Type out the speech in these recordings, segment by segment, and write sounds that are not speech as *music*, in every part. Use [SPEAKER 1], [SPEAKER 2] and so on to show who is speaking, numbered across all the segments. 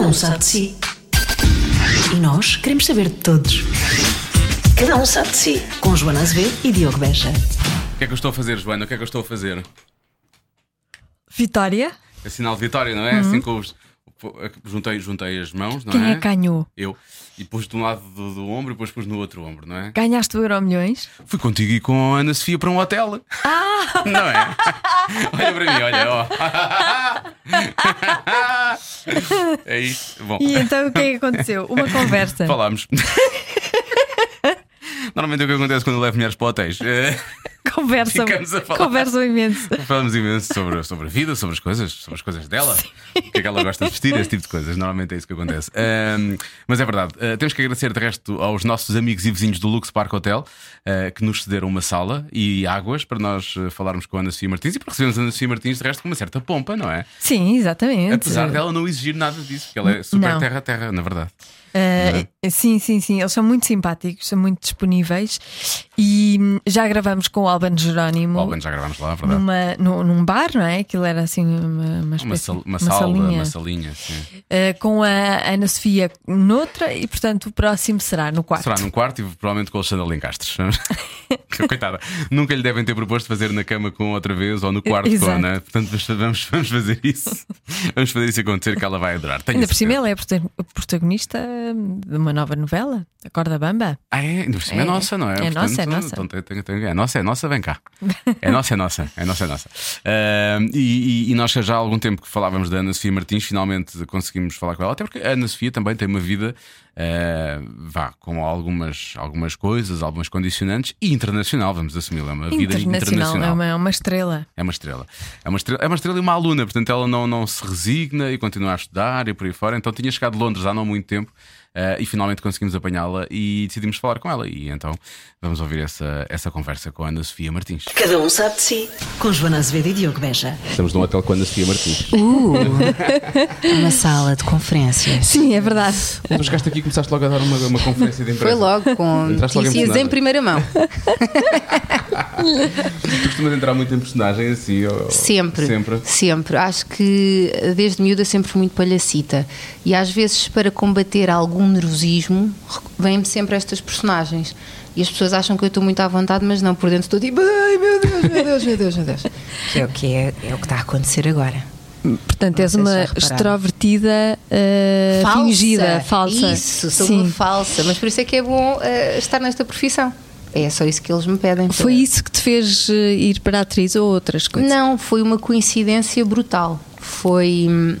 [SPEAKER 1] um sabe de si. E nós queremos saber de todos. Cada um sabe de si. Com Joana Azevedo e Diogo Beja.
[SPEAKER 2] O que é que eu estou a fazer, Joana? O que é que eu estou a fazer?
[SPEAKER 3] Vitória?
[SPEAKER 2] É sinal de vitória, não é? Assim com os. Juntei, juntei as mãos, não
[SPEAKER 3] Uhum. Quem
[SPEAKER 2] é?
[SPEAKER 3] é que ganhou?
[SPEAKER 2] Eu. E pus de um lado do, do ombro e depois pus no outro ombro, não é?
[SPEAKER 3] Ganhaste o Euro Milhões?
[SPEAKER 2] Fui contigo e com a Ana Sofia para um hotel. Ah! Não é? *laughs* olha para mim, olha,
[SPEAKER 3] *laughs*
[SPEAKER 2] ó. é isso. Bom,
[SPEAKER 3] E então o que é que
[SPEAKER 2] *laughs*
[SPEAKER 3] aconteceu? Uma conversa. *laughs*
[SPEAKER 2] falámos. Normalmente é o que acontece quando eu levo mulheres para
[SPEAKER 3] *laughs*
[SPEAKER 2] hotéis. Eh,
[SPEAKER 3] Conversam,
[SPEAKER 2] Ficamos a falar.
[SPEAKER 3] conversam um- imenso.
[SPEAKER 2] Falamos imenso sobre, sobre a vida, sobre as coisas, sobre as coisas dela, o que é que ela gosta de vestir, esse tipo de coisas. Normalmente é isso que acontece. Ahm, mas é verdade, ah, temos que agradecer de resto aos nossos amigos e vizinhos do Lux Park Hotel ah, que nos cederam uma sala e águas para nós ah, falarmos com a Ana Sofia Martins e para recebermos a Ana Sofia Martins de resto com uma certa pompa, não é?
[SPEAKER 3] Sim, exatamente.
[SPEAKER 2] Apesar dela não exigir nada disso, porque ela é super
[SPEAKER 3] Não.
[SPEAKER 2] terra-terra, na verdade.
[SPEAKER 3] Ah,
[SPEAKER 2] é?
[SPEAKER 3] Sim, sim, sim. Eles são muito simpáticos, são muito disponíveis. E hum, já gravamos com o Alban Jerónimo.
[SPEAKER 2] Bom, já gravámos lá, é verdade.
[SPEAKER 3] Numa, nu- num bar, não é? Aquilo era assim uma, uma,
[SPEAKER 2] Uma,
[SPEAKER 3] espécie-
[SPEAKER 2] sal- uma
[SPEAKER 3] uma
[SPEAKER 2] sala,
[SPEAKER 3] salinha.
[SPEAKER 2] uma salinha. Sim.
[SPEAKER 3] Ah, com a Ana Sofia noutra, e portanto o próximo será no quarto.
[SPEAKER 2] Será num quarto e provavelmente com a Alexandra Lencastres. *laughs* Coitada, nunca lhe devem ter proposto fazer na cama com outra vez ou no quarto com a
[SPEAKER 3] Exato.
[SPEAKER 2] Ana. Portanto, vamos- vamos, vamos fazer isso. Vamos fazer isso acontecer que ela vai adorar. Tenho
[SPEAKER 3] Ainda por cima,
[SPEAKER 2] certeza.
[SPEAKER 3] ela é prota- protagonista hum, de uma nova novela, Acorda Bamba.
[SPEAKER 2] Ah, é? Ainda por cima é,
[SPEAKER 3] É.
[SPEAKER 2] nossa, não é?
[SPEAKER 3] É nossa, é nossa.
[SPEAKER 2] Então, tem- tem- tem- é nossa, é nossa, vem cá. É nossa, é nossa, é nossa, é nossa. Ahm, e, e- e nós já há algum tempo que falávamos da Ana Sofia Martins, finalmente conseguimos falar com ela, até porque a Ana Sofia também tem uma vida, ah, vá, com algumas, algumas coisas, algumas condicionantes, e internacional, vamos assumi-la, é uma vida
[SPEAKER 3] internacional,
[SPEAKER 2] internacional.
[SPEAKER 3] é uma, é uma estrela.
[SPEAKER 2] É uma estrela. É uma estrela, é uma estrela e uma aluna, portanto ela não, não se resigna e continua a estudar e por aí fora. Então tinha chegado de Londres há não muito tempo eh, e finalmente conseguimos apanhá-la e decidimos falar com ela. E então vamos ouvir essa, essa conversa com a Ana Sofia Martins.
[SPEAKER 1] Cada um sabe de si. Com Joana Azevedo e Diogo Beja.
[SPEAKER 2] Estamos num hotel com a Ana Sofia Martins.
[SPEAKER 4] É
[SPEAKER 1] Uma sala de conferências.
[SPEAKER 3] Sim, é verdade.
[SPEAKER 2] Mas chegaste aqui e começaste logo a dar uma, uma conferência de imprensa.
[SPEAKER 4] Foi logo com
[SPEAKER 2] Entraste logo em
[SPEAKER 4] notícias
[SPEAKER 2] personagem.
[SPEAKER 4] em primeira mão.
[SPEAKER 2] Tu costumas entrar muito em personagem assim. ou-
[SPEAKER 4] Sempre. Sempre. Acho que desde miúda sempre fui muito palhacita. E às vezes, para combater algum nervosismo, rec- vêm-me sempre estas personagens. E as pessoas acham que eu estou muito à vontade, mas não, por dentro estou tipo, ai meu Deus, meu Deus, meu Deus, meu Deus.
[SPEAKER 5] Que *laughs* é o que, é, é o que está a acontecer agora.
[SPEAKER 3] Portanto,
[SPEAKER 5] Não
[SPEAKER 3] és
[SPEAKER 5] sei se
[SPEAKER 3] uma
[SPEAKER 5] já repararam.
[SPEAKER 3] extrovertida uh, fingida, falsa.
[SPEAKER 4] Ah, Isso, sou uma
[SPEAKER 3] Sim.
[SPEAKER 4] falsa. Mas por isso é que é bom eh, estar nesta profissão. É só isso que eles me pedem.
[SPEAKER 3] Foi isso que te fez uh, ir para a atriz ou outras coisas?
[SPEAKER 4] Não, foi uma coincidência brutal. Foi. hum,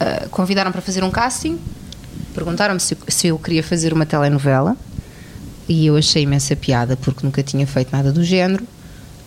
[SPEAKER 4] ah, convidaram para fazer um casting, perguntaram-me se, se eu queria fazer uma telenovela e eu achei imensa piada porque nunca tinha feito nada do género.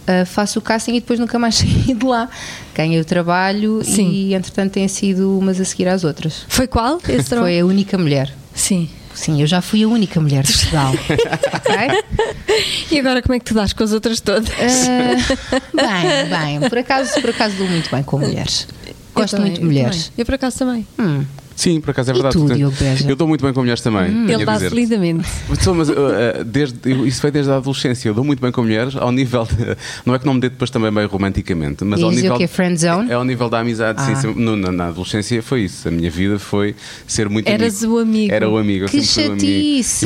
[SPEAKER 4] Ah, faço o casting e depois nunca mais *laughs* saí de lá. Ganhei o trabalho
[SPEAKER 3] Sim.
[SPEAKER 4] e, entretanto, têm sido umas a seguir às outras. *laughs*
[SPEAKER 3] Foi qual? Esse trabalho?
[SPEAKER 4] Foi a única mulher.
[SPEAKER 3] Sim.
[SPEAKER 4] Sim, eu já fui a única mulher de Portugal. ok?
[SPEAKER 3] E agora como é que te das com as outras todas?
[SPEAKER 4] Eh,
[SPEAKER 3] *laughs*
[SPEAKER 4] Ah, *laughs* bem, bem. Por acaso, por acaso dou muito bem com mulheres. Gosto
[SPEAKER 3] Eu também,
[SPEAKER 4] muito de
[SPEAKER 3] eu
[SPEAKER 4] mulheres.
[SPEAKER 3] também. Eu por acaso também.
[SPEAKER 4] Hum.
[SPEAKER 2] Sim, por acaso é
[SPEAKER 4] E
[SPEAKER 2] verdade.
[SPEAKER 4] tu,
[SPEAKER 2] Portanto,
[SPEAKER 4] Diogo Beja?
[SPEAKER 2] eu dou muito bem com mulheres também.
[SPEAKER 4] Hum.
[SPEAKER 2] tenho
[SPEAKER 3] Ele
[SPEAKER 2] a
[SPEAKER 3] dá-se
[SPEAKER 2] dizer.
[SPEAKER 3] lindamente.
[SPEAKER 2] Mas, sou, mas, uh, uh, desde,
[SPEAKER 4] *laughs*
[SPEAKER 2] eu- isso foi desde a adolescência. Eu dou muito bem com mulheres ao nível. de- não é que não me dê depois também bem romanticamente, mas
[SPEAKER 4] E
[SPEAKER 2] ao
[SPEAKER 4] isso é
[SPEAKER 2] nível.
[SPEAKER 4] o quê? Friendzone?
[SPEAKER 2] É ao nível da amizade. sim,
[SPEAKER 4] Ah.
[SPEAKER 2] sim. No- na, na adolescência foi isso. A minha vida foi ser muito.
[SPEAKER 3] Eras
[SPEAKER 2] amigo.
[SPEAKER 3] o amigo.
[SPEAKER 2] Era o amigo. eu
[SPEAKER 4] Que
[SPEAKER 2] sempre fui o amigo.
[SPEAKER 4] chatice.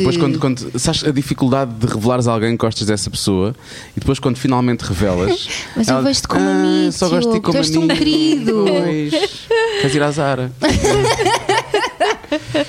[SPEAKER 2] E depois, quando, quando. Sabes a dificuldade de revelares a alguém que gostas dessa pessoa e depois, quando finalmente revelas.
[SPEAKER 4] *laughs* Mas eu
[SPEAKER 2] ela-
[SPEAKER 4] vejo-te como
[SPEAKER 2] "Ah,
[SPEAKER 4] amigo,
[SPEAKER 2] Só gosto de ti
[SPEAKER 4] Diogo,
[SPEAKER 2] como
[SPEAKER 4] tu és tão
[SPEAKER 2] amigo."
[SPEAKER 4] querido.
[SPEAKER 2] Pois. Queres ir à Zara?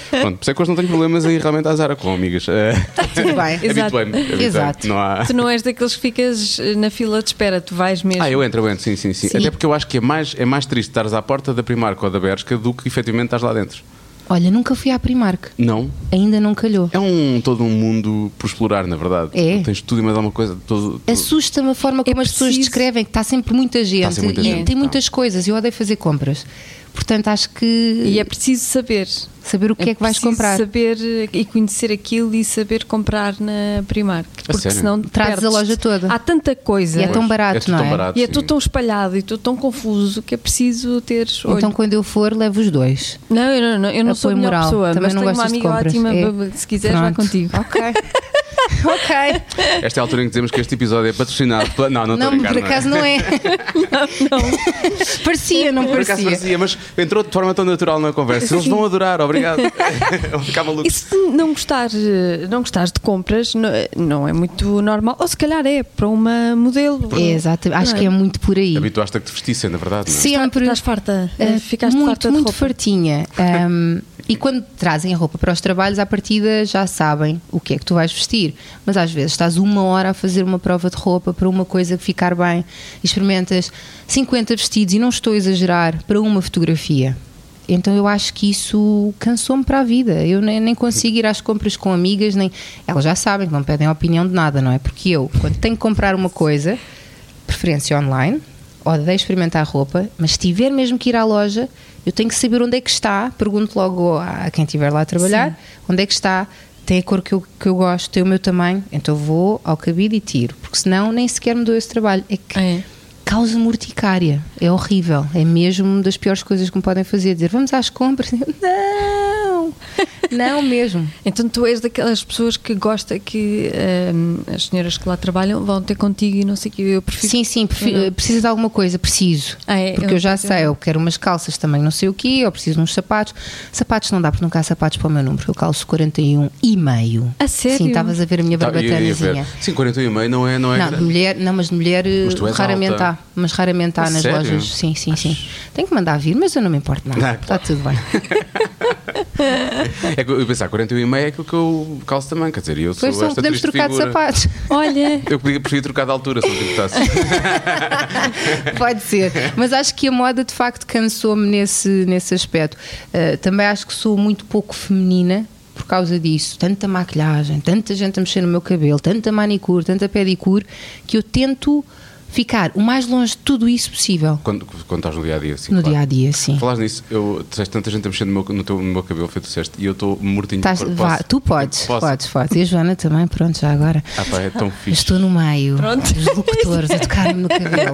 [SPEAKER 2] Pronto, por isso é que hoje não tenho problemas aí realmente à Zara com amigas. Eh,
[SPEAKER 4] Tá Tudo bem.
[SPEAKER 3] Exato.
[SPEAKER 2] *laughs* Habituei-me. habituei-me.
[SPEAKER 4] Exato.
[SPEAKER 2] Não há...
[SPEAKER 3] Tu não és daqueles que ficas uh, na fila de espera, tu vais mesmo.
[SPEAKER 2] Ah, eu entro, eu entro, sim, sim, sim,
[SPEAKER 3] Sim.
[SPEAKER 2] Até porque eu acho que é mais, é mais triste estares à porta da Primarco ou da Bershka do que efetivamente estás lá dentro.
[SPEAKER 4] Olha, nunca fui à Primark.
[SPEAKER 2] Não.
[SPEAKER 4] Ainda não calhou.
[SPEAKER 2] É um, todo um mundo por explorar, na verdade.
[SPEAKER 4] É.
[SPEAKER 2] Tens tudo e mais alguma coisa. Todo, todo-
[SPEAKER 4] Assusta-me a forma como as pessoas
[SPEAKER 3] É preciso.
[SPEAKER 4] descrevem, que está sempre muita gente,
[SPEAKER 2] Tá sempre muita
[SPEAKER 4] e
[SPEAKER 2] gente,
[SPEAKER 4] tem
[SPEAKER 2] tá.
[SPEAKER 4] muitas coisas. Eu odeio fazer compras. Portanto, acho que.
[SPEAKER 3] E é preciso saber.
[SPEAKER 4] Saber o que é, que vais
[SPEAKER 3] é preciso
[SPEAKER 4] comprar.
[SPEAKER 3] saber eh, e conhecer aquilo e saber comprar na Primark. Porque
[SPEAKER 2] sério?
[SPEAKER 3] senão
[SPEAKER 4] Trazes
[SPEAKER 3] perdes-te.
[SPEAKER 4] a loja toda.
[SPEAKER 3] Há tanta coisa.
[SPEAKER 4] E é tão barato,
[SPEAKER 2] é tudo
[SPEAKER 4] não
[SPEAKER 2] tão
[SPEAKER 4] é?
[SPEAKER 2] barato,
[SPEAKER 3] E é
[SPEAKER 2] sim.
[SPEAKER 3] tudo tão espalhado e tudo tão confuso que é preciso ter olho.
[SPEAKER 4] Então quando eu for, levo os dois.
[SPEAKER 3] não, eu não, não, eu não sou a
[SPEAKER 4] Apoio
[SPEAKER 3] melhor
[SPEAKER 4] moral.
[SPEAKER 3] pessoa,
[SPEAKER 4] Também
[SPEAKER 3] mas
[SPEAKER 4] não
[SPEAKER 3] tenho uma
[SPEAKER 4] gostas de
[SPEAKER 3] amiga
[SPEAKER 4] compras.
[SPEAKER 3] ótima.
[SPEAKER 4] É.
[SPEAKER 3] b- b- Se quiseres, vai
[SPEAKER 4] Pronto.
[SPEAKER 3] contigo.
[SPEAKER 4] Ok. *laughs* ok.
[SPEAKER 2] Esta é a altura em que dizemos que este episódio é patrocinado pela. Não, não estou a
[SPEAKER 4] Não,
[SPEAKER 2] brincar,
[SPEAKER 4] por
[SPEAKER 2] não é?
[SPEAKER 4] acaso não *laughs* é. parecia, não
[SPEAKER 2] Por acaso
[SPEAKER 4] parecia.
[SPEAKER 2] parecia, mas entrou de forma tão natural na conversa. Eles vão adorar, obrigado.
[SPEAKER 4] *laughs*
[SPEAKER 2] *laughs* Vão ficar
[SPEAKER 3] E
[SPEAKER 2] malucos.
[SPEAKER 3] se não gostares, eh, não gostares de compras, não, não é muito normal. Ou se calhar é para uma modelo.
[SPEAKER 4] É, exato. Acho que é muito por aí.
[SPEAKER 2] Habituaste a que te vestissem, na verdade, não é?
[SPEAKER 4] Sempre.
[SPEAKER 3] Estás farta?
[SPEAKER 4] Uh,
[SPEAKER 3] eh, Ficaste
[SPEAKER 4] muito,
[SPEAKER 3] farta de
[SPEAKER 4] muito
[SPEAKER 3] roupa? *laughs*
[SPEAKER 4] fartinha. Um, e quando trazem a roupa para os trabalhos, à partida já sabem o que é que tu vais vestir. Mas às vezes estás uma hora a fazer uma prova de roupa para uma coisa que ficar bem, experimentas 50 vestidos e não estou a exagerar para uma fotografia. Então eu acho que isso cansou-me para a vida. Eu nem, nem consigo ir às compras com amigas, nem. Elas já sabem que não pedem a opinião de nada, não é? Porque eu, quando tenho que comprar uma coisa, preferência online, odeio experimentar roupa, mas se tiver mesmo que ir à loja, eu tenho que saber onde é que está. Pergunto logo a a quem estiver lá a trabalhar onde é que está, tem a cor que eu, que eu gosto, tem o meu tamanho. Então vou ao cabide e tiro, porque senão nem sequer me dou esse trabalho. É que
[SPEAKER 3] É.
[SPEAKER 4] causa-me urticária, é horrível, é mesmo uma das piores coisas que me podem fazer. Dizer vamos às compras, *laughs* não, não mesmo.
[SPEAKER 3] Então tu és daquelas pessoas que gosta que hum, as senhoras que lá trabalham vão ter contigo e não sei o que eu prefiro.
[SPEAKER 4] Sim, sim, prefi- precisa de alguma coisa, preciso.
[SPEAKER 3] Uhum. Ah, é,
[SPEAKER 4] porque
[SPEAKER 3] eu
[SPEAKER 4] eu, já
[SPEAKER 3] entendo.
[SPEAKER 4] sei, eu quero umas calças também, não sei o quê, eu preciso de uns sapatos. Sapatos não dá, porque nunca há sapatos para o meu número. Eu calço 41 e meio.
[SPEAKER 3] A sério?
[SPEAKER 4] Sim, estavas a ver a minha
[SPEAKER 2] Tá, ia- ia ver.
[SPEAKER 4] barbatanazinha.
[SPEAKER 2] Sim, 40 e meio não é, não é
[SPEAKER 4] é Não, de
[SPEAKER 2] grande.
[SPEAKER 4] mulher, não, mas de mulher eh,
[SPEAKER 2] Mas tu és
[SPEAKER 4] raramente
[SPEAKER 2] alta.
[SPEAKER 4] há. Mas raramente há
[SPEAKER 2] A
[SPEAKER 4] nas
[SPEAKER 2] sério?
[SPEAKER 4] lojas. Sim, sim, sim. Tenho que mandar vir, mas eu não me importo nada.
[SPEAKER 2] Não, *laughs*
[SPEAKER 4] Está tudo bem.
[SPEAKER 2] É que eu ia pensar, 41 e meio é aquilo que eu calço também, quer dizer, eu sou
[SPEAKER 4] Depois só
[SPEAKER 2] esta
[SPEAKER 4] podemos
[SPEAKER 2] triste
[SPEAKER 4] trocar de
[SPEAKER 2] figura.
[SPEAKER 4] sapatos.
[SPEAKER 3] Olha,
[SPEAKER 2] Eu podia- preferia trocar de altura se não importasse.
[SPEAKER 4] Pode ser, mas acho que a moda de facto cansou-me nesse, nesse aspecto. Uh, também acho que sou muito pouco feminina por causa disso. Tanta maquilhagem, tanta gente a mexer no meu cabelo, tanta manicure, tanta pedicure, que eu tento ficar o mais longe de tudo isso possível.
[SPEAKER 2] quando, quando estás no dia a dia, sim.
[SPEAKER 4] No
[SPEAKER 2] claro.
[SPEAKER 4] dia a dia, sim.
[SPEAKER 2] Falas nisso, eu disseste tanta gente a mexer no meu, no teu, no meu cabelo, feito disseste, e eu estou mortinho
[SPEAKER 4] Estás-
[SPEAKER 2] por-
[SPEAKER 4] vá,
[SPEAKER 2] posso?
[SPEAKER 4] tu podes,
[SPEAKER 2] Posso?
[SPEAKER 4] podes, podes. E a Joana também, pronto, já agora.
[SPEAKER 2] Ah, pá, é tão
[SPEAKER 4] Eu
[SPEAKER 2] fixe.
[SPEAKER 4] Estou no meio,
[SPEAKER 3] Pronto.
[SPEAKER 4] os locutores a tocar-me no cabelo.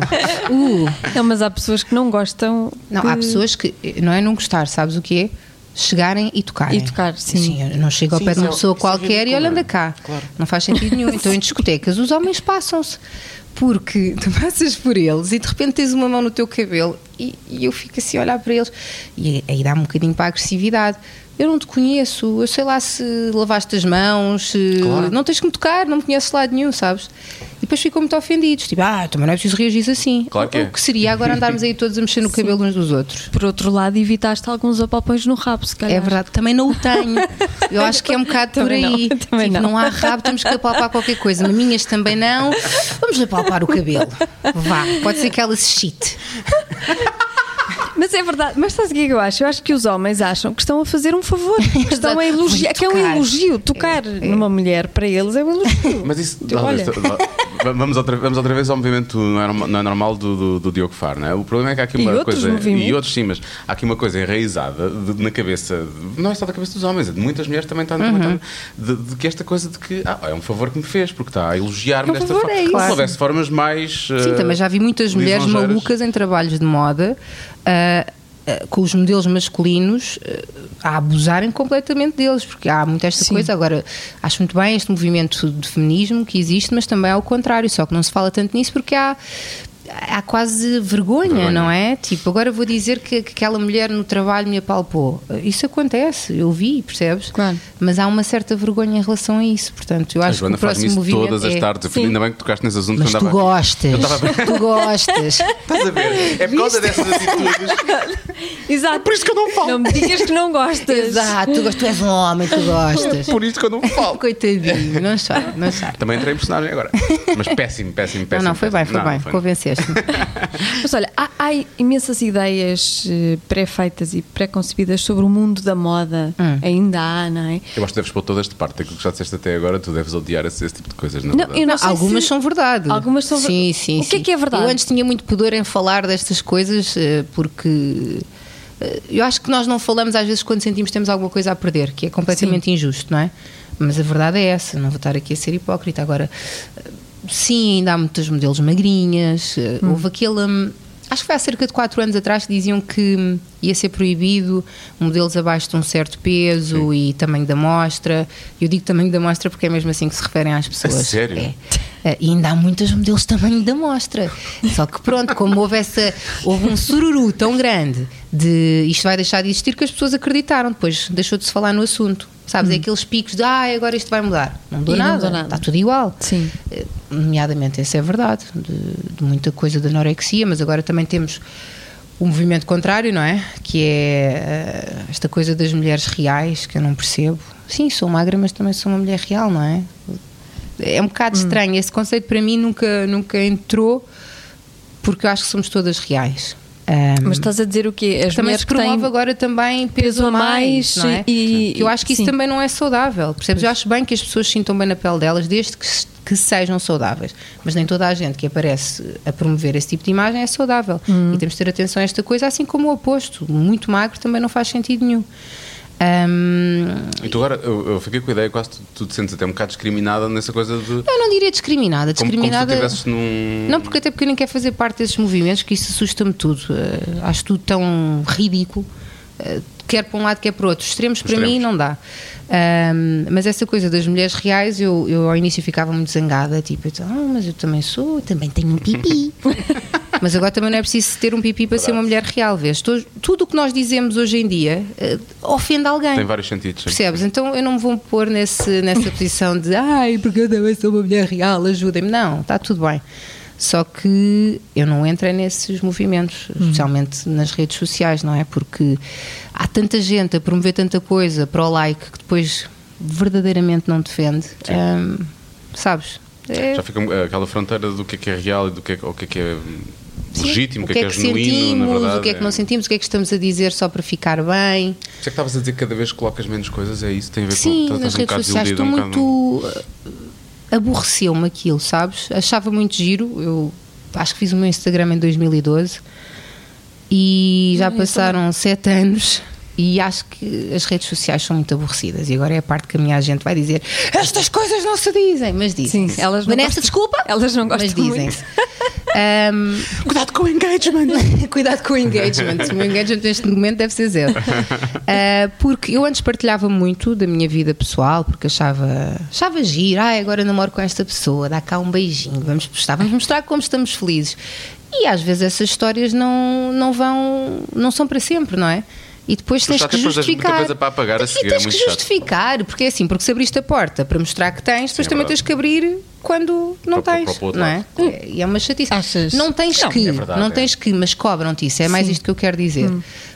[SPEAKER 4] Uh,
[SPEAKER 3] não, mas é há pessoas que não gostam.
[SPEAKER 4] Não,
[SPEAKER 3] de-
[SPEAKER 4] há pessoas que não é não gostar, sabes o que é? Chegarem e tocarem.
[SPEAKER 3] E tocar, sim.
[SPEAKER 4] eu não chego ao
[SPEAKER 2] Sim,
[SPEAKER 4] pé de uma
[SPEAKER 2] isso é-
[SPEAKER 4] pessoa
[SPEAKER 2] isso é
[SPEAKER 4] qualquer e
[SPEAKER 2] ridículo,
[SPEAKER 4] olha, anda
[SPEAKER 2] não é?
[SPEAKER 4] cá.
[SPEAKER 2] Claro.
[SPEAKER 4] Não faz sentido nenhum. Então, em discotecas, os homens passam-se. Porque tu passas por eles e de repente tens uma mão no teu cabelo e, e eu fico assim a olhar para eles. E aí dá-me um bocadinho para a agressividade. Eu não te conheço, eu sei lá se lavaste as mãos, se-
[SPEAKER 2] Claro.
[SPEAKER 4] não tens que me tocar, não me conheces de lado nenhum, sabes? E depois ficam muito ofendidos, tipo, ah, também não é preciso reagir assim.
[SPEAKER 2] Claro que
[SPEAKER 4] o,
[SPEAKER 2] é.
[SPEAKER 4] o que seria agora andarmos aí todos a mexer no cabelo uns dos outros?
[SPEAKER 3] Por outro lado, evitaste alguns apalpões no rabo, se calhar.
[SPEAKER 4] É verdade, também não o
[SPEAKER 3] *laughs*
[SPEAKER 4] tenho. Eu acho que é um bocado por
[SPEAKER 3] Também não,
[SPEAKER 4] aí.
[SPEAKER 3] *laughs* também
[SPEAKER 4] Tipo,
[SPEAKER 3] não.
[SPEAKER 4] há rabo, temos que apalpar qualquer coisa. Maminhas também não. Vamos apalpar o cabelo. Vá, pode ser que ela se chite.
[SPEAKER 3] Mas é verdade, mas sabes o que é que eu acho? Eu acho que os homens acham que estão a fazer
[SPEAKER 4] *laughs*
[SPEAKER 3] um favor, que estão a
[SPEAKER 4] Exato. Vou-lhe
[SPEAKER 3] elogiar, que é um
[SPEAKER 4] tocar. É,
[SPEAKER 3] elogio. Tocar numa mulher para eles é um
[SPEAKER 4] *laughs*
[SPEAKER 3] elogio.
[SPEAKER 2] Mas isso.
[SPEAKER 3] Tipo,
[SPEAKER 2] lá- *laughs*
[SPEAKER 3] olha.
[SPEAKER 2] lá- vamos, outra, vamos outra vez ao movimento não é, norma- não é normal do, do- do Diogo Faro, não é? O problema é que há aqui
[SPEAKER 3] E
[SPEAKER 2] uma
[SPEAKER 3] outros
[SPEAKER 2] coisa.
[SPEAKER 3] movimentos.
[SPEAKER 2] E outros sim, mas há aqui uma coisa enraizada de- na cabeça. Não é só da cabeça dos homens, é de muitas mulheres também está. também
[SPEAKER 4] Uhum.
[SPEAKER 2] está- De, de que esta coisa de que. Ah, é um favor que me fez, porque está a elogiar-me
[SPEAKER 4] É um
[SPEAKER 2] desta
[SPEAKER 4] favor,
[SPEAKER 2] forma.
[SPEAKER 4] é isso.
[SPEAKER 2] Se houvesse formas mais.
[SPEAKER 4] Sim,
[SPEAKER 2] eh,
[SPEAKER 4] também já vi muitas mulheres
[SPEAKER 2] lisonjeiras.
[SPEAKER 4] malucas em trabalhos de moda. ah, ah, com os modelos masculinos ah, a abusarem completamente deles, porque há muito esta coisa. Agora, acho muito bem este movimento de feminismo que existe, mas também ao contrário, só que não se fala tanto nisso porque há, há quase vergonha,
[SPEAKER 2] Vergonha.
[SPEAKER 4] não é? Tipo, agora vou dizer que, que aquela mulher no trabalho me apalpou. Isso acontece, eu vi, percebes?
[SPEAKER 3] Claro.
[SPEAKER 4] Mas há uma certa vergonha em relação a isso, portanto, eu
[SPEAKER 2] A
[SPEAKER 4] acho que
[SPEAKER 2] Joana
[SPEAKER 4] o
[SPEAKER 2] faz
[SPEAKER 4] próximo
[SPEAKER 2] isso
[SPEAKER 4] movimento
[SPEAKER 2] todas as
[SPEAKER 4] é-
[SPEAKER 2] tardes.
[SPEAKER 3] Sim.
[SPEAKER 2] Ainda bem que tocaste nesse assunto
[SPEAKER 4] mas
[SPEAKER 2] que
[SPEAKER 4] tu
[SPEAKER 2] andava aqui.
[SPEAKER 4] gostas. Tu
[SPEAKER 2] *laughs*
[SPEAKER 4] gostas.
[SPEAKER 2] Estás a ver? É por causa dessas atitudes.
[SPEAKER 4] *laughs* é
[SPEAKER 3] Exato. por isso que eu não falo. Não me digas que não gostas.
[SPEAKER 4] Exato, tu, gostas, tu és um homem, tu gostas.
[SPEAKER 2] Por isso que eu não falo.
[SPEAKER 4] *laughs* Coitadinho, não chora, não chora.
[SPEAKER 2] Também entrei em personagem agora. Mas péssimo, péssimo, péssimo.
[SPEAKER 4] Não, não, foi bem,
[SPEAKER 2] péssimo.
[SPEAKER 4] foi bem,
[SPEAKER 2] Não, não foi
[SPEAKER 4] convenceste-me.
[SPEAKER 3] Mas olha, há, há imensas ideias eh, pré-feitas e pré-concebidas sobre o mundo da moda.
[SPEAKER 4] Ah.
[SPEAKER 3] Ainda há, não é?
[SPEAKER 2] não. Eu acho que deves pôr toda esta parte. Aquilo que já disseste até agora, tu deves odiar esse, esse tipo de coisas, não,
[SPEAKER 3] Não,
[SPEAKER 2] é? verdade?
[SPEAKER 3] eu não sei
[SPEAKER 4] Algumas
[SPEAKER 3] se-
[SPEAKER 4] são verdade.
[SPEAKER 3] Algumas são ver-
[SPEAKER 4] Sim, sim.
[SPEAKER 3] O que é
[SPEAKER 4] sim.
[SPEAKER 3] que é verdade?
[SPEAKER 4] Eu antes tinha muito pudor em falar destas coisas eh, porque eh, eu acho que nós não falamos às vezes quando sentimos que temos alguma coisa a perder, que é completamente injusto, não é? Mas a verdade é essa, não vou estar aqui a ser hipócrita. Agora, eh, sim, ainda há muitos modelos magrinhas, eh, houve aquele. hum, Acho que foi há cerca de 4 anos atrás que diziam que hum, ia ser proibido modelos abaixo de um certo peso e tamanho da amostra. Eu digo tamanho da amostra porque é mesmo assim que se referem às pessoas.
[SPEAKER 2] sério?
[SPEAKER 4] É. Eh, E ainda há muitos modelos de tamanho da amostra. Só que pronto, como houve, essa, houve um sururu tão grande de isto vai deixar de existir que as pessoas acreditaram, depois deixou de se falar no assunto. Sabes, é aqueles picos de ah, agora isto vai mudar. Não mudou
[SPEAKER 3] Hum. E não
[SPEAKER 4] nada,
[SPEAKER 3] mudou nada.
[SPEAKER 4] está tudo igual.
[SPEAKER 3] Sim.
[SPEAKER 4] Eh, Nomeadamente, essa é a verdade, de, de muita coisa da anorexia, mas agora também temos o movimento contrário, não é? Que é eh, esta coisa das mulheres reais, que eu não percebo. Sim, sou magra, mas também sou uma mulher real, não é? É um bocado estranho. Esse conceito para mim nunca, nunca entrou, porque eu acho que somos todas reais. Ah,
[SPEAKER 3] Mas estás a dizer o quê? As
[SPEAKER 4] também
[SPEAKER 3] mulheres
[SPEAKER 4] se
[SPEAKER 3] que
[SPEAKER 4] promove
[SPEAKER 3] têm
[SPEAKER 4] agora também peso,
[SPEAKER 3] peso
[SPEAKER 4] a mais,
[SPEAKER 3] a mais
[SPEAKER 4] não é?
[SPEAKER 3] e-
[SPEAKER 4] Que eu acho que isso
[SPEAKER 3] sim.
[SPEAKER 4] também não é saudável percebes? eu acho bem que as pessoas se sintam bem na pele delas desde que, se- que sejam saudáveis mas nem toda a gente que aparece a promover esse tipo de imagem é saudável
[SPEAKER 3] Uhum.
[SPEAKER 4] e temos de ter atenção a esta coisa assim como o oposto muito magro também não faz sentido nenhum Hum, Ahm,
[SPEAKER 2] E tu agora, eu, eu fiquei com a ideia quase tu, tu te sentes até um bocado discriminada nessa coisa de.
[SPEAKER 4] eu não diria discriminada
[SPEAKER 2] Como, como se tu
[SPEAKER 4] discriminada
[SPEAKER 2] estivesses num.
[SPEAKER 4] Não, porque até porque eu nem quero fazer parte desses movimentos, que isso assusta-me tudo. Eh, acho tudo tão ridículo. eh, quer para um lado, quer para o outro. Extremos para
[SPEAKER 2] Extremos.
[SPEAKER 4] mim não dá. Ahm, mas essa coisa das mulheres reais, eu, eu ao início ficava muito zangada, tipo, eu, ah, mas eu também sou, eu também tenho um
[SPEAKER 2] *laughs*
[SPEAKER 4] pipi. mas agora também não é preciso ter um pipi para ser uma mulher real, vês? Todo- Tudo o que nós dizemos hoje em dia eh, ofende alguém.
[SPEAKER 2] Tem vários sentidos. sim.
[SPEAKER 4] Percebes? Então eu não me vou pôr nesse, nessa posição de ai, porque eu também sou uma mulher real, ajudem-me. Não, está tudo bem. Só que eu não entro nesses movimentos, especialmente nas redes sociais, não é? Porque há tanta gente a promover tanta coisa para o like que depois verdadeiramente não defende. Ahm, sabes? É-
[SPEAKER 2] Já fica eh, aquela fronteira do que é, que é real e do que é, que- o que é, que é hum,
[SPEAKER 4] sim,
[SPEAKER 2] legítimo, o que é que é, genuíno,
[SPEAKER 4] sentimos,
[SPEAKER 2] na verdade.
[SPEAKER 4] o que é que não sentimos, o que é que estamos a dizer só para ficar bem.
[SPEAKER 2] Por isso é que estavas a dizer que cada vez que colocas menos coisas, é isso? Tem a ver
[SPEAKER 4] Sim,
[SPEAKER 2] com. estás
[SPEAKER 4] nas
[SPEAKER 2] um
[SPEAKER 4] redes
[SPEAKER 2] bocado
[SPEAKER 4] sociais
[SPEAKER 2] iludida,
[SPEAKER 4] estou
[SPEAKER 2] um bocado-
[SPEAKER 4] muito. eh, aborreceu-me aquilo, sabes? Achava muito giro. Eu acho que fiz o meu Instagram em 2012
[SPEAKER 3] Ah,
[SPEAKER 4] e já passaram sete anos. E acho que as redes sociais são muito aborrecidas. E agora é a parte que a minha agente vai dizer: estas coisas não se dizem, mas dizem.
[SPEAKER 3] Sim, elas não
[SPEAKER 4] Vanessa,
[SPEAKER 3] gostam-
[SPEAKER 4] desculpa.
[SPEAKER 3] elas não
[SPEAKER 4] mas
[SPEAKER 3] gostam
[SPEAKER 4] dizem.
[SPEAKER 3] muito.
[SPEAKER 4] *laughs* Cuidado com o engagement. *laughs* Cuidado com o engagement. O meu engagement neste momento deve ser zero. Ah, porque eu antes partilhava muito da minha vida pessoal, porque achava, achava giro. Ai, agora namoro com esta pessoa, dá cá um beijinho, vamos postar, vamos mostrar como estamos felizes. E às vezes essas histórias não, não vão, não são para sempre, não é? E depois tens
[SPEAKER 2] já
[SPEAKER 4] que
[SPEAKER 2] tens coisas- muita
[SPEAKER 4] justificar.
[SPEAKER 2] coisa para apagar a
[SPEAKER 4] E
[SPEAKER 2] seguir, é
[SPEAKER 4] tens
[SPEAKER 2] muito
[SPEAKER 4] que
[SPEAKER 2] chato.
[SPEAKER 4] justificar, porque é assim, porque se abriste a porta para mostrar que tens, depois
[SPEAKER 2] Sim, é
[SPEAKER 4] também
[SPEAKER 2] verdade.
[SPEAKER 4] tens que abrir quando não
[SPEAKER 2] Para- para-
[SPEAKER 4] tens,
[SPEAKER 2] para o outro
[SPEAKER 4] não
[SPEAKER 2] lado.
[SPEAKER 4] é? É, E é uma chatice.
[SPEAKER 3] Achas?
[SPEAKER 4] Não tens que,
[SPEAKER 2] é verdade,
[SPEAKER 4] não
[SPEAKER 2] é.
[SPEAKER 4] tens que, mas cobram-te isso. É mais isto que eu quero dizer.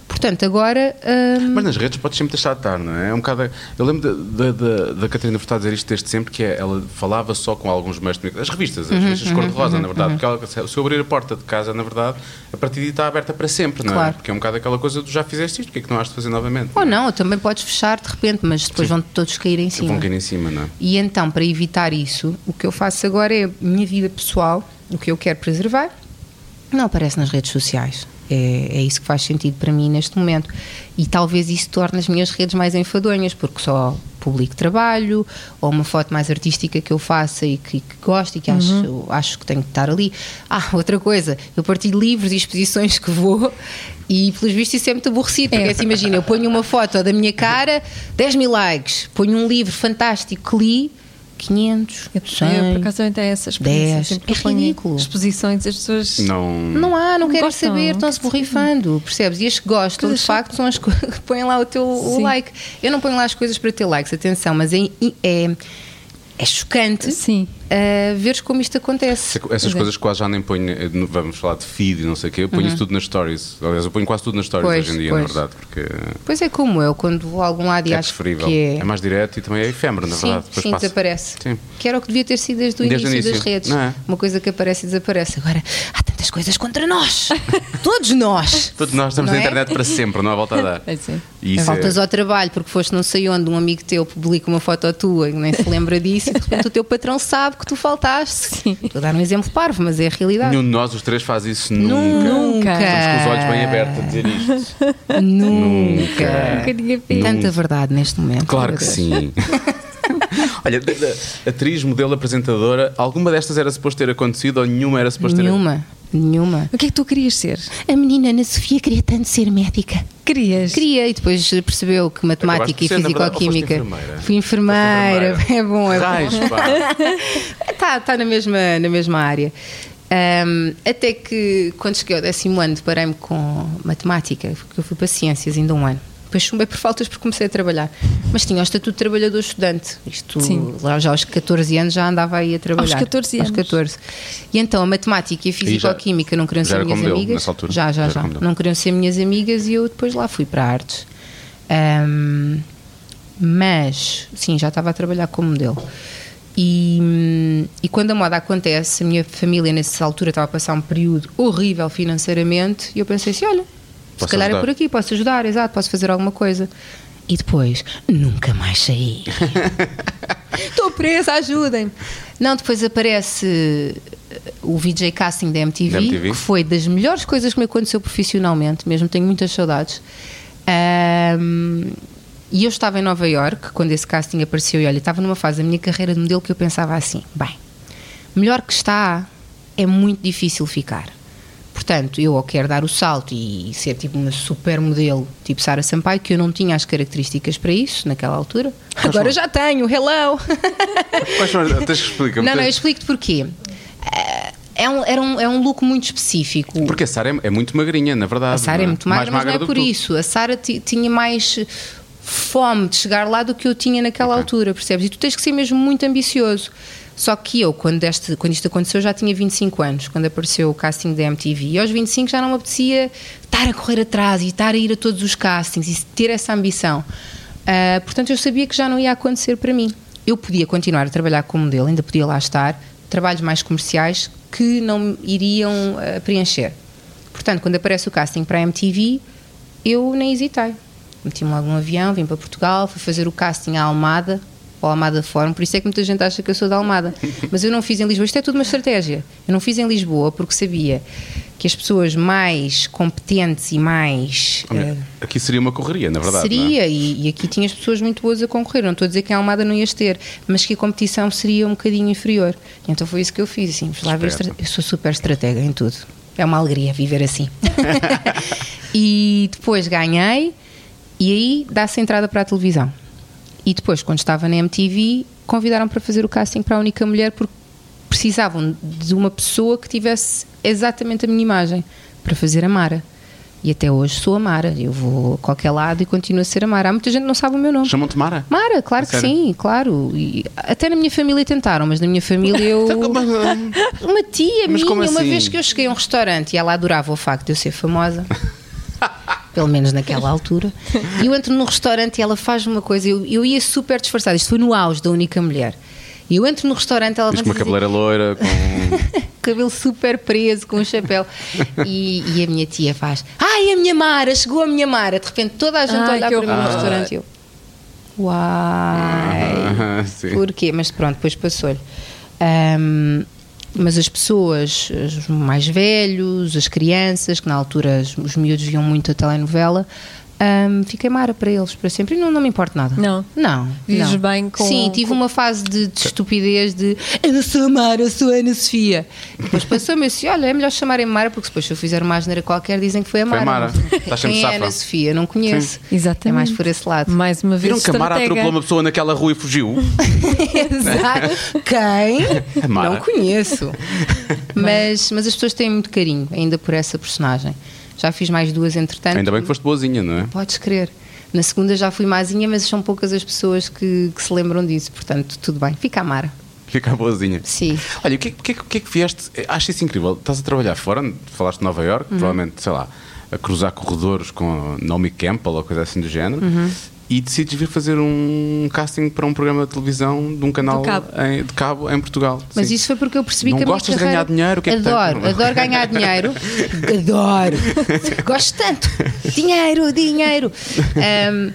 [SPEAKER 4] Portanto, agora. hum,
[SPEAKER 2] Mas nas redes podes sempre deixar de estar, não é? É um bocado. Eu lembro da, da, da, da Catarina Furtado dizer isto desde sempre, que é, ela falava só com alguns meios de comunicação. As revistas, as
[SPEAKER 4] Uhum,
[SPEAKER 2] revistas de cor-de-rosa, na verdade. Porque ela, se- se eu abrir a porta de casa, na verdade, a partir de está aberta para sempre, não é?
[SPEAKER 4] Claro.
[SPEAKER 2] Porque é um bocado aquela coisa do já fizeste isto, o que é que não has de fazer novamente?
[SPEAKER 4] ou não, também podes fechar de repente, mas depois vão todos cair em cima.
[SPEAKER 2] Vão cair em cima, não é?
[SPEAKER 4] E então, para evitar isso, o que eu faço agora é a minha vida pessoal, o que eu quero preservar, não aparece nas redes sociais. É, é isso que faz sentido para mim neste momento. E talvez isso torne as minhas redes mais enfadonhas, porque só publico trabalho, ou uma foto mais artística que eu faça e que, que gosto e que acho,
[SPEAKER 3] Uhum.
[SPEAKER 4] acho que tenho que estar ali. Ah, outra coisa, eu partilho livros e exposições que vou e, pelos vistos, isso é muito aborrecido. Porque assim, imagina, eu ponho uma foto da minha cara, 10 mil likes, ponho um livro fantástico que li, 500,
[SPEAKER 3] Eu,
[SPEAKER 4] 100,
[SPEAKER 3] eu, por acaso também tenho essa experiência.
[SPEAKER 4] Dez.
[SPEAKER 3] Sempre que
[SPEAKER 4] É
[SPEAKER 3] eu ponho
[SPEAKER 4] ridículo.
[SPEAKER 3] Exposições, as pessoas.
[SPEAKER 2] Não.
[SPEAKER 4] Não há, não,
[SPEAKER 3] Não
[SPEAKER 4] querem
[SPEAKER 3] gostam,
[SPEAKER 4] saber, estão-se
[SPEAKER 3] não querem
[SPEAKER 4] borrifando, percebes? E as que gostam,
[SPEAKER 3] Coisa
[SPEAKER 4] de facto, são as que *laughs* põem lá o teu o
[SPEAKER 3] Sim.
[SPEAKER 4] like. Eu não ponho lá as coisas para ter likes, atenção, mas é, é, é chocante
[SPEAKER 3] Sim.
[SPEAKER 4] uh, veres como isto acontece.
[SPEAKER 2] é? Essas
[SPEAKER 3] Exato.
[SPEAKER 2] coisas quase já nem ponho, eh, no- vamos falar de feed e não sei o quê, eu ponho isso tudo nas stories. Aliás, eu ponho quase tudo nas stories
[SPEAKER 4] Uhum. Pois,
[SPEAKER 2] hoje em dia, na
[SPEAKER 4] pois.
[SPEAKER 2] verdade, porque eh,
[SPEAKER 4] Pois é como eu, quando vou a algum lado e
[SPEAKER 2] é
[SPEAKER 4] acho
[SPEAKER 2] preferível.
[SPEAKER 4] que é.
[SPEAKER 2] É mais direto e também é efêmero, na
[SPEAKER 4] sim,
[SPEAKER 2] verdade. Depois
[SPEAKER 4] sim
[SPEAKER 2] passa.
[SPEAKER 4] desaparece.
[SPEAKER 2] Sim.
[SPEAKER 4] Que era o que devia ter sido desde o
[SPEAKER 2] Desde o
[SPEAKER 4] início, das
[SPEAKER 2] início,
[SPEAKER 4] redes.
[SPEAKER 2] não é?
[SPEAKER 4] Uma coisa que aparece e desaparece. Agora, há tantas coisas
[SPEAKER 2] *laughs*
[SPEAKER 4] contra nós. Todos nós.
[SPEAKER 2] Todos nós estamos
[SPEAKER 4] Não
[SPEAKER 2] na
[SPEAKER 4] é?
[SPEAKER 2] internet para sempre, não há volta a
[SPEAKER 4] *laughs*
[SPEAKER 2] dar.
[SPEAKER 3] Pois é.
[SPEAKER 2] E isso
[SPEAKER 4] Faltas
[SPEAKER 2] é-
[SPEAKER 4] ao trabalho porque foste não sei onde, um amigo teu publica uma foto tua e nem se lembra disso e de repente o teu patrão sabe sabe que tu faltaste. Sim. Estou a dar um exemplo parvo, mas é a realidade.
[SPEAKER 2] Nenhum de nós os três faz isso
[SPEAKER 4] Nunca.
[SPEAKER 2] nunca. Estamos com os olhos bem abertos a dizer isto. Nunca.
[SPEAKER 4] Nunca. Tanta verdade neste momento.
[SPEAKER 2] Claro
[SPEAKER 4] meu
[SPEAKER 2] que
[SPEAKER 4] Deus.
[SPEAKER 2] sim. *laughs* Olha, da- da- atriz, modelo, apresentadora, alguma destas era suposto ter acontecido ou nenhuma era suposto ter
[SPEAKER 4] Nenhuma. Nenhuma.
[SPEAKER 3] O que é que tu querias ser?
[SPEAKER 4] A menina Ana Sofia queria tanto ser médica.
[SPEAKER 3] Querias?
[SPEAKER 4] Queria e depois percebeu que matemática
[SPEAKER 2] Acabaste
[SPEAKER 4] e
[SPEAKER 2] por ser, na verdade, ou
[SPEAKER 4] fisicoquímica.
[SPEAKER 2] foste enfermeira?
[SPEAKER 4] Fui enfermeira.
[SPEAKER 2] Foste
[SPEAKER 4] É bom, é bom.
[SPEAKER 2] Raios, pá.
[SPEAKER 4] Está *laughs* tá na, mesma, na mesma área. Ahm, até que quando cheguei ao décimo ano deparei-me com matemática, porque eu fui para ciências ainda um ano. Depois chumbei por faltas porque comecei a trabalhar. Mas tinha o estatuto de trabalhador estudante. Isto
[SPEAKER 3] Sim.
[SPEAKER 4] lá já aos 14 anos já andava aí a trabalhar.
[SPEAKER 3] 14
[SPEAKER 4] Aos
[SPEAKER 3] anos.
[SPEAKER 4] 14. E então a matemática e a físico-química não queriam
[SPEAKER 2] já era
[SPEAKER 4] ser minhas
[SPEAKER 2] como deu,
[SPEAKER 4] amigas.
[SPEAKER 2] nessa altura.
[SPEAKER 4] Já,
[SPEAKER 2] Já
[SPEAKER 4] já,
[SPEAKER 2] era
[SPEAKER 4] já.
[SPEAKER 2] como deu.
[SPEAKER 4] Não queriam ser minhas amigas e eu depois lá fui para artes. Ahm, mas, sim, já estava a trabalhar como modelo. E, e quando a moda acontece, a minha família nessa altura estava a passar um período horrível financeiramente e eu pensei assim: olha,
[SPEAKER 2] Posso
[SPEAKER 4] se calhar
[SPEAKER 2] ajudar.
[SPEAKER 4] é por aqui, posso ajudar, exato, posso fazer alguma coisa. E depois, nunca mais saí.
[SPEAKER 2] *laughs*
[SPEAKER 4] Estou presa, ajudem-me. Não, depois aparece eh, o VJ Casting da MTV,
[SPEAKER 2] Da MTV.
[SPEAKER 4] que foi das melhores coisas que me aconteceu profissionalmente, mesmo tenho muitas saudades. Ahm, e eu estava em Nova York quando esse casting apareceu e olha, estava numa fase da minha carreira de modelo que eu pensava assim, bem, melhor que está, é muito difícil ficar. Portanto, eu ou quero dar o salto e ser tipo uma supermodelo, tipo Sara Sampaio, que eu não tinha as características para isso naquela altura. Agora já tenho, hello!
[SPEAKER 2] Mas, mas, tens que explicar.
[SPEAKER 4] Não, não, eu explico-te porquê. Eh, É um, era um, é um look muito específico.
[SPEAKER 2] Porque a Sara é, é muito magrinha, na verdade.
[SPEAKER 4] a Sara é
[SPEAKER 2] não
[SPEAKER 4] muito magra,
[SPEAKER 2] Mais
[SPEAKER 4] mas não é
[SPEAKER 2] do
[SPEAKER 4] por
[SPEAKER 2] que tu.
[SPEAKER 4] isso. A Sara ti- tinha mais fome de chegar lá do que eu tinha naquela
[SPEAKER 2] Ok.
[SPEAKER 4] altura, percebes? E tu tens que ser mesmo muito ambicioso. Só que eu, quando, este, quando isto aconteceu, já tinha 25 anos, quando apareceu o casting da MTV. E aos 25 já não me apetecia estar a correr atrás e estar a ir a todos os castings e ter essa ambição. Ah, portanto, eu sabia que já não ia acontecer para mim. Eu podia continuar a trabalhar como modelo, ainda podia lá estar, trabalhos mais comerciais que não me iriam ah, preencher. Portanto, quando aparece o casting para a MTV, eu nem hesitei. Meti-me logo num avião, vim para Portugal, fui fazer o casting à Almada, ao Almada Fórum, por isso é que muita gente acha que eu sou da Almada. Mas eu não fiz em Lisboa, isto é tudo uma estratégia. Eu não fiz em Lisboa porque sabia que as pessoas mais competentes e mais. eh,
[SPEAKER 2] Aqui seria uma correria, na verdade. não é?
[SPEAKER 4] seria, e, e aqui tinhas pessoas muito boas a concorrer. Não estou a dizer que em Almada não ias ter, mas que a competição seria um bocadinho inferior. Então foi isso que eu fiz. Assim, fui lá ver
[SPEAKER 2] Esperta.
[SPEAKER 4] estra- eu sou super estratega em tudo. É uma alegria
[SPEAKER 2] *laughs*
[SPEAKER 4] viver assim. e depois ganhei, e aí dá-se entrada para a televisão. E depois, quando estava na MTV, convidaram para fazer o casting para a única mulher porque precisavam de uma pessoa que tivesse exatamente a minha imagem para fazer a Mara. E até hoje sou a Mara. Eu vou a qualquer lado e continuo a ser a Mara. Há muita gente que não sabe o meu nome.
[SPEAKER 2] Chamam-te Mara?
[SPEAKER 4] Mara, claro que
[SPEAKER 2] Sério?
[SPEAKER 4] sim, claro. E até na minha família tentaram, mas na minha
[SPEAKER 2] *laughs*
[SPEAKER 4] família eu.
[SPEAKER 2] Então,
[SPEAKER 4] Uma tia
[SPEAKER 2] é Mas
[SPEAKER 4] minha,
[SPEAKER 2] como
[SPEAKER 4] uma
[SPEAKER 2] assim?
[SPEAKER 4] vez que eu cheguei a um restaurante e ela adorava o facto de eu ser
[SPEAKER 2] *laughs*
[SPEAKER 4] famosa. Pelo menos naquela altura. E eu entro num restaurante e ela faz uma coisa. Eu, eu ia super disfarçada. Isto foi no auge da única mulher. E eu entro no restaurante ela
[SPEAKER 2] Diz com uma
[SPEAKER 4] levanta-se
[SPEAKER 2] cabeleira
[SPEAKER 4] e diz, *laughs*
[SPEAKER 2] loira, com. um-
[SPEAKER 4] cabelo super preso, com um chapéu. E, e a minha tia faz: Ai, a minha Mara, chegou a minha Mara. De repente toda a gente
[SPEAKER 3] Ai,
[SPEAKER 4] olha
[SPEAKER 3] que
[SPEAKER 4] para mim no
[SPEAKER 3] horror.
[SPEAKER 4] restaurante. e Eu, Uai,
[SPEAKER 2] Ah, *laughs* sim.
[SPEAKER 4] porquê? Mas pronto, depois passou-lhe. Ahm, mas as pessoas, os mais velhos, as crianças, que na altura os- os miúdos viam muito a telenovela. ahm, fiquei Mara para eles para sempre e não, não me importa nada.
[SPEAKER 3] Não.
[SPEAKER 4] Não.
[SPEAKER 3] Vives
[SPEAKER 4] não.
[SPEAKER 3] bem com-
[SPEAKER 4] Sim, tive
[SPEAKER 3] com-
[SPEAKER 4] uma fase de, de estupidez de eu não sou a Mara, eu sou a Ana Sofia. E Depois passou-me assim: olha, é melhor chamarem Mara, porque depois se eu fizer uma asneira qualquer dizem que foi a
[SPEAKER 2] Foi a
[SPEAKER 4] Mara.
[SPEAKER 2] Mara. Estás sempre
[SPEAKER 4] Quem é a
[SPEAKER 2] safa.
[SPEAKER 4] Ana Sofia? Eu Não conheço.
[SPEAKER 3] Exatamente.
[SPEAKER 4] É mais por esse lado.
[SPEAKER 3] Mais uma vez,
[SPEAKER 2] Viram que a Mara
[SPEAKER 3] estratega.
[SPEAKER 2] Um atropelou uma pessoa naquela rua e fugiu?
[SPEAKER 4] Exato. Quem?
[SPEAKER 2] A *laughs* Mara.
[SPEAKER 4] Não
[SPEAKER 2] *laughs*
[SPEAKER 4] conheço. mas, mas as pessoas têm muito carinho ainda por essa personagem. Já fiz mais duas, entretanto.
[SPEAKER 2] Ainda bem que foste boazinha, não é?
[SPEAKER 4] Podes crer. Na segunda já fui maisinha, mas são poucas as pessoas que, que se lembram disso. Portanto, tudo bem. Fica a Mara.
[SPEAKER 2] Fica boazinha.
[SPEAKER 4] Sim.
[SPEAKER 2] Olha, o que, é que- o que, é que- o que é que vieste? Eh, Acho isso incrível. Estás a trabalhar fora, falaste de Nova York,
[SPEAKER 4] Uhum.
[SPEAKER 2] provavelmente, sei lá, a cruzar corredores com Naomi Campbell ou coisa assim do género,
[SPEAKER 4] Uhum.
[SPEAKER 2] e decides vir fazer um casting para um programa de televisão de um canal
[SPEAKER 3] cabo.
[SPEAKER 2] em- de cabo em Portugal.
[SPEAKER 4] Mas
[SPEAKER 2] Sim.
[SPEAKER 4] isso foi porque eu percebi
[SPEAKER 2] Não
[SPEAKER 4] que a minha
[SPEAKER 2] gostas de
[SPEAKER 4] carreira-
[SPEAKER 2] ganhar dinheiro? O que é que tem?
[SPEAKER 4] adoro, adoro ganhar
[SPEAKER 2] *laughs*
[SPEAKER 4] dinheiro. *laughs* adoro. Gosto tanto. Dinheiro, dinheiro. Ahm,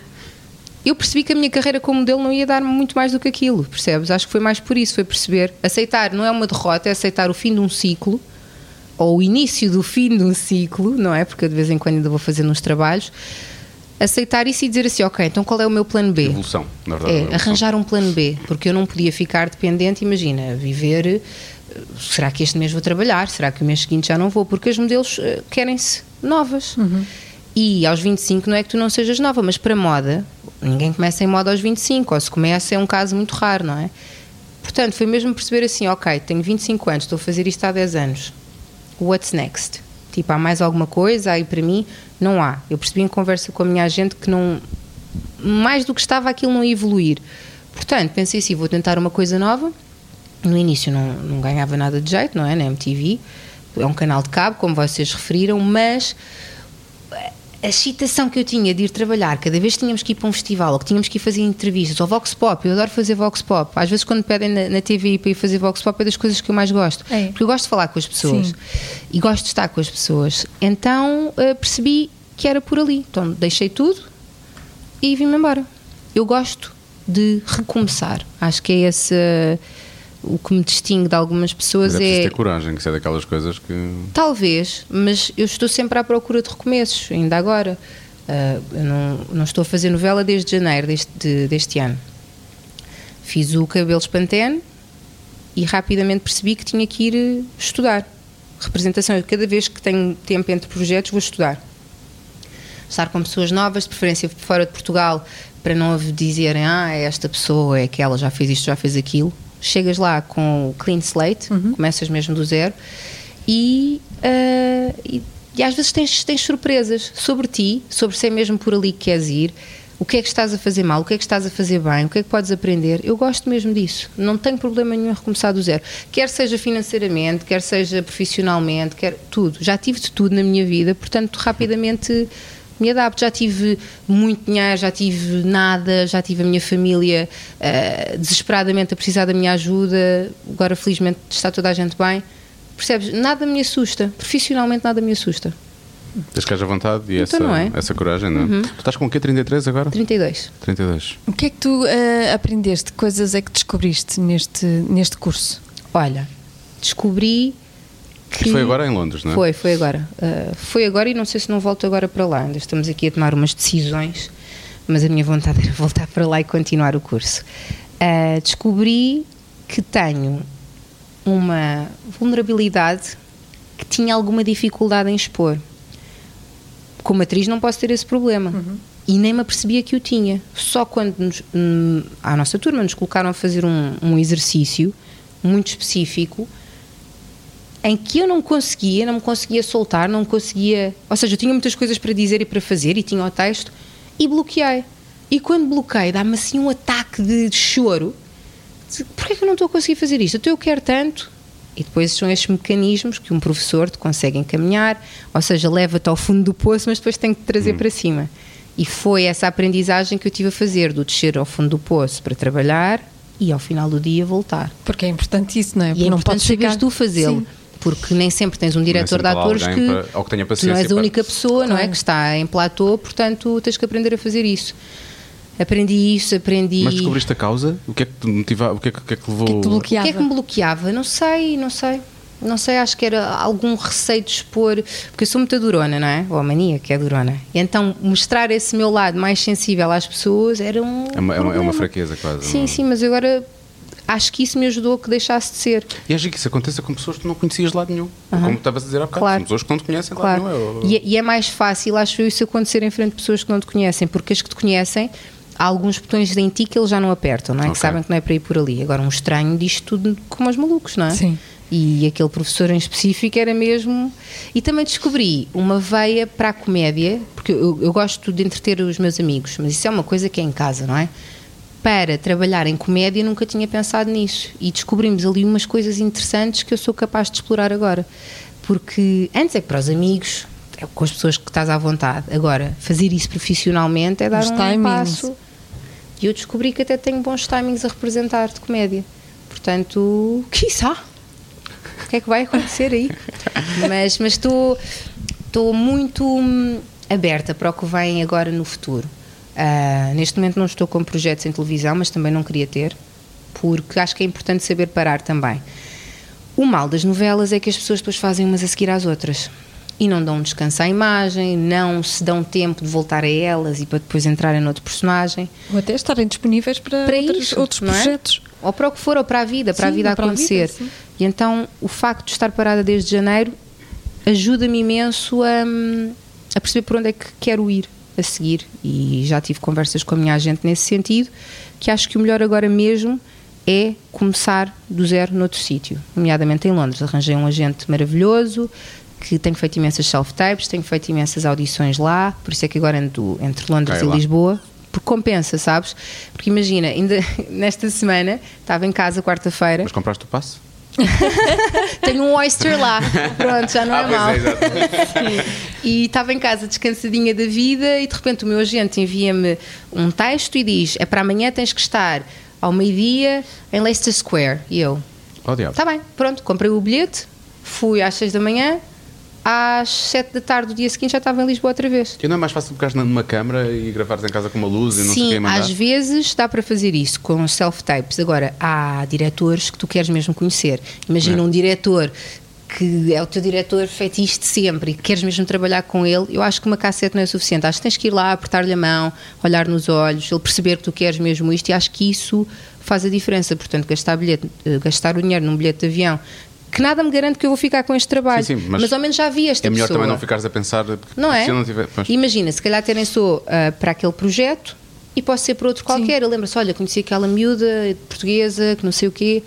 [SPEAKER 4] eu percebi que a minha carreira como modelo não ia dar muito mais do que aquilo, percebes? Acho que foi mais por isso, foi perceber. Aceitar não é uma derrota, é aceitar o fim de um ciclo, ou o início do fim de um ciclo, não é? Porque eu de vez em quando ainda vou fazendo uns trabalhos. Aceitar isso e dizer assim, ok, então qual é o meu plano B?
[SPEAKER 2] Evolução, na verdade.
[SPEAKER 4] É,
[SPEAKER 2] evolução.
[SPEAKER 4] arranjar um plano B, porque eu não podia ficar dependente, imagina, viver. eh, Será que este mês vou trabalhar? Será que o mês seguinte já não vou? Porque as modelos eh, querem-se novas. E aos 25 não é que tu não sejas nova, mas para moda, ninguém começa em moda aos 25, ou se começa é um caso muito raro, não é? Portanto, foi mesmo perceber assim, ok, tenho 25 anos, estou a fazer isto há 10 anos. What's next? Tipo, há mais alguma coisa aí para mim? Não há. Eu percebi em conversa com a minha agente que não, mais do que estava aquilo não ia evoluir. Portanto, pensei assim, vou tentar uma coisa nova. No início não, não ganhava nada de jeito, não é? Na MTV. É um canal de cabo, como vocês referiram, mas a excitação que eu tinha de ir trabalhar, cada vez que tínhamos que ir para um festival ou que tínhamos que ir fazer entrevistas, ou Vox Pop, eu adoro fazer Vox Pop. Às vezes, quando pedem na, na TV para ir fazer Vox Pop, é das coisas que eu mais gosto.
[SPEAKER 3] É.
[SPEAKER 4] Porque eu gosto de falar com as pessoas
[SPEAKER 3] Sim.
[SPEAKER 4] e gosto de estar com as pessoas. Então eh, percebi que era por ali. Então deixei tudo e vim-me embora. Eu gosto de recomeçar. Acho que é esse eh, o que me distingue de algumas pessoas.
[SPEAKER 2] Mas é preciso
[SPEAKER 4] é
[SPEAKER 2] ter coragem, que isso é daquelas coisas que.
[SPEAKER 4] Talvez, mas eu estou sempre à procura de recomeços, ainda agora. Ah, eu não, não estou a fazer novela desde janeiro deste, de- deste ano. Fiz o Cabelos Pantene e rapidamente percebi que tinha que ir eh, estudar. Representação, eu cada vez que tenho tempo entre projetos vou estudar. Estar com pessoas novas, de preferência fora de Portugal, para não dizerem, ah, é esta pessoa, é aquela, já fez isto, já fez aquilo. Chegas lá com o clean slate, começas mesmo do zero e, ah, e, e às vezes tens, tens surpresas sobre ti, sobre se é mesmo por ali que queres ir, o que é que estás a fazer mal, o que é que estás a fazer bem, o que é que podes aprender. Eu gosto mesmo disso, não tenho problema nenhum em recomeçar do zero, quer seja financeiramente, quer seja profissionalmente, quer tudo. Já tive de tudo na minha vida, portanto, rapidamente. Me adapto, já tive muito dinheiro, já tive nada, já tive a minha família ah, desesperadamente a precisar da minha ajuda, agora felizmente está toda a gente bem. Percebes? Nada me assusta. Profissionalmente, nada me assusta.
[SPEAKER 2] Tens que haja vontade e
[SPEAKER 4] Então,
[SPEAKER 2] essa,
[SPEAKER 4] não é?
[SPEAKER 2] essa coragem, não é? Tu estás com o quê? 33 agora?
[SPEAKER 4] 32.
[SPEAKER 2] 32.
[SPEAKER 3] O que é que tu eh, aprendeste? Que coisas é que descobriste neste, neste curso?
[SPEAKER 4] Olha, descobri que.
[SPEAKER 2] Isto foi agora em Londres, não é?
[SPEAKER 4] Foi, foi agora. Ah, foi agora e não sei se não volto agora para lá. Ainda estamos aqui a tomar umas decisões, mas a minha vontade era voltar para lá e continuar o curso. Ah, descobri que tenho uma vulnerabilidade que tinha alguma dificuldade em expor. Como atriz não posso ter esse problema. E nem me apercebia que o tinha. Só quando nos, hum, à nossa turma nos colocaram a fazer um- um exercício muito específico em que eu não conseguia, não me conseguia soltar, não conseguia. Ou seja, eu tinha muitas coisas para dizer e para fazer e tinha o texto e bloqueei. E quando bloqueei, dá-me assim um ataque de, de choro. De, Porquê que eu não estou a conseguir fazer isto? Então eu quero tanto. E depois são estes mecanismos que um professor te consegue encaminhar, ou seja, leva-te ao fundo do poço, mas depois tem que te trazer para cima. E foi essa aprendizagem que eu tive a fazer, do descer ao fundo do poço para trabalhar e ao final do dia voltar.
[SPEAKER 3] Porque é importante isso, não é?
[SPEAKER 4] E
[SPEAKER 3] Porque
[SPEAKER 4] é
[SPEAKER 3] não
[SPEAKER 4] importante
[SPEAKER 3] podes
[SPEAKER 4] saberes
[SPEAKER 3] chegar
[SPEAKER 4] tu fazê-lo.
[SPEAKER 3] Sim.
[SPEAKER 4] Porque nem sempre tens um diretor
[SPEAKER 2] sempre
[SPEAKER 4] de
[SPEAKER 2] há lá
[SPEAKER 4] atores
[SPEAKER 2] alguém
[SPEAKER 4] que,
[SPEAKER 2] para- ou que tenha
[SPEAKER 4] tu não és
[SPEAKER 2] paciência
[SPEAKER 4] a
[SPEAKER 2] para-
[SPEAKER 4] única pessoa, não é? Que está em platô, portanto tens que aprender a fazer isso. Aprendi isso, aprendi.
[SPEAKER 2] Mas descobriste a causa? O que é que te motivava? O que é que, o que é que levou.
[SPEAKER 3] O que é que te
[SPEAKER 4] O que é que
[SPEAKER 3] bloqueava?
[SPEAKER 4] me bloqueava? Não sei, não sei. Não sei, acho que era algum receio de expor, porque eu sou muito durona, não é? Ou a mania que é durona. E então mostrar esse meu lado mais sensível às pessoas era um.
[SPEAKER 2] É uma- é uma- é uma
[SPEAKER 4] problema.
[SPEAKER 2] fraqueza quase,
[SPEAKER 4] Sim,
[SPEAKER 2] não é?
[SPEAKER 4] sim, mas eu agora acho que isso me ajudou a que deixasse de ser.
[SPEAKER 2] E acho que isso aconteça com pessoas que tu não conhecias de lado nenhum. Como estavas a dizer há bocado,
[SPEAKER 4] Claro.
[SPEAKER 2] são pessoas que não te conhecem de
[SPEAKER 4] Claro.
[SPEAKER 2] lado nenhum. É o-
[SPEAKER 4] E, e é mais fácil, acho eu, isso acontecer em frente de pessoas que não te conhecem, porque as que te conhecem, há alguns botões em ti que eles já não apertam, não é? Que
[SPEAKER 2] Ok.
[SPEAKER 4] sabem que não é para ir por ali. Agora, um estranho diz tudo como aos malucos, não é?
[SPEAKER 3] Sim.
[SPEAKER 4] E aquele professor em específico era mesmo. E também descobri uma veia para a comédia, porque eu, eu gosto de entreter os meus amigos, mas isso é uma coisa que é em casa, não é? Para trabalhar em comédia, nunca tinha pensado nisso. E descobrimos ali umas coisas interessantes que eu sou capaz de explorar agora. Porque antes é que para os amigos, é com as pessoas que estás à vontade. Agora, fazer isso profissionalmente é dar
[SPEAKER 3] Os
[SPEAKER 4] um
[SPEAKER 3] timings.
[SPEAKER 4] passo. E eu descobri que até tenho bons timings a representar de comédia. Portanto, *laughs* quiçá o que é que vai acontecer aí? mas mas estou estou muito hum, aberta para o que vem agora no futuro. Ah, neste momento não estou com projetos em televisão, mas também não queria ter, porque acho que é importante saber parar também. O mal das novelas é que as pessoas depois fazem umas a seguir às outras e não dão um descanso à imagem, não se dão tempo de voltar a elas e para depois entrarem noutro personagem.
[SPEAKER 3] Ou até estarem disponíveis para,
[SPEAKER 4] é Para
[SPEAKER 3] outros,
[SPEAKER 4] isso,
[SPEAKER 3] outros
[SPEAKER 4] não é?
[SPEAKER 3] projetos.
[SPEAKER 4] Ou para o que for, ou para a vida, para a
[SPEAKER 3] Sim,
[SPEAKER 4] vida
[SPEAKER 3] ou para a vida,
[SPEAKER 4] acontecer.
[SPEAKER 3] sim.
[SPEAKER 4] e então o facto de estar parada desde janeiro ajuda-me imenso a, a perceber por onde é que quero ir a seguir. E já tive conversas com a minha agente nesse sentido, que acho que o melhor agora mesmo é começar do zero noutro sítio, nomeadamente em Londres. Arranjei um agente maravilhoso. Que tenho feito imensas self-tapes, tenho feito imensas audições lá, por isso é que agora ando entre Londres
[SPEAKER 2] Cai
[SPEAKER 4] e
[SPEAKER 2] lá.
[SPEAKER 4] Lisboa. Lisboa, porque compensa, sabes? Porque imagina, ainda *laughs* nesta semana estava em casa quarta-feira,
[SPEAKER 2] Mas compraste o passo?
[SPEAKER 4] tenho um
[SPEAKER 2] *laughs*
[SPEAKER 4] oyster lá, pronto, já não
[SPEAKER 2] Ah,
[SPEAKER 4] é
[SPEAKER 2] pois
[SPEAKER 4] mal.
[SPEAKER 2] é, exato.
[SPEAKER 4] e estava em casa descansadinha da vida e de repente o meu agente envia-me um texto e diz: é para amanhã tens que estar ao meio-dia em Leicester Square. E eu,
[SPEAKER 2] Oh, diabo.
[SPEAKER 4] Está bem, pronto, comprei o bilhete, fui às 6 da manhã, às 7 da tarde do dia seguinte já estava em Lisboa outra vez.
[SPEAKER 2] Que não é mais fácil pegares na- numa câmara e gravares em casa com uma luz e não sei
[SPEAKER 4] Sim,
[SPEAKER 2] quem mandar?
[SPEAKER 4] às vezes dá para fazer isso com self-tapes. Agora, há diretores que tu queres mesmo conhecer. Imagina
[SPEAKER 2] É.
[SPEAKER 4] um diretor que é o teu diretor fetiche de sempre e que queres mesmo trabalhar com ele. Eu acho que uma cassete não é suficiente. Acho que tens que ir lá, apertar-lhe a mão, olhar nos olhos, ele perceber que tu queres mesmo isto e acho que isso faz a diferença. Portanto, gastar, bilhete, eh, gastar o dinheiro num bilhete de avião. Que nada me garante que eu vou ficar com este trabalho.
[SPEAKER 2] Sim, sim, mas
[SPEAKER 4] mas, ao menos já vi esta
[SPEAKER 2] É melhor
[SPEAKER 4] pessoa.
[SPEAKER 2] também não ficares a pensar.
[SPEAKER 4] Não é?
[SPEAKER 2] Se eu não tiver. pois.
[SPEAKER 4] Imagina, se calhar terem só ah, para aquele projeto e pode ser para outro qualquer. Lembra-se, olha, conheci aquela miúda portuguesa que não sei o quê.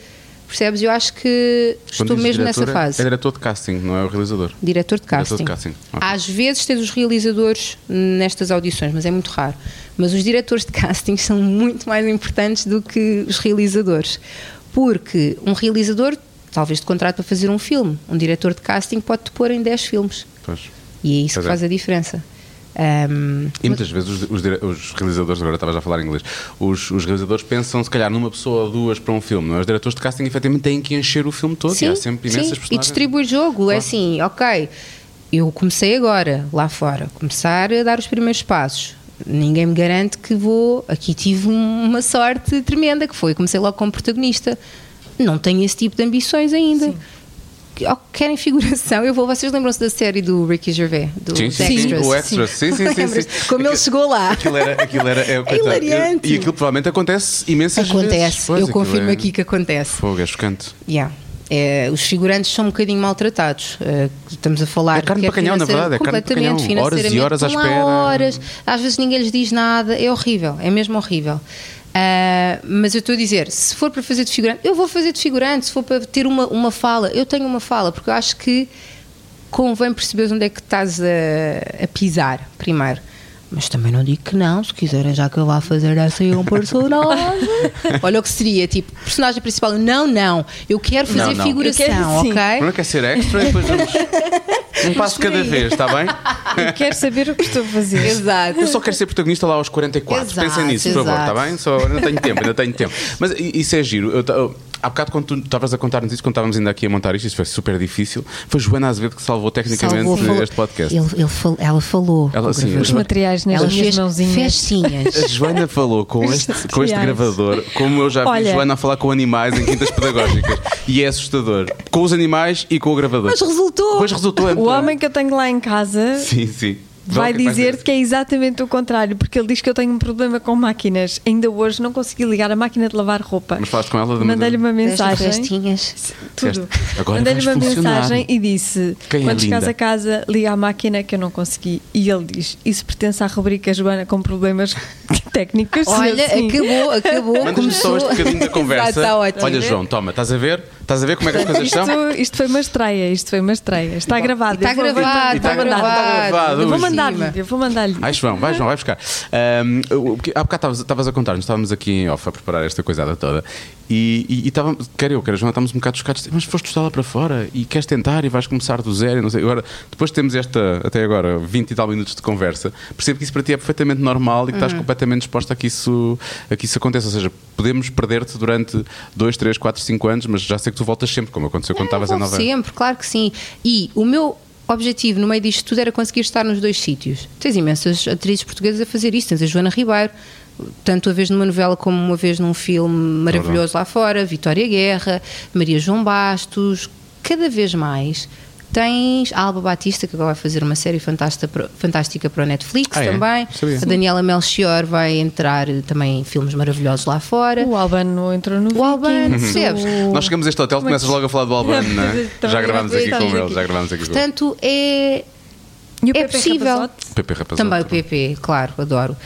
[SPEAKER 4] Percebes? Eu acho que
[SPEAKER 2] Quando
[SPEAKER 4] estou
[SPEAKER 2] dizes
[SPEAKER 4] mesmo
[SPEAKER 2] diretor,
[SPEAKER 4] nessa
[SPEAKER 2] é-
[SPEAKER 4] fase.
[SPEAKER 2] É diretor de casting, não é o realizador.
[SPEAKER 4] Diretor de
[SPEAKER 2] Diretor
[SPEAKER 4] casting.
[SPEAKER 2] de casting, ok.
[SPEAKER 4] Às vezes tens os realizadores nestas audições, mas é muito raro. Mas os diretores de casting *laughs* são muito mais importantes do que os realizadores. Porque um realizador talvez te contrate para fazer um filme, um diretor de casting pode-te pôr em 10 filmes.
[SPEAKER 2] Pois.
[SPEAKER 4] E é isso
[SPEAKER 2] Pois é.
[SPEAKER 4] que faz a diferença. Ahm,
[SPEAKER 2] E muitas vezes os, os dire- os realizadores, agora estavas a falar em inglês, os, os realizadores pensam se calhar numa pessoa ou duas para um filme, não é? Os diretores de casting efetivamente têm que encher o filme todo e há sempre imensas
[SPEAKER 4] sim, E
[SPEAKER 2] personagens.
[SPEAKER 4] distribui jogo, é assim, ok. Eu comecei agora, lá fora, começar a dar os primeiros passos. Ninguém me garante que vou. Aqui tive um- uma sorte tremenda, que foi, comecei logo como protagonista. Não tenho esse tipo de ambições ainda. Que- oh, Querem figuração? Eu vou. Vocês lembram-se da série do Ricky Gervais? Do
[SPEAKER 2] Sim,
[SPEAKER 4] dos
[SPEAKER 2] sim, sim,
[SPEAKER 4] Extras?
[SPEAKER 2] o extra. Sim, sim, sim. sim,
[SPEAKER 4] *laughs* Lembras-te? Como ele chegou lá.
[SPEAKER 2] Aquilo era. Aquilo era é, coitado.
[SPEAKER 4] hilariante.
[SPEAKER 2] E aquilo provavelmente acontece imensas vezes.
[SPEAKER 4] Acontece,
[SPEAKER 2] Pois,
[SPEAKER 4] eu
[SPEAKER 2] aquilo
[SPEAKER 4] confirmo
[SPEAKER 2] é-
[SPEAKER 4] aqui que acontece.
[SPEAKER 2] Fogo, é chocante.
[SPEAKER 4] Yeah. É, os figurantes são um bocadinho maltratados. É, estamos a falar.
[SPEAKER 2] É carne
[SPEAKER 4] quer
[SPEAKER 2] para canhão, na
[SPEAKER 4] financeira-
[SPEAKER 2] verdade, é carne para
[SPEAKER 4] completamente,
[SPEAKER 2] canhão. Horas e
[SPEAKER 4] financeiramente,
[SPEAKER 2] horas à
[SPEAKER 4] estão lá
[SPEAKER 2] espera.
[SPEAKER 4] horas. Às vezes ninguém lhes diz nada. É horrível, é mesmo horrível. Ah, mas eu estou a dizer, se for para fazer de figurante, eu vou fazer de figurante. Se for para ter uma, uma fala, eu tenho uma fala, porque eu acho que convém perceberes onde é que estás a, a pisar primeiro. Mas também não digo que não, se quiserem, já que eu vá fazer essa aí um
[SPEAKER 3] *laughs*
[SPEAKER 4] personagem. Olha o que seria, tipo, personagem principal, não, não, eu quero fazer
[SPEAKER 2] Não, não.
[SPEAKER 4] figuração,
[SPEAKER 3] Eu quero, sim.
[SPEAKER 4] ok?
[SPEAKER 2] Primeiro quer ser extra e depois vamos.
[SPEAKER 4] *laughs*
[SPEAKER 2] Um passo cada vez, está bem?
[SPEAKER 3] Eu quero saber o que estou a fazer.
[SPEAKER 4] Exato.
[SPEAKER 2] Eu só quero ser protagonista lá aos 44.
[SPEAKER 4] Exato,
[SPEAKER 2] Pensem nisso, por favor,
[SPEAKER 4] exato.
[SPEAKER 2] está bem? Só, ainda tenho tempo, ainda tenho tempo. Mas i- isso é giro. Eu, ta- eu- há bocado, quando tu estavas a contar-nos isso, quando estávamos ainda aqui a montar isto, isso foi super difícil. Foi Joana Azevedo que salvou tecnicamente
[SPEAKER 4] Salvou, falou-
[SPEAKER 2] este podcast.
[SPEAKER 4] Ele- ele fal- ela falou.
[SPEAKER 2] Ela,
[SPEAKER 4] com o
[SPEAKER 2] sim,
[SPEAKER 4] gravador.
[SPEAKER 2] os
[SPEAKER 3] materiais nas
[SPEAKER 4] ela
[SPEAKER 3] minhas
[SPEAKER 4] fez
[SPEAKER 3] mãozinhas.
[SPEAKER 4] festinhas.
[SPEAKER 2] A Joana falou com este, com este
[SPEAKER 3] Reais.
[SPEAKER 2] gravador, como eu já vi
[SPEAKER 3] é Olha.
[SPEAKER 2] Joana a falar com animais em quintas pedagógicas. E é assustador. Com os animais e com o gravador.
[SPEAKER 4] Mas resultou.
[SPEAKER 2] Pois resultou. é
[SPEAKER 3] O
[SPEAKER 2] muito bom.
[SPEAKER 3] homem que eu tenho lá em casa
[SPEAKER 2] Sim, sim.
[SPEAKER 3] vai
[SPEAKER 2] Vale-
[SPEAKER 3] dizer que é exatamente o contrário, porque ele diz que eu tenho um problema com máquinas. Ainda hoje não consegui ligar a máquina de lavar roupa.
[SPEAKER 2] Mas falaste com ela de-
[SPEAKER 3] Mandei-lhe uma
[SPEAKER 4] Fez-lhe
[SPEAKER 3] mensagem.
[SPEAKER 4] festinhas.
[SPEAKER 3] Tudo.
[SPEAKER 2] Agora
[SPEAKER 3] Mandei-lhe
[SPEAKER 2] vais
[SPEAKER 3] uma
[SPEAKER 2] funcionar.
[SPEAKER 3] mensagem e disse:
[SPEAKER 2] Quem é
[SPEAKER 3] Quando chegares
[SPEAKER 2] linda?
[SPEAKER 3] a casa, liga a máquina que eu não consegui. E ele diz: Isso pertence à rubrica Joana com problemas *laughs* técnicos. E eu,
[SPEAKER 4] Olha,
[SPEAKER 3] "Sim."
[SPEAKER 4] acabou,
[SPEAKER 3] é
[SPEAKER 4] acabou.
[SPEAKER 2] Mandas-me só este bocadinho
[SPEAKER 4] *laughs*
[SPEAKER 3] *laughs*
[SPEAKER 2] da conversa.
[SPEAKER 4] Exato,
[SPEAKER 3] tá
[SPEAKER 4] está ótimo.
[SPEAKER 2] Olha, João, toma, estás a ver? Estás a ver como é que as coisas são?
[SPEAKER 3] Isto, isto foi uma estreia, isto foi uma estreia. Está gravado.
[SPEAKER 4] Está
[SPEAKER 3] eu vou-
[SPEAKER 4] gravado,
[SPEAKER 2] e tá
[SPEAKER 4] está
[SPEAKER 3] vou mandar.
[SPEAKER 2] gravado.
[SPEAKER 4] gravado.
[SPEAKER 3] Eu vou
[SPEAKER 2] Ui.
[SPEAKER 3] mandar-lhe, eu vou mandar-lhe.
[SPEAKER 2] Ai, João, vai, João, vai buscar. Ahm, o- o que- há bocado estavas- estavas a contar-nos, estávamos aqui em off a preparar esta coisada toda e, e, e estávamos, quer eu, quer a João, estávamos um bocado chocados. Mas foste estudar lá para fora e queres tentar e vais começar do zero e não sei. Agora, depois de temos esta, até agora, 20 e tal minutos de conversa, percebo que isso para ti é perfeitamente normal e que
[SPEAKER 4] Uhum.
[SPEAKER 2] estás completamente disposta a que isso, a que isso aconteça. Ou seja, podemos perder-te durante 2, 3, 4, 5 anos, mas já sei que tu voltas sempre, como aconteceu quando
[SPEAKER 4] Não,
[SPEAKER 2] estavas a
[SPEAKER 4] volto
[SPEAKER 2] nova.
[SPEAKER 4] Sempre, claro que sim. E o meu objetivo no meio disto tudo era conseguir estar nos dois sítios. Tens imensas atrizes portuguesas a fazer isso. Tens a Joana Ribeiro, tanto uma vez numa novela como uma vez num filme maravilhoso lá fora. Vitória Guerra, Maria João Bastos. Cada vez mais tens a Alba Batista, que agora vai fazer uma série fantástica para, fantástica para o Netflix
[SPEAKER 2] Ah, é?
[SPEAKER 4] também.
[SPEAKER 2] Sabia.
[SPEAKER 4] A Daniela Melchior vai entrar também em filmes maravilhosos lá fora.
[SPEAKER 3] O Albano entrou no
[SPEAKER 4] O Albano,
[SPEAKER 3] Vikings,
[SPEAKER 4] percebes?
[SPEAKER 3] o-
[SPEAKER 2] Uhum. Nós chegamos a este hotel,
[SPEAKER 3] Como é que-
[SPEAKER 2] começas logo a falar do
[SPEAKER 3] *laughs*
[SPEAKER 2] Albano, não é?
[SPEAKER 3] Estamos
[SPEAKER 2] Já gravámos aqui
[SPEAKER 3] estamos
[SPEAKER 2] com ele,
[SPEAKER 3] aqui.
[SPEAKER 2] já gravámos aqui com ele.
[SPEAKER 4] assim. Portanto, é,
[SPEAKER 3] E o
[SPEAKER 4] é
[SPEAKER 3] Pepe
[SPEAKER 4] possível.
[SPEAKER 3] Rapazote?
[SPEAKER 2] PP Rapaz.
[SPEAKER 4] Também o PP, claro, adoro.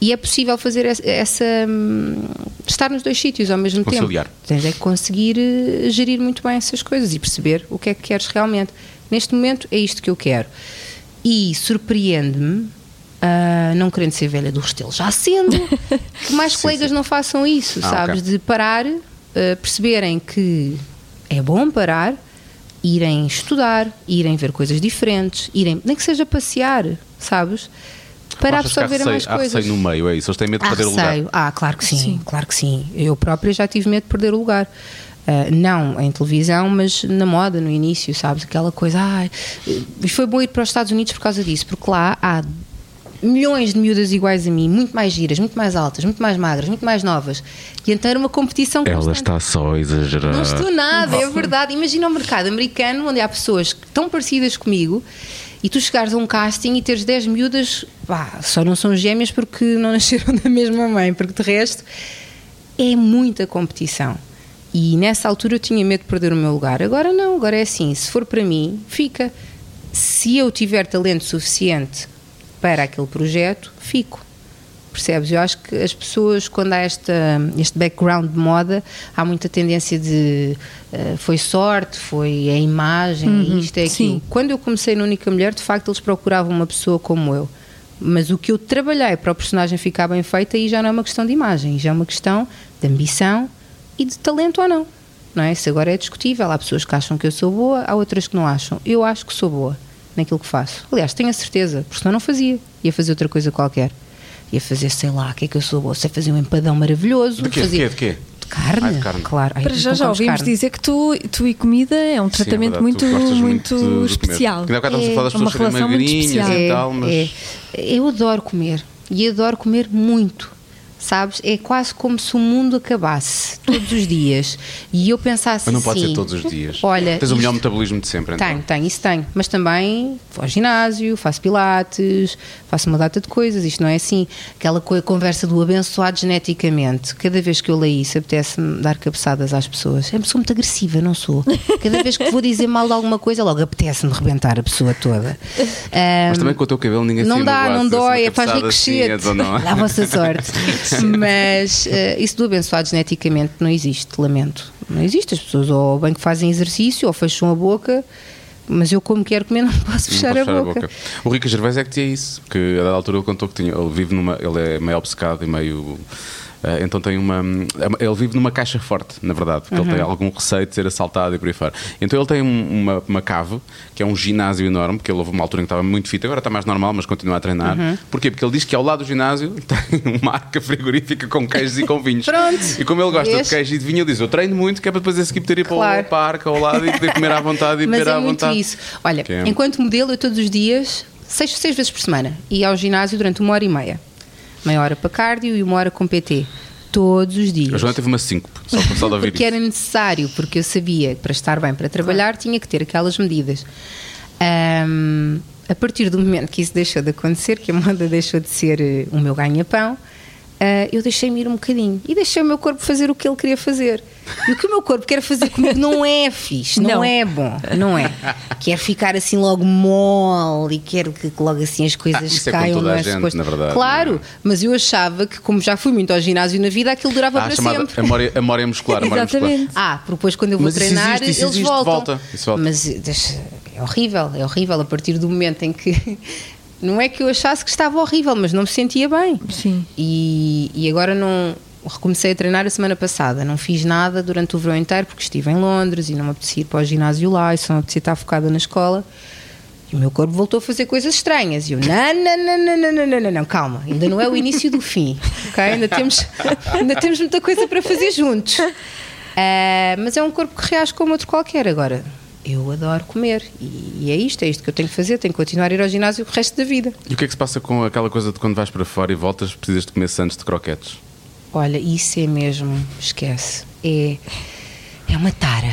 [SPEAKER 4] E é possível fazer essa. essa, hum, estar nos dois sítios ao mesmo
[SPEAKER 2] Conciliar.
[SPEAKER 4] tempo. Tens é que conseguir eh, gerir muito bem essas coisas e perceber o que é que queres realmente. Neste momento é isto que eu quero. E surpreende-me, ah, não querendo ser velha do Restelo, já sendo, que
[SPEAKER 2] *laughs*
[SPEAKER 4] mais colegas não façam isso,
[SPEAKER 2] Ah,
[SPEAKER 4] sabes?
[SPEAKER 2] ok.
[SPEAKER 4] De parar, ah, perceberem que é bom parar, irem estudar, irem ver coisas diferentes, irem, nem que seja passear, sabes? Para
[SPEAKER 2] Achas que há
[SPEAKER 4] absorverem mais
[SPEAKER 2] receio- há
[SPEAKER 4] coisas.
[SPEAKER 2] receio no meio, é isso. Eles têm medo de
[SPEAKER 4] Há
[SPEAKER 2] perder o lugar.
[SPEAKER 4] receio. Ah, claro que sim, claro que sim. Eu própria já tive medo de perder o lugar. Ah, não em televisão, mas na moda, no início, sabes? Aquela coisa, ai, e foi bom ir para os Estados Unidos por causa disso, porque lá há milhões de miúdas iguais a mim, muito mais giras, muito mais altas, muito mais magras, muito mais novas. E então era uma competição constante.
[SPEAKER 2] só a exagerar.
[SPEAKER 4] Não estou nada, é verdade. Imagina o mercado americano onde há pessoas tão parecidas comigo e tu chegares a um casting e teres 10 miúdas, pá, só não são gêmeas porque não nasceram *laughs* da mesma mãe, porque de resto é muita competição. E nessa altura eu tinha medo de perder o meu lugar. Agora não, agora é assim, se for para mim, fica. Se eu tiver talento suficiente para aquele projeto, fico. Percebes? Eu acho que as pessoas, quando há esta, este background de moda, há muita tendência de eh, foi sorte, foi a imagem, é isto, é aquilo.
[SPEAKER 3] sim.
[SPEAKER 4] Quando eu comecei na Única Mulher, de facto, eles procuravam uma pessoa como eu. Mas o que eu trabalhei para o personagem ficar bem feito, aí já não é uma questão de imagem, já é uma questão de ambição e de talento ou não. não é? Isso agora é discutível. Há pessoas que acham que eu sou boa, há outras que não acham. Eu acho que sou boa naquilo que faço. Aliás, tenho a certeza, porque senão não fazia. Ia fazer outra coisa qualquer. Ia fazer, sei lá, o que é que eu sou boa. Sei fazer um empadão maravilhoso.
[SPEAKER 2] De quê? De
[SPEAKER 4] fazia-
[SPEAKER 2] quê? De quê?
[SPEAKER 4] carne,
[SPEAKER 2] Ah, de carne.
[SPEAKER 4] claro. Ai,
[SPEAKER 3] Para
[SPEAKER 4] então
[SPEAKER 3] já já
[SPEAKER 4] comes
[SPEAKER 3] ouvimos
[SPEAKER 4] carne.
[SPEAKER 3] dizer que tu, tu e comida é um
[SPEAKER 2] Sim, é
[SPEAKER 3] tratamento
[SPEAKER 2] verdade,
[SPEAKER 3] muito,
[SPEAKER 2] tu gostas
[SPEAKER 3] muito,
[SPEAKER 2] de- de comer.
[SPEAKER 3] especial.
[SPEAKER 2] Que Ainda há bocado estamos a falar das
[SPEAKER 3] É uma
[SPEAKER 2] pessoas serem
[SPEAKER 3] relação muito
[SPEAKER 2] magrinhas
[SPEAKER 3] especial.
[SPEAKER 2] e tal, mas.
[SPEAKER 4] é. eu adoro comer e adoro comer muito. Sabes? É quase como se o mundo acabasse todos os dias e eu pensasse
[SPEAKER 2] Mas não pode
[SPEAKER 4] assim,
[SPEAKER 2] ser todos os dias.
[SPEAKER 4] Olha,
[SPEAKER 2] Tens o melhor
[SPEAKER 4] isto-
[SPEAKER 2] metabolismo de sempre, então.
[SPEAKER 4] Tenho, tenho, isso tenho. Mas também vou ao ginásio, faço pilates, faço uma data de coisas. Isto não é assim. Aquela co- conversa do abençoado geneticamente. Cada vez que eu leio isso, apetece-me dar cabeçadas às pessoas. É uma pessoa muito agressiva, não sou? Cada vez que vou dizer mal de alguma coisa, logo apetece-me rebentar a pessoa toda. Ah,
[SPEAKER 2] Mas também com o teu cabelo ninguém
[SPEAKER 4] não
[SPEAKER 2] se
[SPEAKER 4] dá,
[SPEAKER 2] magoa,
[SPEAKER 4] não
[SPEAKER 2] se
[SPEAKER 4] dói,
[SPEAKER 2] uma
[SPEAKER 4] é faz
[SPEAKER 2] cabeçada assim,
[SPEAKER 4] ricochete.
[SPEAKER 2] és ou
[SPEAKER 4] *laughs*
[SPEAKER 2] não.
[SPEAKER 4] Dá a vossa sorte. Mas eh, isso do abençoado geneticamente não existe, lamento. Não existe. As pessoas ou bem que fazem exercício ou fecham a boca, mas eu, como quero comer, não posso
[SPEAKER 2] Não
[SPEAKER 4] fechar,
[SPEAKER 2] podes
[SPEAKER 4] a, boca.
[SPEAKER 2] O Rico Gervais é que tinha isso, que a dada altura ele contou que tinha, ele vive numa, ele é meio obcecado e meio ah, então tem uma. é, Ele vive numa caixa forte, na verdade, porque ele tem
[SPEAKER 4] Uhum.
[SPEAKER 2] algum receio de ser assaltado e por aí fora. Então ele tem um- uma, uma cave, que é um ginásio enorme, que ele houve uma altura em que estava muito fit, agora está mais normal, mas continua a treinar.
[SPEAKER 4] Uhum.
[SPEAKER 2] Porquê? Porque ele diz que ao lado do ginásio *laughs* tem uma arca frigorífica com queijos e com vinhos.
[SPEAKER 4] *laughs* Pronto.
[SPEAKER 2] E como ele gosta de
[SPEAKER 4] Vês?
[SPEAKER 2] queijo e de vinho, ele diz: Eu treino muito, que é para depois a seguir poder ir para o-
[SPEAKER 4] Claro.
[SPEAKER 2] para a arca ao lado e poder comer à vontade e
[SPEAKER 4] *laughs* Mas
[SPEAKER 2] beber à
[SPEAKER 4] é muito
[SPEAKER 2] vontade.
[SPEAKER 4] isso. Olha,
[SPEAKER 2] Que é-
[SPEAKER 4] enquanto modelo, eu todos os dias, seis, seis vezes por semana, ia ao ginásio durante uma hora e meia. Meia hora para cardio e uma hora com PT. Todos os dias.
[SPEAKER 2] A Joana teve uma síncope, só por só de ouvir
[SPEAKER 4] porque
[SPEAKER 2] isso.
[SPEAKER 4] era necessário, porque eu sabia que para estar bem para trabalhar tinha que ter aquelas medidas. Ahm, a partir do momento que isso deixou de acontecer, que a moda deixou de ser eh, o meu ganha-pão, ah, eu deixei-me ir um bocadinho e deixei o meu corpo fazer o que ele queria fazer. E o que o meu corpo quer fazer comigo não é fixe, não,
[SPEAKER 3] Não.
[SPEAKER 4] é bom, não é. Quero ficar assim logo mole e quero que logo assim as coisas
[SPEAKER 2] isso é com
[SPEAKER 4] caiam,
[SPEAKER 2] toda
[SPEAKER 4] não
[SPEAKER 2] a
[SPEAKER 4] é
[SPEAKER 2] gente,
[SPEAKER 4] suposto.
[SPEAKER 2] na verdade, não
[SPEAKER 4] Claro,
[SPEAKER 2] é?
[SPEAKER 4] mas eu achava que, como já fui muito ao ginásio na vida, aquilo durava
[SPEAKER 2] Ah,
[SPEAKER 4] um para
[SPEAKER 2] chamada
[SPEAKER 4] sempre.
[SPEAKER 2] amória, amória muscular. Amória muscular.
[SPEAKER 3] Exatamente.
[SPEAKER 4] Ah, porque depois quando eu vou
[SPEAKER 2] Mas isso
[SPEAKER 4] treinar,
[SPEAKER 2] existe, isso
[SPEAKER 4] eles
[SPEAKER 2] existe,
[SPEAKER 4] voltam.
[SPEAKER 2] volta, isso volta.
[SPEAKER 4] Mas eh, deixa- é horrível, é horrível a partir do momento em que. *laughs* Não é que eu achasse que estava horrível, mas não me sentia bem.
[SPEAKER 3] Sim.
[SPEAKER 4] E, e agora não. Recomecei a treinar a semana passada, não fiz nada durante o verão inteiro porque estive em Londres e não me apetecia ir para o ginásio lá e só me apetecia estar focada na escola. E o meu corpo voltou a fazer coisas estranhas. E eu, não, não, não, não, não, não, não, não, não, calma, ainda não é o início do fim, ok? Ainda temos, *laughs* ainda temos muita coisa para fazer juntos. Ah, mas é um corpo que reage como outro qualquer agora. eu adoro comer e, e é isto, é isto que eu tenho que fazer, tenho que continuar a ir ao ginásio o resto da vida.
[SPEAKER 2] E o que é que se passa com aquela coisa de quando vais para fora e voltas, precisas de comer sandes de croquetes?
[SPEAKER 4] Olha, isso é mesmo, esquece. É, é uma tara.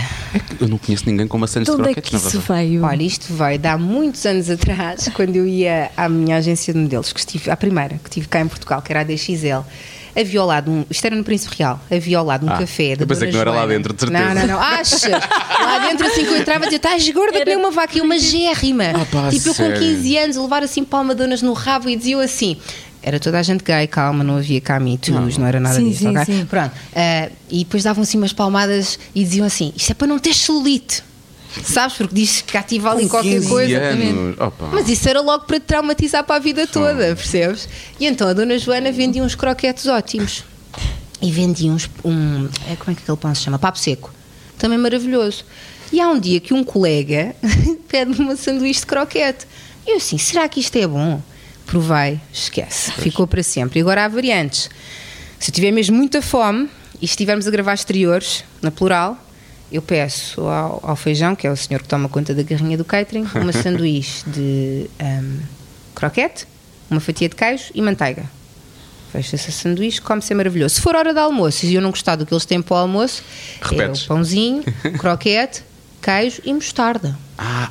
[SPEAKER 2] Eu não conheço ninguém com uma sandes
[SPEAKER 3] De
[SPEAKER 2] de
[SPEAKER 3] onde é
[SPEAKER 2] croquetes,
[SPEAKER 3] que
[SPEAKER 2] na
[SPEAKER 3] isso
[SPEAKER 2] verdade.
[SPEAKER 3] veio?
[SPEAKER 4] Olha, isto vai de há muitos anos atrás, *laughs* quando eu ia à minha agência de modelos, que estive, à primeira, que estive cá em Portugal, que era a DXL. Havia ao lado um, isto era no Príncipe Real, havia ao lado um
[SPEAKER 2] Ah,
[SPEAKER 4] café da
[SPEAKER 2] eu pensei
[SPEAKER 4] Dona
[SPEAKER 2] que não era lá
[SPEAKER 4] Joana.
[SPEAKER 2] dentro, de certeza.
[SPEAKER 4] Não, não,
[SPEAKER 2] *laughs*
[SPEAKER 4] não, achas? Lá dentro assim que eu entrava dizia, estás gorda que nem uma vaca, e uma gérrima.
[SPEAKER 2] Ah pá,
[SPEAKER 4] tipo eu
[SPEAKER 2] sério?
[SPEAKER 4] com 15 anos, a levar assim palmadonas no rabo e dizia eu assim... Era toda a gente gay, calma, não havia cá Me Too's, não. era nada
[SPEAKER 3] Sim,
[SPEAKER 4] disso,
[SPEAKER 3] sim,
[SPEAKER 4] ok?
[SPEAKER 3] sim.
[SPEAKER 4] Pronto. ah, e depois davam assim umas palmadas e diziam assim: isto é para não ter celulite. Sabes? Porque diz que ativa ali qualquer
[SPEAKER 2] 15
[SPEAKER 4] coisa.
[SPEAKER 2] anos. Opa.
[SPEAKER 4] Mas isso era logo para te traumatizar para a vida toda, percebes? E então a dona Joana vendia uns croquetes ótimos. E vendia uns. Um, é, como é que aquele pão se chama? Papo seco. Também maravilhoso. E há um dia que um colega *laughs* pede uma sanduíche de croquete. E eu assim, será que isto é bom? Provei, esquece. Ficou para sempre. E agora há variantes. Se eu tiver mesmo muita fome e estivermos a gravar exteriores, na plural, eu peço ao, ao feijão, que é o senhor que toma conta da garrinha do catering, uma sanduíche de ahm, croquete, uma fatia de queijo e manteiga. Fecha-se a sanduíche, come-se é maravilhoso. Se for hora de almoço e eu não gostar do que eles têm para o almoço,
[SPEAKER 2] Repetes.
[SPEAKER 4] é
[SPEAKER 2] *laughs*
[SPEAKER 4] o pãozinho, croquete, queijo e mostarda.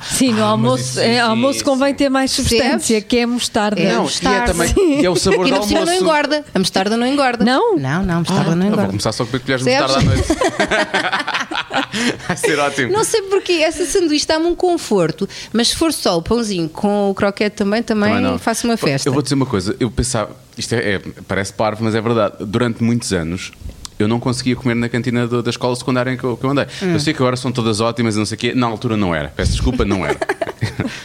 [SPEAKER 3] Sim, no
[SPEAKER 2] Ah, mas
[SPEAKER 3] almoço,
[SPEAKER 2] isso-
[SPEAKER 3] é,
[SPEAKER 2] isso-
[SPEAKER 3] almoço
[SPEAKER 2] isso-
[SPEAKER 3] convém ter mais substância,
[SPEAKER 4] Percebes?
[SPEAKER 3] que é a mostarda.
[SPEAKER 4] É
[SPEAKER 2] Não, e é,
[SPEAKER 4] mostarda.
[SPEAKER 2] também, e é o sabor
[SPEAKER 4] e
[SPEAKER 2] do
[SPEAKER 4] na
[SPEAKER 2] almoço.
[SPEAKER 4] piscina não engorda. A mostarda não engorda.
[SPEAKER 3] Não?
[SPEAKER 4] Não, não, a mostarda não
[SPEAKER 2] Eu vou
[SPEAKER 4] engorda.
[SPEAKER 2] começar só a comer colheres de
[SPEAKER 4] Percebes?
[SPEAKER 2] mostarda à noite. *laughs* Vai ser ótimo.
[SPEAKER 4] Não sei porquê, essa sanduíche dá-me um conforto, mas se for só o pãozinho com o croquete também, também,
[SPEAKER 2] Também não.
[SPEAKER 4] faço uma
[SPEAKER 2] Pá,
[SPEAKER 4] festa.
[SPEAKER 2] Eu vou dizer uma coisa, eu pensava, isto é, é- parece parvo, mas é verdade. Durante muitos anos eu não conseguia comer na cantina do- da escola secundária em que eu, que eu andei.
[SPEAKER 4] Hum.
[SPEAKER 2] Eu sei que agora são todas ótimas e não sei o quê. Na altura não era. Peço desculpa, não
[SPEAKER 4] *laughs*
[SPEAKER 2] era.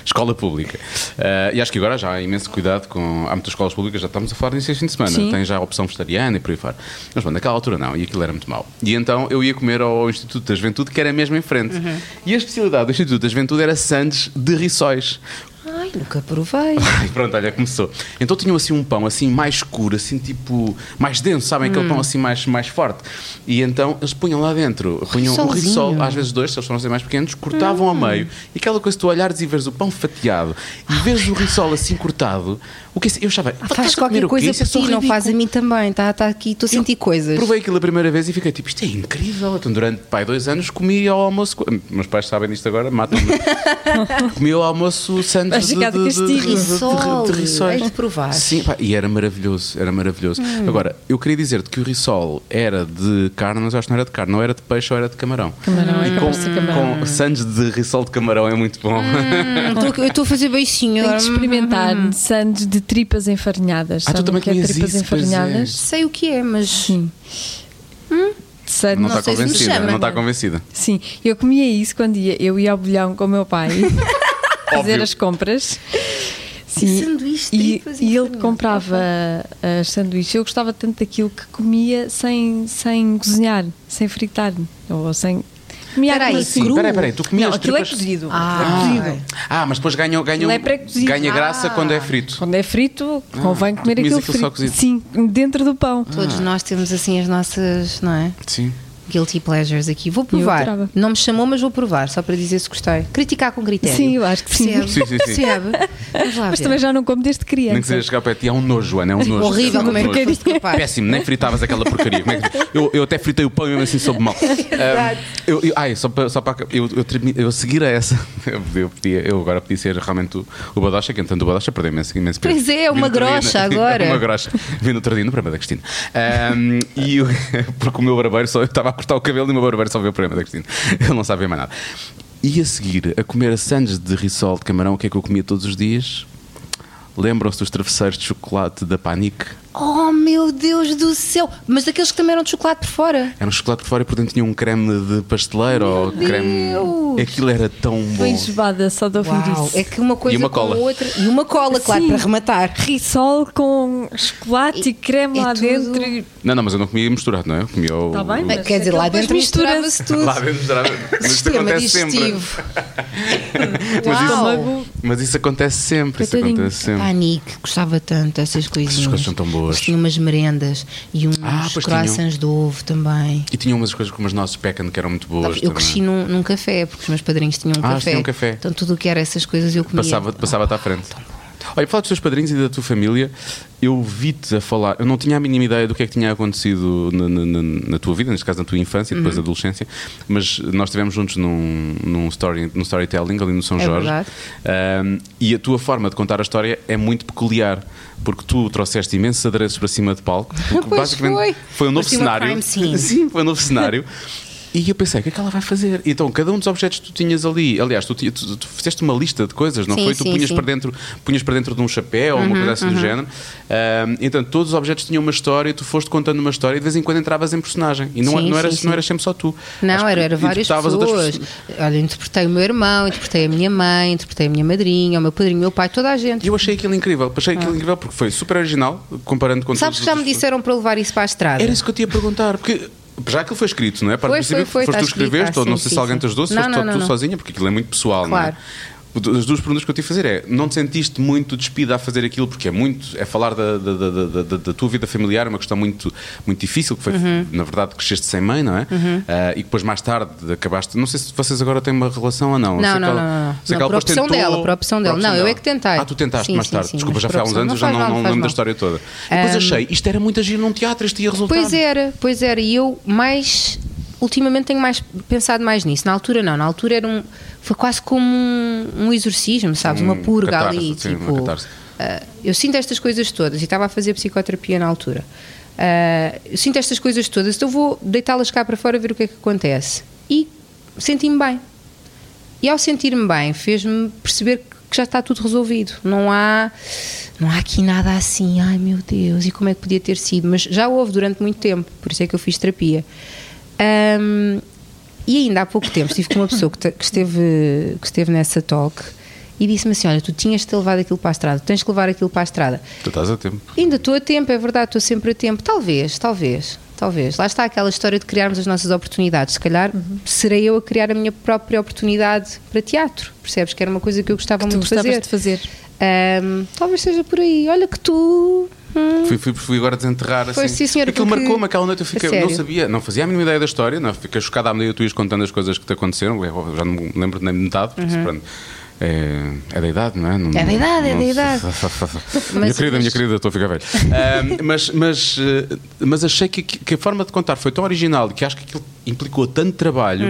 [SPEAKER 2] escola pública. Ah, e acho que agora já há imenso cuidado com. Há muitas escolas públicas, já estamos a falar disso este fim de semana.
[SPEAKER 3] Sim.
[SPEAKER 2] Tem já a opção vegetariana e por aí fora. Mas bom, naquela altura não, e aquilo era muito mau. E então eu ia comer ao Instituto da Juventude, que era mesmo em frente.
[SPEAKER 4] Uhum.
[SPEAKER 2] E a especialidade do Instituto da Juventude era sandes de rissóis.
[SPEAKER 4] Ai, nunca provei.
[SPEAKER 2] Ai, *laughs* pronto, olha, começou. Então tinham assim um pão assim mais escuro, assim tipo mais denso, sabem?
[SPEAKER 4] Hum.
[SPEAKER 2] Aquele pão assim mais, mais forte. E então eles punham lá dentro, punham o
[SPEAKER 4] Rissolzinho.
[SPEAKER 2] risol, às vezes dois, se eles foram ser mais pequenos, cortavam ao
[SPEAKER 4] Hum.
[SPEAKER 2] meio. E aquela coisa, tu olhares e vês o pão fatiado e vês o risol assim cortado, o que é isso? Eu achava, "Pá, estás
[SPEAKER 4] Ah, Faz
[SPEAKER 2] a comer
[SPEAKER 4] qualquer
[SPEAKER 2] o quê?
[SPEAKER 4] coisa
[SPEAKER 2] Isso é
[SPEAKER 4] por
[SPEAKER 2] só
[SPEAKER 4] ti, não
[SPEAKER 2] ridículo."
[SPEAKER 4] faz a mim também. Está tá aqui, estou a sentir coisas.
[SPEAKER 2] Provei aquilo a primeira vez e fiquei tipo, isto é incrível. Então, durante pai, dois anos comi ao almoço. co- Meus pais sabem disto agora,
[SPEAKER 4] *laughs*
[SPEAKER 2] matam-me. comi ao almoço
[SPEAKER 3] Vais
[SPEAKER 2] sandes de,
[SPEAKER 3] ficar de
[SPEAKER 2] de, de, de, de,
[SPEAKER 3] castigo.
[SPEAKER 4] Rissol,
[SPEAKER 2] de rissóis.
[SPEAKER 4] hei de provar. Hum.
[SPEAKER 2] Sim, pá, e era maravilhoso, era maravilhoso. Agora, eu queria dizer-te que o rissol era de carne, mas acho que não era de carne, não era de peixe ou era de camarão. Camarão,
[SPEAKER 4] é
[SPEAKER 2] e com, camarão. com sandes de rissol de camarão é muito bom.
[SPEAKER 4] Hum, tô- eu estou a fazer beicinho.
[SPEAKER 3] Tenho
[SPEAKER 4] agora.
[SPEAKER 3] de experimentar sandes de tripas enfarinhadas.
[SPEAKER 2] Uhum. Ah, tu
[SPEAKER 3] Sabem
[SPEAKER 2] também
[SPEAKER 3] o que é
[SPEAKER 2] comias
[SPEAKER 3] tripas
[SPEAKER 2] isso, pois é.
[SPEAKER 3] enfarinhadas?
[SPEAKER 4] Sei o que é, mas.
[SPEAKER 3] Sim. Sandes-
[SPEAKER 2] *laughs* não
[SPEAKER 4] Não
[SPEAKER 2] está
[SPEAKER 4] sei se me
[SPEAKER 2] convencida,
[SPEAKER 4] chama.
[SPEAKER 2] não está convencida.
[SPEAKER 3] Sim, eu comia isso quando ia, eu ia ao bolhão com o
[SPEAKER 2] *laughs*
[SPEAKER 3] meu pai fazer
[SPEAKER 2] Óbvio.
[SPEAKER 3] as compras. Sim,
[SPEAKER 4] sanduíches,
[SPEAKER 3] e,
[SPEAKER 4] tripas
[SPEAKER 3] e ele
[SPEAKER 4] enfarinhadas.
[SPEAKER 3] comprava as sanduíches. Eu gostava tanto daquilo que comia sem, sem cozinhar, sem fritar. Ou sem. Comia
[SPEAKER 4] Espera aí,
[SPEAKER 3] aquilo
[SPEAKER 2] Sim, peraí, peraí, tu comias
[SPEAKER 3] Não, aquilo é
[SPEAKER 2] tripas-
[SPEAKER 3] cozido.
[SPEAKER 4] Ah.
[SPEAKER 3] é cozido.
[SPEAKER 2] Ah, mas depois ganha, ganha,
[SPEAKER 3] Aquilo é pré-cozido.
[SPEAKER 2] ganha graça quando
[SPEAKER 4] Ah.
[SPEAKER 2] é frito.
[SPEAKER 3] Quando é frito, convém
[SPEAKER 2] tu
[SPEAKER 3] comer
[SPEAKER 2] Ah, comias
[SPEAKER 3] aquilo,
[SPEAKER 2] aquilo só
[SPEAKER 3] frito.
[SPEAKER 2] cozido. Ah.
[SPEAKER 3] Sim, dentro do pão.
[SPEAKER 4] Todos nós temos assim as nossas, não é?
[SPEAKER 2] Sim.
[SPEAKER 4] Guilty pleasures aqui. Vou provar.
[SPEAKER 3] adorava.
[SPEAKER 4] Não me chamou, mas vou provar, só para dizer se gostei. Criticar com critério.
[SPEAKER 3] Sim, eu acho que sim.
[SPEAKER 4] Percebe?
[SPEAKER 2] Sim, sim, sim.
[SPEAKER 4] Percebe? Vamos lá.
[SPEAKER 3] Mas
[SPEAKER 4] ver.
[SPEAKER 3] também já não como desde
[SPEAKER 2] Nem que
[SPEAKER 3] criança.
[SPEAKER 2] seja chegar perto de ti, é um nojo, Joana, é um nojo.
[SPEAKER 4] Horrível,
[SPEAKER 2] É um
[SPEAKER 4] como é que
[SPEAKER 2] nojo.
[SPEAKER 4] foste capaz?
[SPEAKER 2] Péssimo, nem fritavas aquela porcaria. Como é que- eu, eu até fritei o pão e mesmo assim
[SPEAKER 4] *laughs*
[SPEAKER 2] soube mal. Ahm, eu, eu- ai, só para. Só para ac- eu, eu, termi- eu seguir a essa. *laughs* Eu, eu podia- eu agora podia ser realmente o, o Badocha, que entanto o Badocha perdeu imenso, imenso peso.
[SPEAKER 4] Pois é, é
[SPEAKER 2] Vi no
[SPEAKER 4] uma
[SPEAKER 2] outro dia *laughs*
[SPEAKER 4] grossa
[SPEAKER 2] na-
[SPEAKER 4] agora.
[SPEAKER 2] uma grossa. Vim no outro dia no programa da Cristina. Ahm, e eu- porque o *laughs* meu barbeiro só. Eu estava a cortar o cabelo e o meu barbeiro só viu o programa da Cristina. *laughs* Ele não sabia mais nada. E a seguir, a comer a sandes de rissol de camarão, o que é que eu comia todos os dias? Lembram-se dos travesseiros de chocolate da Panique?
[SPEAKER 4] Oh meu Deus do céu! Mas daqueles que também eram de chocolate por fora.
[SPEAKER 2] Era um chocolate por fora e por dentro tinha um creme de pasteleiro ou creme.
[SPEAKER 4] Deus!
[SPEAKER 2] Aquilo era tão bom.
[SPEAKER 3] Estou enjoada só de ouvir
[SPEAKER 4] Uau,
[SPEAKER 3] isso.
[SPEAKER 4] é que uma coisa
[SPEAKER 2] E uma
[SPEAKER 4] com
[SPEAKER 2] cola.
[SPEAKER 4] a outra. E uma cola, claro,
[SPEAKER 3] Sim.
[SPEAKER 4] para rematar.
[SPEAKER 3] Rissol com chocolate e,
[SPEAKER 4] E-
[SPEAKER 3] creme
[SPEAKER 4] é
[SPEAKER 3] lá
[SPEAKER 4] tudo-
[SPEAKER 3] dentro. e-
[SPEAKER 2] Não, não, mas eu não comia misturado, não é? Eu comia o.
[SPEAKER 3] Tá bem,
[SPEAKER 4] Bem,
[SPEAKER 3] Mas
[SPEAKER 4] Quer dizer,
[SPEAKER 3] aquilo
[SPEAKER 4] lá
[SPEAKER 3] depois
[SPEAKER 4] dentro
[SPEAKER 3] mistura-se.
[SPEAKER 4] misturava-se tudo.
[SPEAKER 2] Lá dentro misturado. Mas isto
[SPEAKER 4] Sistema
[SPEAKER 2] acontece sempre.
[SPEAKER 4] digestivo.
[SPEAKER 2] *laughs* Mas isso-
[SPEAKER 4] Uau.
[SPEAKER 2] Mas isso acontece sempre. Isso
[SPEAKER 4] Coitadinho.
[SPEAKER 2] acontece sempre.
[SPEAKER 4] Pá, Nick, gostava tanto dessas
[SPEAKER 2] Essas
[SPEAKER 4] coisinhas.
[SPEAKER 2] coisas são tão boas. pessoas.
[SPEAKER 4] Eles tinham umas merendas e uns
[SPEAKER 2] Ah, pois
[SPEAKER 4] croissants de ovo também.
[SPEAKER 2] E tinha umas coisas como as nossas pecan que eram muito boas.
[SPEAKER 4] eu
[SPEAKER 2] também.
[SPEAKER 4] cresci num, num café, porque os meus padrinhos tinham um
[SPEAKER 2] Ah, eles
[SPEAKER 4] café.
[SPEAKER 2] tinham um café.
[SPEAKER 4] Então tudo o que era essas coisas eu comia.
[SPEAKER 2] Passava- Passava-te à frente. Olha, falar dos teus padrinhos e da tua família, eu vi-te a falar, eu não tinha a mínima ideia do que é que tinha acontecido na, na- na- na tua vida, neste caso na tua infância e depois
[SPEAKER 4] Uhum.
[SPEAKER 2] da adolescência, mas nós estivemos juntos num, num, story, num storytelling ali no São
[SPEAKER 4] É
[SPEAKER 2] Jorge
[SPEAKER 4] verdade.
[SPEAKER 2] Ahm, e a tua forma de contar a história é muito peculiar, porque tu trouxeste imensos adereços para cima de palco, o que
[SPEAKER 4] *laughs* Pois
[SPEAKER 2] basicamente
[SPEAKER 4] foi.
[SPEAKER 2] um novo
[SPEAKER 4] Parecia uma
[SPEAKER 2] cenário.
[SPEAKER 4] crime scene.
[SPEAKER 2] Sim, foi um novo cenário. E eu pensei, o que é que ela vai fazer? Então, cada um dos objetos que tu tinhas ali, aliás, tu, ti- tu- tu fizeste uma lista de coisas, não
[SPEAKER 4] Sim,
[SPEAKER 2] foi? Tu
[SPEAKER 4] sim,
[SPEAKER 2] punhas
[SPEAKER 4] sim. Uhum,
[SPEAKER 2] para, dentro, punhas para dentro de um chapéu ou uma coisa assim do género. Ahm, então, todos os objetos tinham uma história, tu foste contando uma história e de vez em quando entravas em personagem. E não,
[SPEAKER 4] Sim,
[SPEAKER 2] não, eras,
[SPEAKER 4] sim, sim.
[SPEAKER 2] não eras sempre só tu. Acho
[SPEAKER 4] Não,
[SPEAKER 2] que
[SPEAKER 4] era, era várias
[SPEAKER 2] interpretavas
[SPEAKER 4] pessoas.
[SPEAKER 2] outras
[SPEAKER 4] Olha, interpretei o meu irmão, interpretei a minha mãe, interpretei a minha madrinha, o meu padrinho, o meu pai, toda a gente.
[SPEAKER 2] E eu achei aquilo incrível, achei aquilo incrível porque foi super original, comparando com
[SPEAKER 4] Ah.
[SPEAKER 2] todos
[SPEAKER 4] Sabes que
[SPEAKER 2] os
[SPEAKER 4] já me
[SPEAKER 2] outros-
[SPEAKER 4] disseram para levar isso para a estrada?
[SPEAKER 2] Era isso que eu te ia perguntar, porque já aquilo foi escrito, não é? Para
[SPEAKER 4] Foi,
[SPEAKER 2] o princípio,
[SPEAKER 4] foi, foi,
[SPEAKER 2] foste
[SPEAKER 4] tá
[SPEAKER 2] tu
[SPEAKER 4] escrito,
[SPEAKER 2] escreveste,
[SPEAKER 4] tá,
[SPEAKER 2] ou não
[SPEAKER 4] sim,
[SPEAKER 2] sei
[SPEAKER 4] sim,
[SPEAKER 2] se alguém te
[SPEAKER 4] sim.
[SPEAKER 2] ajudou, se
[SPEAKER 4] Não,
[SPEAKER 2] foste
[SPEAKER 4] não,
[SPEAKER 2] só tu
[SPEAKER 4] não, não.
[SPEAKER 2] sozinha, porque aquilo é muito pessoal, não
[SPEAKER 4] Claro.
[SPEAKER 2] é? As duas perguntas que eu te ia fazer é: não te sentiste muito despida a fazer aquilo, porque é muito, é falar da, da, da- da- da- da tua vida familiar, é uma questão muito, muito difícil, que foi,
[SPEAKER 4] Uhum.
[SPEAKER 2] na verdade, cresceste sem mãe, não é? Ah, e que depois mais tarde acabaste. Não sei se vocês agora têm uma relação ou não.
[SPEAKER 4] Não,
[SPEAKER 2] sei
[SPEAKER 4] não,
[SPEAKER 2] que ela-
[SPEAKER 4] não, não, não.
[SPEAKER 2] sei que
[SPEAKER 4] Não,
[SPEAKER 2] ela
[SPEAKER 4] por
[SPEAKER 2] depois
[SPEAKER 4] opção
[SPEAKER 2] tentou-
[SPEAKER 4] dela, por opção dela. Não, eu é que tentei.
[SPEAKER 2] Ah, tu tentaste
[SPEAKER 4] Sim,
[SPEAKER 2] mais
[SPEAKER 4] sim,
[SPEAKER 2] tarde.
[SPEAKER 4] sim,
[SPEAKER 2] Desculpa,
[SPEAKER 4] mas
[SPEAKER 2] já
[SPEAKER 4] por
[SPEAKER 2] foi há uns
[SPEAKER 4] opção.
[SPEAKER 2] anos,
[SPEAKER 4] Não
[SPEAKER 2] eu já
[SPEAKER 4] faz
[SPEAKER 2] não,
[SPEAKER 4] mal,
[SPEAKER 2] não
[SPEAKER 4] não faz
[SPEAKER 2] lembro da
[SPEAKER 4] mal. Ah.
[SPEAKER 2] história toda. E Depois
[SPEAKER 4] Ahm,
[SPEAKER 2] achei, isto era muito agir num teatro, isto ia resultar.
[SPEAKER 4] Pois é. era, pois era. E eu mais ultimamente tenho mais pensado mais nisso. Na altura não, na altura era um foi quase como um, um exorcismo, sabes, uma
[SPEAKER 2] Um
[SPEAKER 4] purga
[SPEAKER 2] catarse,
[SPEAKER 4] ali,
[SPEAKER 2] sim, uma
[SPEAKER 4] tipo.
[SPEAKER 2] catarse.
[SPEAKER 4] ah, eu sinto estas coisas todas e estava a fazer psicoterapia na altura. Ah, eu sinto estas coisas todas, então vou deitá-las cá para fora ver o que é que acontece. E senti-me bem. E ao sentir-me bem, fez-me perceber que já está tudo resolvido. Não há, não há aqui nada assim, ai meu Deus, e como é que podia ter sido? Mas já houve durante muito tempo, por isso é que eu fiz terapia. Ahm, e ainda há pouco tempo estive com uma pessoa que, te- que esteve, que esteve nessa talk e disse-me assim: Olha, tu tinhas de ter levado aquilo para a estrada, tens de levar aquilo para a estrada.
[SPEAKER 2] Tu estás a tempo.
[SPEAKER 4] Ainda estou a tempo, é verdade, estou sempre a tempo. Talvez, talvez, talvez. Lá está aquela história de criarmos as nossas oportunidades. Se calhar
[SPEAKER 3] Uhum.
[SPEAKER 4] serei eu a criar a minha própria oportunidade para teatro. Percebes que era uma coisa que eu gostava
[SPEAKER 3] Que tu
[SPEAKER 4] muito
[SPEAKER 3] gostavas
[SPEAKER 4] fazer.
[SPEAKER 3] de fazer.
[SPEAKER 4] Ahm, talvez seja por aí. Olha que tu. hum,
[SPEAKER 2] Fui, fui, fui agora desenterrar assim.
[SPEAKER 4] Foi, sim, senhora,
[SPEAKER 2] Aquilo
[SPEAKER 4] porque-
[SPEAKER 2] marcou-me aquela noite. Eu
[SPEAKER 4] A
[SPEAKER 2] fiquei,
[SPEAKER 4] sério?
[SPEAKER 2] não sabia, não fazia a mínima ideia da história. Não, fiquei chocada à medida que tu ias contando as coisas que te aconteceram. Eu já não me lembro nem metade. Porque, isso, pronto, é, é da idade, não é? Não-
[SPEAKER 4] Uhum. É da idade, é
[SPEAKER 2] não-
[SPEAKER 4] da
[SPEAKER 2] *laughs*
[SPEAKER 4] idade.
[SPEAKER 2] minha
[SPEAKER 4] Mas-
[SPEAKER 2] querida, minha
[SPEAKER 4] mas-
[SPEAKER 2] querida, estou a ficar velho. Ahm, mas, mas, eh, mas achei que, que a forma de contar foi tão original que acho que aquilo implicou tanto trabalho.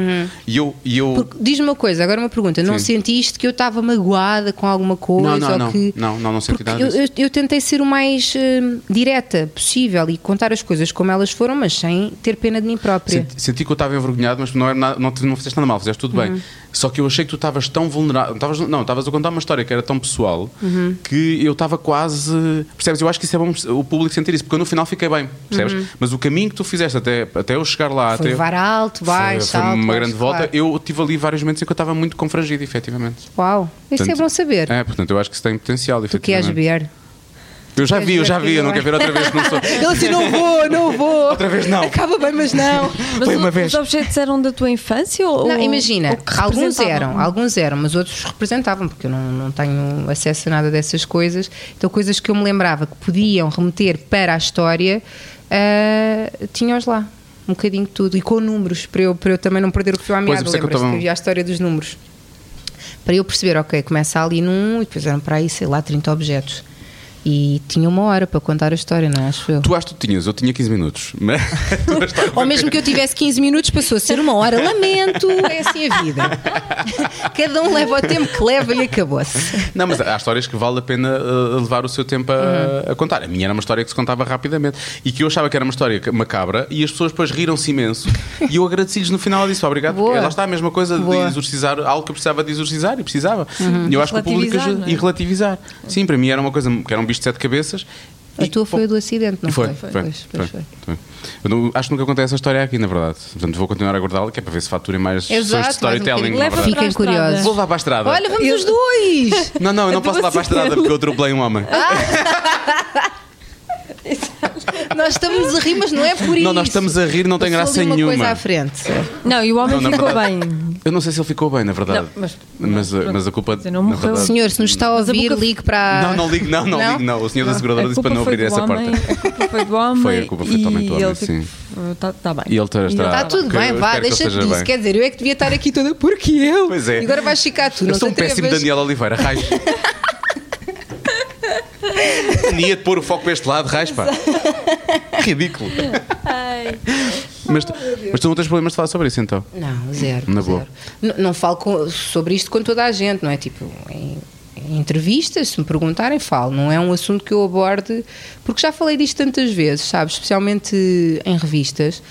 [SPEAKER 2] E eu. E eu
[SPEAKER 4] Uhum. Porque diz-me uma coisa, agora uma pergunta. Não
[SPEAKER 2] Sim.
[SPEAKER 4] sentiste que eu estava magoada com alguma coisa?
[SPEAKER 2] Não, não,
[SPEAKER 4] ou
[SPEAKER 2] não.
[SPEAKER 4] que...
[SPEAKER 2] Não, não, não senti
[SPEAKER 4] Porque
[SPEAKER 2] nada
[SPEAKER 4] eu,
[SPEAKER 2] disso.
[SPEAKER 4] eu, eu tentei ser o mais hum, direta possível e contar as coisas como elas foram, mas sem ter pena de mim própria.
[SPEAKER 2] Senti, senti que eu estava envergonhado, mas não, era nada, não, te- não fizeste nada mal, fizeste tudo
[SPEAKER 4] Uhum.
[SPEAKER 2] bem. Só que eu achei que tu estavas tão vulnerável. estavas- não, estavas a contar uma história que era tão pessoal
[SPEAKER 4] Uhum.
[SPEAKER 2] que eu estava quase. Percebes? Eu acho que isso é bom o público sentir isso, porque eu no final fiquei bem, percebes? Mas o caminho que tu fizeste até, até eu chegar lá.
[SPEAKER 4] Uhum. Foi
[SPEAKER 2] até,
[SPEAKER 4] levar alto, baixo,
[SPEAKER 2] foi, foi
[SPEAKER 4] alto,
[SPEAKER 2] uma
[SPEAKER 4] baixo,
[SPEAKER 2] grande volta.
[SPEAKER 4] claro.
[SPEAKER 2] Eu tive ali vários momentos em que eu estava muito confrangido, efetivamente.
[SPEAKER 4] Uau, isso é
[SPEAKER 2] Portanto,
[SPEAKER 4] bom saber.
[SPEAKER 2] É, portanto, eu acho que isso tem potencial,
[SPEAKER 4] tu que é és
[SPEAKER 2] efetivamente.
[SPEAKER 4] ver.
[SPEAKER 2] Eu já vi, eu já
[SPEAKER 4] ver é?
[SPEAKER 2] vi, eu não
[SPEAKER 4] que
[SPEAKER 2] quero ver outra vez, não sou.
[SPEAKER 4] *laughs* Ele assim, não vou, não vou.
[SPEAKER 2] Outra vez não.
[SPEAKER 4] Acaba bem, mas não.
[SPEAKER 3] Mas
[SPEAKER 2] Foi uma
[SPEAKER 3] o-
[SPEAKER 2] vez.
[SPEAKER 3] os objetos eram da tua infância ou.
[SPEAKER 4] Não, imagina,
[SPEAKER 3] ou que
[SPEAKER 4] alguns
[SPEAKER 3] representavam?
[SPEAKER 4] eram, alguns eram, mas outros representavam, porque eu não, não tenho acesso a nada dessas coisas. Então, coisas que eu me lembrava que podiam remeter para a história, ah, tinha-os lá. Um bocadinho de tudo. E com números, para eu, para eu também não perder o que eu à meada.
[SPEAKER 2] por isso é que eu
[SPEAKER 4] Lembras-te que
[SPEAKER 2] tava-
[SPEAKER 4] havia a história dos números. Para eu perceber, ok, começa ali num, e depois eram para aí, sei lá, 30 objetos. E tinha uma hora para contar a história, não é? Acho eu.
[SPEAKER 2] Tu achas que tu tinhas? Eu tinha 15 minutos. Mas...
[SPEAKER 4] Ou mesmo que eu tivesse 15 minutos, passou a ser uma hora. Lamento, é assim a vida. *laughs* Cada um leva o tempo que leva e acabou-se.
[SPEAKER 2] Não, mas há histórias que vale a pena uh, levar o seu tempo a,
[SPEAKER 4] Uhum.
[SPEAKER 2] a contar. A minha era uma história que se contava rapidamente e que eu achava que era uma história macabra e as pessoas depois riram-se imenso. E eu agradeci-lhes no final disso, obrigado.
[SPEAKER 4] Boa.
[SPEAKER 2] Porque lá está a mesma coisa
[SPEAKER 4] Boa. Uhum.
[SPEAKER 2] de exorcizar algo que eu precisava de exorcizar e precisava. E eu acho que o público
[SPEAKER 3] Relativizar,
[SPEAKER 2] ajuda
[SPEAKER 3] não é?
[SPEAKER 2] e relativizar. Sim, para mim era uma coisa que era um bicho de sete cabeças.
[SPEAKER 4] A
[SPEAKER 2] E-
[SPEAKER 4] tua foi a do acidente, não foi?
[SPEAKER 2] foi, foi, foi,
[SPEAKER 4] Pois, pois foi.
[SPEAKER 2] foi. Eu não- acho que nunca acontece essa história aqui, na verdade. Portanto, vou continuar a guardá-la, que é para ver se faturem mais sessões de
[SPEAKER 4] Exato, mais um
[SPEAKER 2] storytelling.
[SPEAKER 4] bocadinho.
[SPEAKER 2] na
[SPEAKER 3] Leva
[SPEAKER 2] verdade.
[SPEAKER 3] para a
[SPEAKER 4] Fiquem
[SPEAKER 3] estrada.
[SPEAKER 4] curiosos.
[SPEAKER 2] Vou levar para a estrada.
[SPEAKER 4] Olha, vamos os dois!
[SPEAKER 2] Não,
[SPEAKER 3] É Ah.
[SPEAKER 2] não, eu não posso lá para a estrada porque eu atropelei um homem.
[SPEAKER 4] Nós estamos a rir, mas não é por isso.
[SPEAKER 2] Não, nós estamos a rir, não tem
[SPEAKER 4] Passou
[SPEAKER 2] graça
[SPEAKER 4] ali uma
[SPEAKER 2] nenhuma.
[SPEAKER 4] coisa à frente.
[SPEAKER 3] Não, e o homem
[SPEAKER 2] Não, na
[SPEAKER 3] ficou
[SPEAKER 2] verdade-
[SPEAKER 3] bem.
[SPEAKER 2] Eu não sei se ele ficou bem, na verdade.
[SPEAKER 3] Não, mas-
[SPEAKER 2] mas, uh,
[SPEAKER 3] pronto.
[SPEAKER 2] mas a culpa.
[SPEAKER 3] Quer dizer, não
[SPEAKER 2] na
[SPEAKER 3] morreu.
[SPEAKER 2] verdade-
[SPEAKER 4] Senhor, se nos está a ouvir,
[SPEAKER 3] boca-
[SPEAKER 4] ligue para.
[SPEAKER 2] Não, não ligo, não, não, ligo, não. O senhor da seguradora
[SPEAKER 3] A
[SPEAKER 2] disse para
[SPEAKER 3] culpa
[SPEAKER 2] não
[SPEAKER 3] foi
[SPEAKER 2] abrir
[SPEAKER 3] do
[SPEAKER 2] essa
[SPEAKER 3] homem,
[SPEAKER 2] porta.
[SPEAKER 3] A culpa foi do homem.
[SPEAKER 2] Foi, a culpa foi
[SPEAKER 3] e
[SPEAKER 2] totalmente do homem,
[SPEAKER 3] ele
[SPEAKER 2] sim.
[SPEAKER 3] Está bem.
[SPEAKER 2] E ele estará-
[SPEAKER 4] Está
[SPEAKER 2] Ah,
[SPEAKER 4] Tá tudo
[SPEAKER 2] que-
[SPEAKER 4] bem,
[SPEAKER 2] eu
[SPEAKER 4] vá,
[SPEAKER 2] espero que ele
[SPEAKER 4] deixa-te
[SPEAKER 2] esteja
[SPEAKER 4] disso.
[SPEAKER 2] bem.
[SPEAKER 4] Quer dizer, eu é que devia estar aqui toda porque eu.
[SPEAKER 2] Pois é.
[SPEAKER 4] E agora vais ficar tu.
[SPEAKER 2] Eu
[SPEAKER 4] não
[SPEAKER 2] sou
[SPEAKER 4] te
[SPEAKER 2] um péssimo
[SPEAKER 4] atrevas.
[SPEAKER 2] Daniel Oliveira, raios. Tinha de pôr o foco para este lado, raios, pá. Ridículo. Mas, tu- mas tu não tens problemas de falar sobre isso então?
[SPEAKER 4] Não, zero.
[SPEAKER 2] Na boa.
[SPEAKER 4] zero. N- Não falo com- sobre isto com toda a gente, não é? Tipo, em, em entrevistas, se me perguntarem, falo. Não é um assunto que eu aborde, porque já falei disto tantas vezes, sabes? Especialmente em revistas,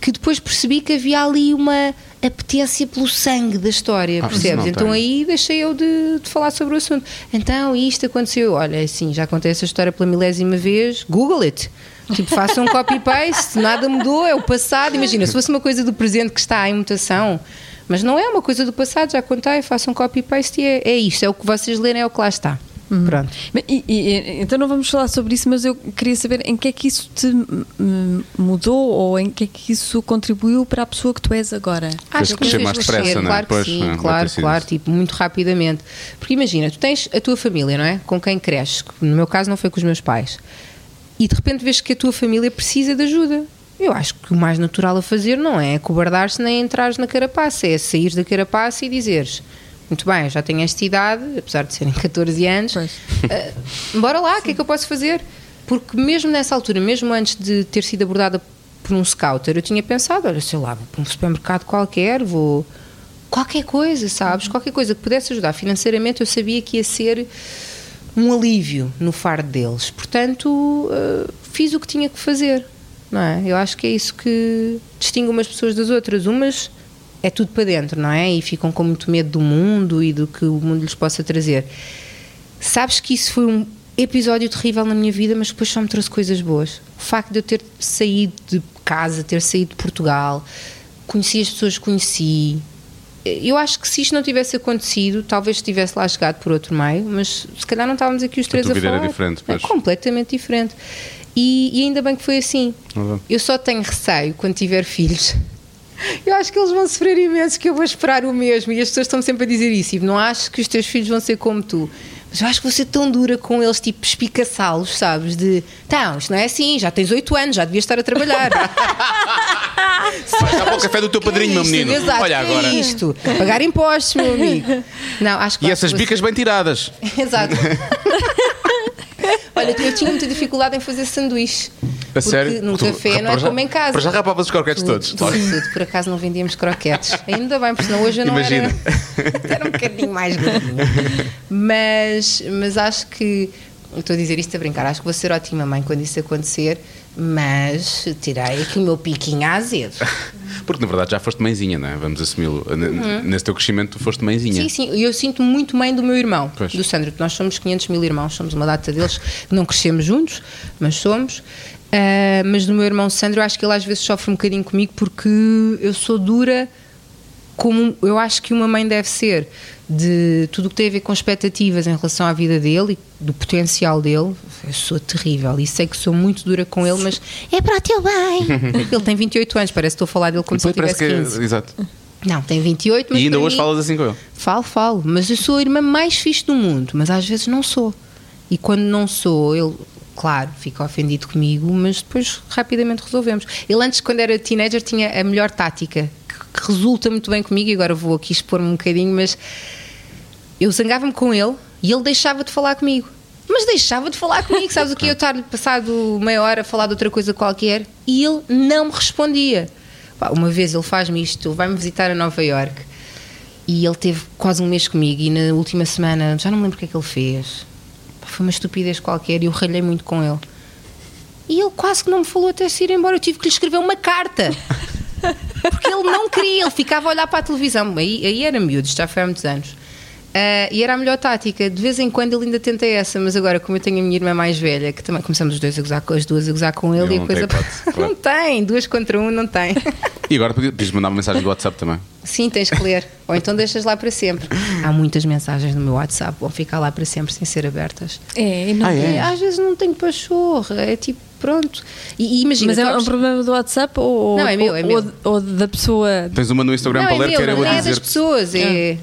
[SPEAKER 4] que depois percebi que havia ali uma apetência pelo sangue da história,
[SPEAKER 2] Ah, isso
[SPEAKER 4] percebes?
[SPEAKER 2] não
[SPEAKER 4] Então
[SPEAKER 2] tem.
[SPEAKER 4] aí deixei eu de, de falar sobre o assunto. Então isto aconteceu. Olha, assim, já contei essa história pela milésima vez, Google it. Tipo, faça um copy-paste, *laughs* nada mudou, é o passado. Imagina, se fosse uma coisa do presente que está em mutação, mas não é uma coisa do passado, já contei, faça um copy-paste e é, é isto, é o que vocês lerem, é o que lá está. Pronto.
[SPEAKER 3] Mas, e- e- então não vamos falar sobre isso, mas eu queria saber em que é que isso te hum, mudou ou em que é que isso contribuiu para a pessoa que tu és agora.
[SPEAKER 2] Tens
[SPEAKER 4] Acho
[SPEAKER 2] que
[SPEAKER 4] me
[SPEAKER 2] crescer
[SPEAKER 4] fez
[SPEAKER 2] mais depressa,
[SPEAKER 4] crescer,
[SPEAKER 2] não é?
[SPEAKER 4] Claro que
[SPEAKER 2] Pois,
[SPEAKER 4] sim,
[SPEAKER 2] é, vai ter
[SPEAKER 4] claro,
[SPEAKER 2] sido
[SPEAKER 4] claro,
[SPEAKER 2] isso.
[SPEAKER 4] tipo, muito rapidamente. Porque imagina, tu tens a tua família, não é? Com quem cresces, que no meu caso não foi com os meus pais, e de repente vês que a tua família precisa de ajuda. Eu acho que o mais natural a fazer não é acobardar-se nem entrares na carapaça, é sair da carapaça e dizeres. Muito bem, já tenho esta idade, apesar de serem *laughs* 14 anos,
[SPEAKER 3] Pois.
[SPEAKER 4] ah, bora lá, o que é que eu posso fazer? Porque mesmo nessa altura, mesmo antes de ter sido abordada por um scouter, eu tinha pensado, olha, sei lá, vou para um supermercado qualquer, vou qualquer coisa, sabes? Qualquer coisa que pudesse ajudar financeiramente, eu sabia que ia ser um alívio no fardo deles. Portanto, ah, fiz o que tinha que fazer, não é? Eu acho que é isso que distingue umas pessoas das outras. Umas é tudo para dentro, não é? E ficam com muito medo do mundo e do que o mundo lhes possa trazer. Sabes que isso foi um episódio terrível na minha vida, mas depois só me trouxe coisas boas. O facto de eu ter saído de casa, ter saído de Portugal, conheci as pessoas que conheci. Eu acho que se isto não tivesse acontecido, talvez tivesse lá chegado por outro meio, mas se calhar não estávamos aqui os três
[SPEAKER 2] tua
[SPEAKER 4] a
[SPEAKER 2] vida era
[SPEAKER 4] falar.
[SPEAKER 2] diferente, pois.
[SPEAKER 4] É completamente diferente. E, e ainda bem que foi assim.
[SPEAKER 2] Uhum.
[SPEAKER 4] Eu só tenho receio quando tiver filhos. Eu acho que eles vão sofrer imenso, que eu vou esperar o mesmo. E as pessoas estão sempre a dizer isso. E não acho que os teus filhos vão ser como tu. Mas eu acho que vou ser tão dura com eles, tipo, espicaçá-los, sabes? De, então, isto não é assim, já tens 8 anos, já devias estar a trabalhar.
[SPEAKER 2] Vai dar para o café do teu padrinho, meu
[SPEAKER 4] Isto,
[SPEAKER 2] menino.
[SPEAKER 4] Exato,
[SPEAKER 2] Olha
[SPEAKER 4] que é
[SPEAKER 2] agora.
[SPEAKER 4] isto, pagar impostos, meu amigo. Não, acho que
[SPEAKER 2] E
[SPEAKER 4] lá
[SPEAKER 2] essas
[SPEAKER 4] vou ser-
[SPEAKER 2] bicas bem tiradas.
[SPEAKER 4] *laughs* Exato. Olha, eu tinha muita dificuldade em fazer sanduíche.
[SPEAKER 2] A
[SPEAKER 4] porque
[SPEAKER 2] sério.
[SPEAKER 4] num
[SPEAKER 2] Tu-
[SPEAKER 4] café não
[SPEAKER 2] para
[SPEAKER 4] é
[SPEAKER 2] já-
[SPEAKER 4] como em casa.
[SPEAKER 2] Para já rapavas os croquetes
[SPEAKER 4] Tudo,
[SPEAKER 2] todos.
[SPEAKER 4] tudo,
[SPEAKER 2] Claro.
[SPEAKER 4] tudo. Por acaso não vendíamos croquetes. Ainda bem, porque senão hoje eu não
[SPEAKER 2] Imagina.
[SPEAKER 4] *laughs* era. era um bocadinho mais gordinha. Mas, mas acho que. Estou a dizer isto a brincar, acho que vou ser ótima mãe quando isso acontecer, mas tirei aqui o meu piquinho azedo.
[SPEAKER 2] Porque na verdade já foste mãezinha, não é? Vamos assumi-lo. N- Nesse teu crescimento tu foste mãezinha.
[SPEAKER 4] Uhum. Sim, sim, eu sinto muito mãe do meu irmão,
[SPEAKER 2] Pois.
[SPEAKER 4] do Sandro, porque nós somos 500 mil irmãos, somos uma data deles, não crescemos juntos, mas somos. Ah, mas do meu irmão Sandro, eu acho que ele às vezes sofre um bocadinho comigo porque eu sou dura como eu acho que uma mãe deve ser, de tudo o que tem a ver com expectativas em relação à vida dele e do potencial dele. Eu sou terrível e sei que sou muito dura com ele, mas é para o
[SPEAKER 2] *laughs*
[SPEAKER 4] teu bem. ele tem 28 anos, parece que estou a falar dele como se
[SPEAKER 2] Depois
[SPEAKER 4] ele
[SPEAKER 2] parece
[SPEAKER 4] tivesse
[SPEAKER 2] que.
[SPEAKER 4] 15.
[SPEAKER 2] Exato.
[SPEAKER 4] Não, tem 28, mas
[SPEAKER 2] E ainda
[SPEAKER 4] para
[SPEAKER 2] hoje
[SPEAKER 4] mim-
[SPEAKER 2] falas assim com ele.
[SPEAKER 4] Falo, falo, mas eu sou a irmã mais fixe do mundo, mas às vezes não sou. E quando não sou, ele, claro, fica ofendido comigo, mas depois rapidamente resolvemos. Ele antes, quando era teenager, tinha a melhor tática, que, que resulta muito bem comigo, e agora vou aqui expor-me um bocadinho, mas eu zangava-me com ele e ele deixava de falar comigo. Mas deixava de falar comigo, sabes o que? Eu estar-lhe passado meia hora a falar de outra coisa qualquer e ele não me respondia. Pá, Uma vez ele faz-me isto, vai-me visitar a Nova Iorque e ele teve quase um mês comigo e na última semana, já não me lembro o que é que ele fez. Pá, Foi uma estupidez qualquer e eu ralhei muito com ele. E ele quase que não me falou até se ir embora. Eu tive que lhe escrever uma carta. Porque ele não queria, ele ficava a olhar para a televisão. Aí, aí era miúdo, isto já foi há muitos anos. Ah, e era a melhor tática. De vez em quando ele ainda tenta essa, mas agora, como eu tenho a minha irmã mais velha, que também começamos os dois a gozar, com- as duas a gozar com ele,
[SPEAKER 2] Ele
[SPEAKER 4] e
[SPEAKER 2] não
[SPEAKER 4] a coisa.
[SPEAKER 2] tem
[SPEAKER 4] *laughs*
[SPEAKER 2] hipótese, claro.
[SPEAKER 4] Não tem, duas contra um, não
[SPEAKER 2] *laughs*
[SPEAKER 4] tem.
[SPEAKER 2] E agora podia- podias mandar uma mensagem do WhatsApp também.
[SPEAKER 4] Sim, tens que ler. Ou então deixas lá para sempre. Há muitas mensagens no meu WhatsApp, vão ficar lá para sempre sem ser abertas.
[SPEAKER 3] É, e não
[SPEAKER 2] Ah, é?
[SPEAKER 4] É, às vezes não tenho pachorra, é tipo, Pronto. E, e imagina.
[SPEAKER 3] Mas é
[SPEAKER 4] tu
[SPEAKER 3] um
[SPEAKER 4] abres-
[SPEAKER 3] problema do WhatsApp ou,
[SPEAKER 4] Não, é meu, é meu.
[SPEAKER 3] ou- ou da pessoa?
[SPEAKER 2] Tens uma no Instagram
[SPEAKER 4] não,
[SPEAKER 2] para
[SPEAKER 4] é
[SPEAKER 2] ler que era
[SPEAKER 4] meu,
[SPEAKER 2] eu
[SPEAKER 4] não
[SPEAKER 2] a
[SPEAKER 4] é das
[SPEAKER 2] dizer.
[SPEAKER 4] pessoas. É,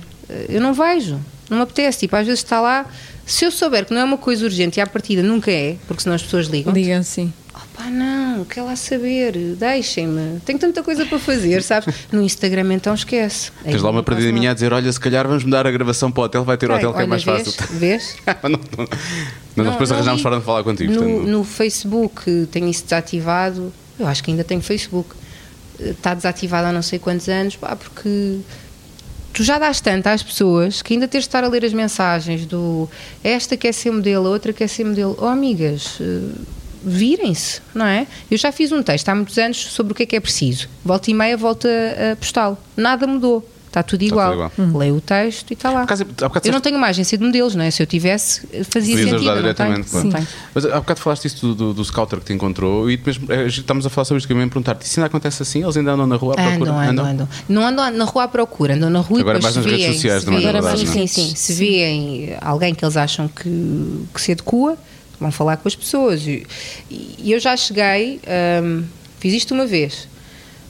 [SPEAKER 4] Eu não vejo. Não me apetece. Tipo, às vezes está lá. Se eu souber que não é uma coisa urgente e à partida nunca é, porque senão as pessoas ligam.
[SPEAKER 3] Digam sim.
[SPEAKER 4] Opa, não, quer lá saber, deixem-me. Tenho tanta coisa para fazer, sabes? *laughs* No Instagram então esquece. Aí
[SPEAKER 2] Tens lá uma
[SPEAKER 4] não faço
[SPEAKER 2] perdida minha a
[SPEAKER 4] nada.
[SPEAKER 2] dizer: olha, se calhar vamos mudar a gravação para o hotel, vai ter o
[SPEAKER 4] Ok,
[SPEAKER 2] hotel que é
[SPEAKER 4] olha,
[SPEAKER 2] mais fácil.
[SPEAKER 4] vês, Vês?
[SPEAKER 2] Mas não- não- Mas nós depois
[SPEAKER 4] não
[SPEAKER 2] arranjámos
[SPEAKER 4] li.
[SPEAKER 2] forma de falar contigo.
[SPEAKER 4] No,
[SPEAKER 2] portanto,
[SPEAKER 4] no Facebook tenho isso desativado. Eu acho que ainda tenho Facebook. Está desativado há não sei quantos anos, pá, porque tu já dás tanto às pessoas que ainda tens de estar a ler as mensagens do esta quer ser modelo, a outra quer ser modelo. Oh, amigas, eh, virem-se, não é? Eu já fiz um texto há muitos anos sobre o que é que é preciso. Volta e meia, volta a postá-lo. Nada mudou. Está tudo igual.
[SPEAKER 2] Tá igual.
[SPEAKER 4] Leio o texto e está lá.
[SPEAKER 2] Por acaso, há bocado
[SPEAKER 4] eu não
[SPEAKER 2] disseste-
[SPEAKER 4] tenho uma agência de modelos, não é? Se eu tivesse, eh, fazia
[SPEAKER 2] Podias
[SPEAKER 4] sentido.
[SPEAKER 2] ajudar
[SPEAKER 4] eu não tenho.
[SPEAKER 2] diretamente, claro.
[SPEAKER 4] Não tenho.
[SPEAKER 2] Mas há bocado falaste isso do, do, do scouter que te encontrou e mesmo, eh, estamos a falar sobre isto que eu ia perguntar-te. Isso ainda acontece assim? Eles ainda andam na rua à procura?
[SPEAKER 4] Andam, andam, andam. Não andam na rua à procura, andam na rua
[SPEAKER 2] Agora
[SPEAKER 4] e
[SPEAKER 2] mais
[SPEAKER 4] depois
[SPEAKER 2] nas
[SPEAKER 4] se
[SPEAKER 2] redes
[SPEAKER 4] veem,
[SPEAKER 2] sociais
[SPEAKER 4] se
[SPEAKER 2] também,
[SPEAKER 4] veem-
[SPEAKER 2] na verdade,
[SPEAKER 4] sim,
[SPEAKER 2] não
[SPEAKER 4] sim,
[SPEAKER 2] é?
[SPEAKER 4] sim. Se veem alguém que eles acham que, que se adequa, vão falar com as pessoas. E, e eu já cheguei, hum, fiz isto uma vez,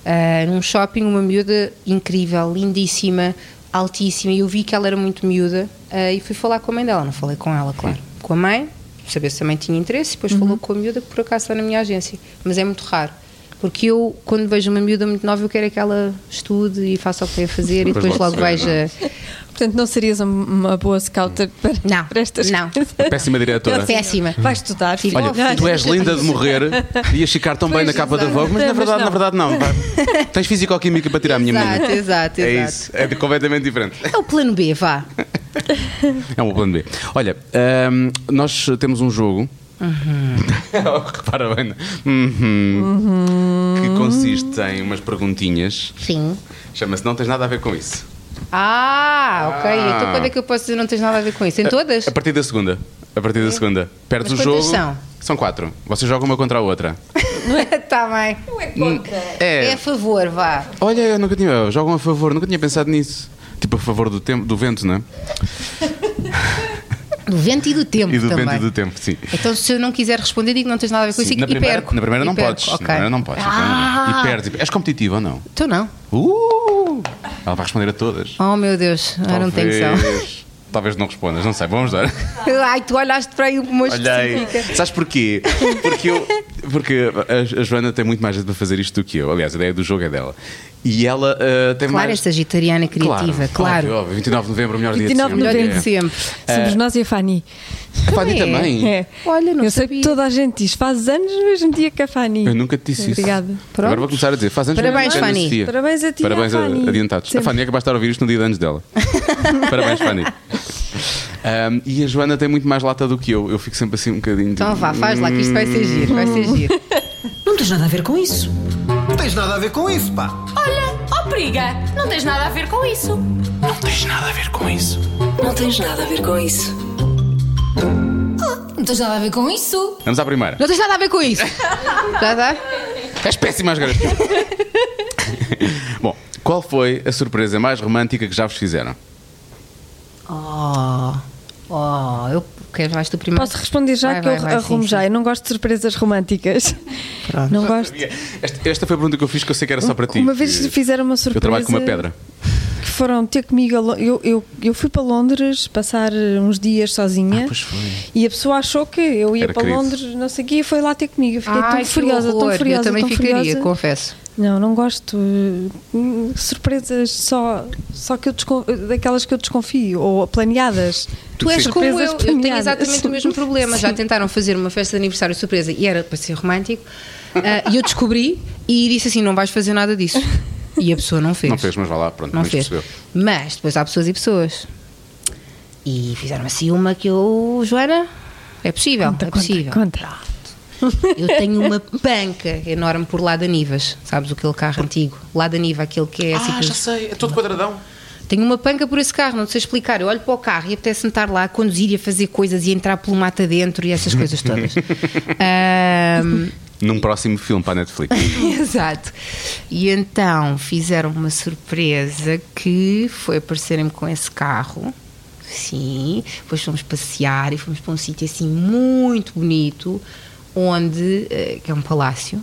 [SPEAKER 4] ah, num shopping, uma miúda incrível, lindíssima, altíssima, e eu vi que ela era muito miúda ah, e fui falar com a mãe dela, não falei com ela, claro, com a mãe, saber se a mãe tinha interesse, e depois falou com a miúda que por acaso está na minha agência, mas é muito raro. Porque eu, quando vejo uma miúda muito nova, eu quero é que ela estude e faça o que tem a fazer e
[SPEAKER 2] Depois
[SPEAKER 4] depois
[SPEAKER 2] logo
[SPEAKER 4] logo
[SPEAKER 2] se vê, é?
[SPEAKER 4] veja.
[SPEAKER 3] Portanto, não serias um- uma boa scouter para,
[SPEAKER 4] Não,
[SPEAKER 3] para estas
[SPEAKER 4] não.
[SPEAKER 3] coisas? *laughs*
[SPEAKER 2] Péssima diretora.
[SPEAKER 4] Péssima.
[SPEAKER 3] Vai estudar, filho.
[SPEAKER 2] Olha, tu és linda de
[SPEAKER 4] *laughs*
[SPEAKER 2] morrer, ias ficar tão bem
[SPEAKER 4] Pois,
[SPEAKER 2] na capa da
[SPEAKER 4] exato.
[SPEAKER 2] Vogue, mas na
[SPEAKER 3] Mas
[SPEAKER 2] verdade,
[SPEAKER 3] não.
[SPEAKER 2] na verdade não.
[SPEAKER 4] *laughs*
[SPEAKER 2] Vai. Tens fisicoquímica para tirar a minha
[SPEAKER 4] Exato,
[SPEAKER 2] menina.
[SPEAKER 4] exato,
[SPEAKER 2] É
[SPEAKER 4] exato.
[SPEAKER 2] isso, é de- completamente diferente.
[SPEAKER 4] É o plano B, vá.
[SPEAKER 2] *laughs* É um bom plano B. Olha, hum, nós temos um jogo. *laughs* Repara bem. uhum, Que consiste em umas perguntinhas.
[SPEAKER 4] Sim.
[SPEAKER 2] Chama-se Não Tens Nada a Ver com Isso.
[SPEAKER 4] Ah, ok.
[SPEAKER 2] Ah. É,
[SPEAKER 4] Então quando é que eu posso dizer não tens nada a ver com isso? Em todas? *laughs*
[SPEAKER 2] A partir da segunda. A partir da segunda. Perdes
[SPEAKER 4] É. Mas
[SPEAKER 2] o jogo.
[SPEAKER 4] quantas são?
[SPEAKER 2] quatro. Vocês jogam uma contra a outra.
[SPEAKER 4] Está Tá bem. É a favor, vá.
[SPEAKER 2] Olha, eu nunca tinha. Jogam a favor, nunca tinha pensado nisso. Tipo a favor do tempo, do vento, não é?
[SPEAKER 4] Do vento e do tempo
[SPEAKER 2] E do
[SPEAKER 4] também.
[SPEAKER 2] vento e do tempo, sim.
[SPEAKER 4] Então se eu não quiser responder, digo não tens nada a ver com isso
[SPEAKER 2] Sim,
[SPEAKER 4] e-
[SPEAKER 2] na,
[SPEAKER 4] e
[SPEAKER 2] primeira,
[SPEAKER 4] perco.
[SPEAKER 2] na primeira
[SPEAKER 4] E
[SPEAKER 2] não
[SPEAKER 4] perco,
[SPEAKER 2] podes.
[SPEAKER 4] ok. Ah!
[SPEAKER 2] Na primeira não podes. na primeira não. é? E perdes. E- És competitiva ou não?
[SPEAKER 4] Então não.
[SPEAKER 2] Uh! Ela vai responder a todas.
[SPEAKER 4] Oh meu Deus, eu não tenho noção.
[SPEAKER 2] Talvez- Talvez não respondas, não sei. Vamos
[SPEAKER 4] *laughs*
[SPEAKER 2] dar.
[SPEAKER 4] Ai, tu olhaste para aí um uma
[SPEAKER 2] Olhei.
[SPEAKER 4] específica.
[SPEAKER 2] Sabes porquê? Porque, eu, porque a, a Joana tem muito mais jeito para fazer isto do que eu. Aliás, a ideia do jogo é dela. E ela ah, tem
[SPEAKER 4] Claro, é
[SPEAKER 2] mais.
[SPEAKER 4] sagitariana criativa, claro.
[SPEAKER 2] Óbvio, É. óbvio. 29 de novembro, melhor dia de
[SPEAKER 3] 29
[SPEAKER 2] sempre.
[SPEAKER 3] de
[SPEAKER 4] Melhor
[SPEAKER 3] novembro.
[SPEAKER 4] de sempre.
[SPEAKER 3] Somos nós e a Fanny.
[SPEAKER 2] A Fábio
[SPEAKER 4] Também é.
[SPEAKER 2] também.
[SPEAKER 3] É.
[SPEAKER 4] Olha, não
[SPEAKER 3] Eu sei
[SPEAKER 4] sabia.
[SPEAKER 3] que toda a gente diz, faz anos no mesmo dia que a Fanny.
[SPEAKER 2] Eu nunca te disse
[SPEAKER 3] Obrigada.
[SPEAKER 2] isso.
[SPEAKER 4] Pronto.
[SPEAKER 2] Agora vou começar a dizer. Faz anos
[SPEAKER 4] Parabéns,
[SPEAKER 2] que eu não
[SPEAKER 4] Fanny.
[SPEAKER 2] tenho esse dia.
[SPEAKER 3] Parabéns a ti,
[SPEAKER 2] Parabéns
[SPEAKER 3] à Fanny.
[SPEAKER 2] adiantados. A
[SPEAKER 3] Sempre.
[SPEAKER 2] Fanny é capaz de estar a ouvir isto no dia de anos
[SPEAKER 3] *laughs*
[SPEAKER 2] dela. Parabéns, Fanny. Ahm, e a Joana tem muito mais lata do que eu. Eu fico sempre assim um bocadinho.
[SPEAKER 4] Então vá, faz lá que isto vai ser giro, vai ser
[SPEAKER 2] Hum.
[SPEAKER 4] giro.
[SPEAKER 1] Não tens nada a ver com isso.
[SPEAKER 6] Não tens nada a ver com isso, pá.
[SPEAKER 7] Olha, ó periga, não tens nada a ver com isso.
[SPEAKER 1] Não tens nada a ver com isso.
[SPEAKER 7] Não tens nada a ver com isso.
[SPEAKER 2] Vamos à primeira.
[SPEAKER 4] Não tens nada a ver com *laughs* isso. Já tá? dá?
[SPEAKER 2] És péssima às garotas.
[SPEAKER 3] *laughs*
[SPEAKER 2] Bom, qual foi a surpresa mais romântica que já vos fizeram?
[SPEAKER 4] Oh, oh, eu quero mais tu primeiro.
[SPEAKER 3] Posso responder já
[SPEAKER 4] Vai,
[SPEAKER 3] que
[SPEAKER 4] vai,
[SPEAKER 3] eu
[SPEAKER 4] vai,
[SPEAKER 3] arrumo
[SPEAKER 4] sim,
[SPEAKER 3] já.
[SPEAKER 4] sim.
[SPEAKER 3] Eu não gosto de surpresas românticas. Não gosto.
[SPEAKER 2] Esta, esta foi a pergunta que eu fiz que eu sei que era só para ti.
[SPEAKER 3] Uma vez
[SPEAKER 2] que
[SPEAKER 3] fizeram uma
[SPEAKER 2] Eu trabalho com uma
[SPEAKER 3] surpresa.
[SPEAKER 2] pedra.
[SPEAKER 3] que foram ter comigo. a Lo- Eu, eu, eu fui para Londres passar eh, uns dias sozinha.
[SPEAKER 2] Ah, pois foi.
[SPEAKER 3] E a pessoa achou que eu ia
[SPEAKER 2] Era
[SPEAKER 3] para
[SPEAKER 2] querido.
[SPEAKER 3] Londres, não sei o quê, e foi lá ter comigo. Eu fiquei
[SPEAKER 4] Ai,
[SPEAKER 3] tão
[SPEAKER 4] que
[SPEAKER 3] furiosa,
[SPEAKER 4] horror.
[SPEAKER 3] tão furiosa.
[SPEAKER 4] Eu também
[SPEAKER 3] tão
[SPEAKER 4] ficaria,
[SPEAKER 3] furiosa.
[SPEAKER 4] confesso.
[SPEAKER 3] Não, não gosto. Hum, Surpresas só, só que eu descon... daquelas que eu desconfio, ou planeadas.
[SPEAKER 4] Tu és
[SPEAKER 3] Sim.
[SPEAKER 4] como eu,
[SPEAKER 3] Surpresas
[SPEAKER 4] eu tenho
[SPEAKER 3] planeadas.
[SPEAKER 4] exatamente o mesmo problema. Já
[SPEAKER 3] Sim.
[SPEAKER 4] tentaram fazer uma festa de aniversário surpresa e era para ser romântico. ah, E eu descobri e disse assim: não vais fazer nada disso. E a pessoa não fez.
[SPEAKER 2] Não fez, mas vá lá, pronto,
[SPEAKER 4] Não
[SPEAKER 2] mas
[SPEAKER 4] fez.
[SPEAKER 2] percebeu.
[SPEAKER 4] Mas depois há pessoas e pessoas. E fizeram assim uma que eu, Joana, é possível, é possível.
[SPEAKER 3] Conta, conta.
[SPEAKER 4] Eu tenho uma banca enorme por lá da Nivas, sabes aquele carro antigo? Lá da Niva, aquele que é assim. que-
[SPEAKER 2] sei, é todo quadradão.
[SPEAKER 4] Tenho uma panca por esse carro, não sei explicar. Eu olho para o carro e apetece-me estar lá a conduzir e a fazer coisas e a entrar pelo mato dentro e essas coisas todas.
[SPEAKER 2] *laughs*
[SPEAKER 4] Ahm,
[SPEAKER 2] Num próximo filme para a
[SPEAKER 3] *laughs*
[SPEAKER 2] Netflix.
[SPEAKER 4] Exato. E então fizeram uma surpresa que foi aparecerem-me com esse carro. Sim, depois fomos passear e fomos para um sítio assim muito bonito. onde, eh, que é um palácio,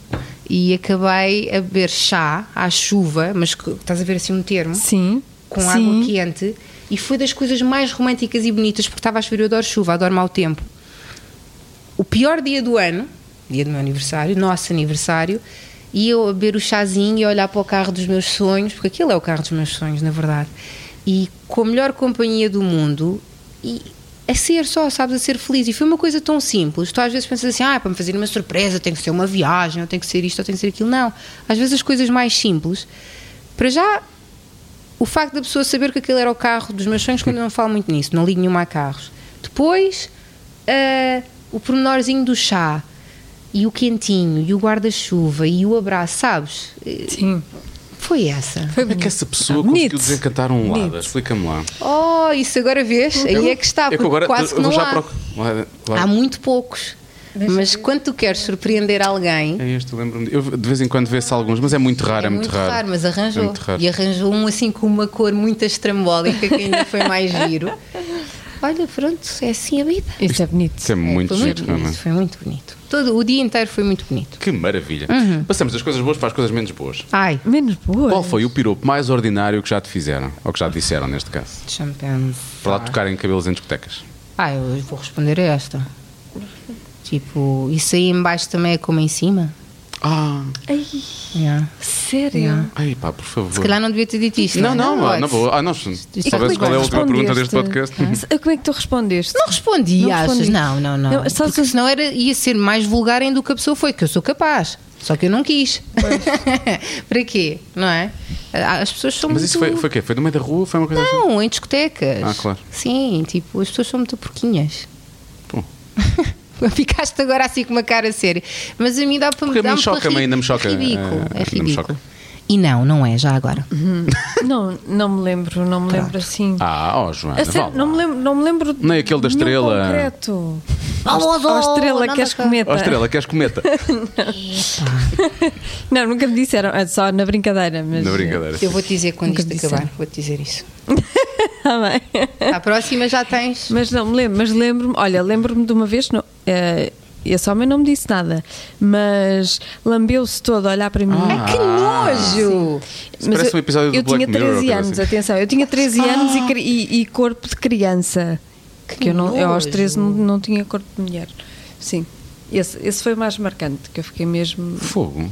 [SPEAKER 4] e acabei a beber chá à chuva, mas que- estás a ver assim um termo?
[SPEAKER 3] Sim.
[SPEAKER 4] com
[SPEAKER 3] sim.
[SPEAKER 4] água quente e foi das coisas mais românticas e bonitas porque estava a chover, eu adoro chuva, adoro mau tempo. O pior dia do ano, dia do meu aniversário, nosso aniversário, e eu a beber o chazinho e a olhar para o carro dos meus sonhos, porque aquilo é o carro dos meus sonhos, na verdade, e com a melhor companhia do mundo e a ser só, sabes, a ser feliz. E foi uma coisa tão simples. Tu às vezes pensas assim, ah, para me fazer uma surpresa tem que ser uma viagem, ou tem que ser isto, ou tem que ser aquilo. Não. Às vezes as coisas mais simples, para já o facto da pessoa saber que aquele era o carro dos meus sonhos, quando eu não falo muito nisso, não ligo nenhuma a carros. Depois, ah, o pormenorzinho do chá, e o quentinho, e o guarda-chuva, e o abraço, sabes? Eh,
[SPEAKER 3] Sim.
[SPEAKER 4] Foi essa.
[SPEAKER 2] Como é que essa pessoa
[SPEAKER 3] Ah,
[SPEAKER 2] conseguiu
[SPEAKER 3] bonito.
[SPEAKER 2] desencantar um lado?
[SPEAKER 3] Bonito.
[SPEAKER 2] Explica-me lá.
[SPEAKER 4] Oh, isso agora vês? Aí é que está, porque quase que
[SPEAKER 2] eu
[SPEAKER 4] não
[SPEAKER 2] vou já
[SPEAKER 4] há.
[SPEAKER 2] procurar.
[SPEAKER 4] Há muito poucos. Mas quando tu queres surpreender alguém,
[SPEAKER 2] É este, eu lembro-me. de- Eu de vez em quando vejo alguns, mas é muito raro, é, muito, raro.
[SPEAKER 4] mas arranjou.
[SPEAKER 2] É muito raro.
[SPEAKER 4] E arranjou um assim com uma cor muito estrambólica que ainda foi mais giro.
[SPEAKER 2] *laughs*
[SPEAKER 4] Olha, pronto, é assim a vida.
[SPEAKER 3] Isso é bonito.
[SPEAKER 2] Isso é muito
[SPEAKER 4] foi
[SPEAKER 2] giro,
[SPEAKER 4] muito
[SPEAKER 2] não é?
[SPEAKER 4] bonito, foi muito bonito. Todo, o dia inteiro foi muito bonito.
[SPEAKER 2] Que maravilha. Passamos das coisas boas para as coisas menos boas.
[SPEAKER 4] Ai,
[SPEAKER 3] Menos boa.
[SPEAKER 2] Qual foi o piropo mais ordinário que já te fizeram? Ou que já te disseram, neste caso?
[SPEAKER 4] deixa-me pensar.
[SPEAKER 2] Para lá tocarem cabelos em discotecas.
[SPEAKER 4] Ah, eu vou responder a esta. Tipo, isso aí em baixo também é como em cima?
[SPEAKER 2] Ah,
[SPEAKER 4] Yeah.
[SPEAKER 3] Sério?
[SPEAKER 2] ai pá, por favor.
[SPEAKER 4] Se calhar não devia ter dito isto. né?
[SPEAKER 2] Não, não,
[SPEAKER 4] não,
[SPEAKER 2] ah, não vou. Ah, não, se
[SPEAKER 4] E
[SPEAKER 2] soubesse
[SPEAKER 4] como é
[SPEAKER 2] qual
[SPEAKER 4] que
[SPEAKER 2] é a última pergunta deste podcast.
[SPEAKER 3] Ah, Como é que tu respondeste?
[SPEAKER 4] Não respondi,
[SPEAKER 3] Não
[SPEAKER 4] achas?
[SPEAKER 3] respondi.
[SPEAKER 4] Não, não, não.
[SPEAKER 3] Não, só
[SPEAKER 4] Porque
[SPEAKER 3] se-
[SPEAKER 4] senão era, ia ser mais vulgar ainda do que a pessoa foi, que eu sou capaz. Só que eu não quis. *laughs* Para quê? Não é? As pessoas são
[SPEAKER 2] Mas
[SPEAKER 4] muito.
[SPEAKER 2] isso foi, foi o quê? Foi no meio da rua? Foi uma coisa assim?
[SPEAKER 4] Não, em discotecas.
[SPEAKER 2] Ah, claro.
[SPEAKER 4] Sim, tipo, as pessoas são muito porquinhas.
[SPEAKER 2] Pô.
[SPEAKER 4] *laughs* Ficaste agora assim com uma cara séria. Mas a mim dá para
[SPEAKER 2] Porque a mim
[SPEAKER 4] dá-me para
[SPEAKER 2] choca-me,
[SPEAKER 4] ri-
[SPEAKER 2] ainda me choca,
[SPEAKER 4] Ridículo,
[SPEAKER 2] eh,
[SPEAKER 4] é
[SPEAKER 2] ainda me choca.
[SPEAKER 4] ridículo. E não, não é, já agora.
[SPEAKER 3] Não, não me lembro, não me lembro assim.
[SPEAKER 2] Ah, ó, Joana,
[SPEAKER 3] A sério,
[SPEAKER 2] vá lá.
[SPEAKER 3] não me lembro, não me lembro.
[SPEAKER 2] Nem aquele da
[SPEAKER 3] nenhum
[SPEAKER 2] estrela.
[SPEAKER 3] Concreto.
[SPEAKER 4] Vamos
[SPEAKER 3] Ó
[SPEAKER 4] ao-
[SPEAKER 3] estrela
[SPEAKER 4] nada
[SPEAKER 3] que és
[SPEAKER 4] cá.
[SPEAKER 3] cometa.
[SPEAKER 2] Ó, Estrela, queres *laughs* cometa?
[SPEAKER 3] Não, nunca me disseram, é só na brincadeira, mas.
[SPEAKER 2] Na brincadeira.
[SPEAKER 4] Eu vou-te dizer quando
[SPEAKER 3] Nunca
[SPEAKER 4] isto
[SPEAKER 3] disse.
[SPEAKER 4] acabar. Vou-te dizer isso.
[SPEAKER 3] Tá bem.
[SPEAKER 4] À próxima já tens.
[SPEAKER 3] Mas não me lembro, mas lembro-me, olha, lembro-me de uma vez, não, eh, esse homem não me disse nada, mas lambeu-se todo a olhar para mim.
[SPEAKER 2] Ah.
[SPEAKER 4] Que nojo!
[SPEAKER 2] Isso parece um episódio do
[SPEAKER 3] eu
[SPEAKER 2] Black
[SPEAKER 3] tinha
[SPEAKER 2] Mirror, ou coisa
[SPEAKER 3] anos,
[SPEAKER 2] assim.
[SPEAKER 3] atenção, eu tinha 13 anos e, cri- e- e corpo de criança. Que, eu, não, eu aos
[SPEAKER 4] nojo.
[SPEAKER 3] 13 não, não tinha corpo de mulher. Sim, esse, esse foi o mais marcante, que eu fiquei mesmo.
[SPEAKER 2] Fogo.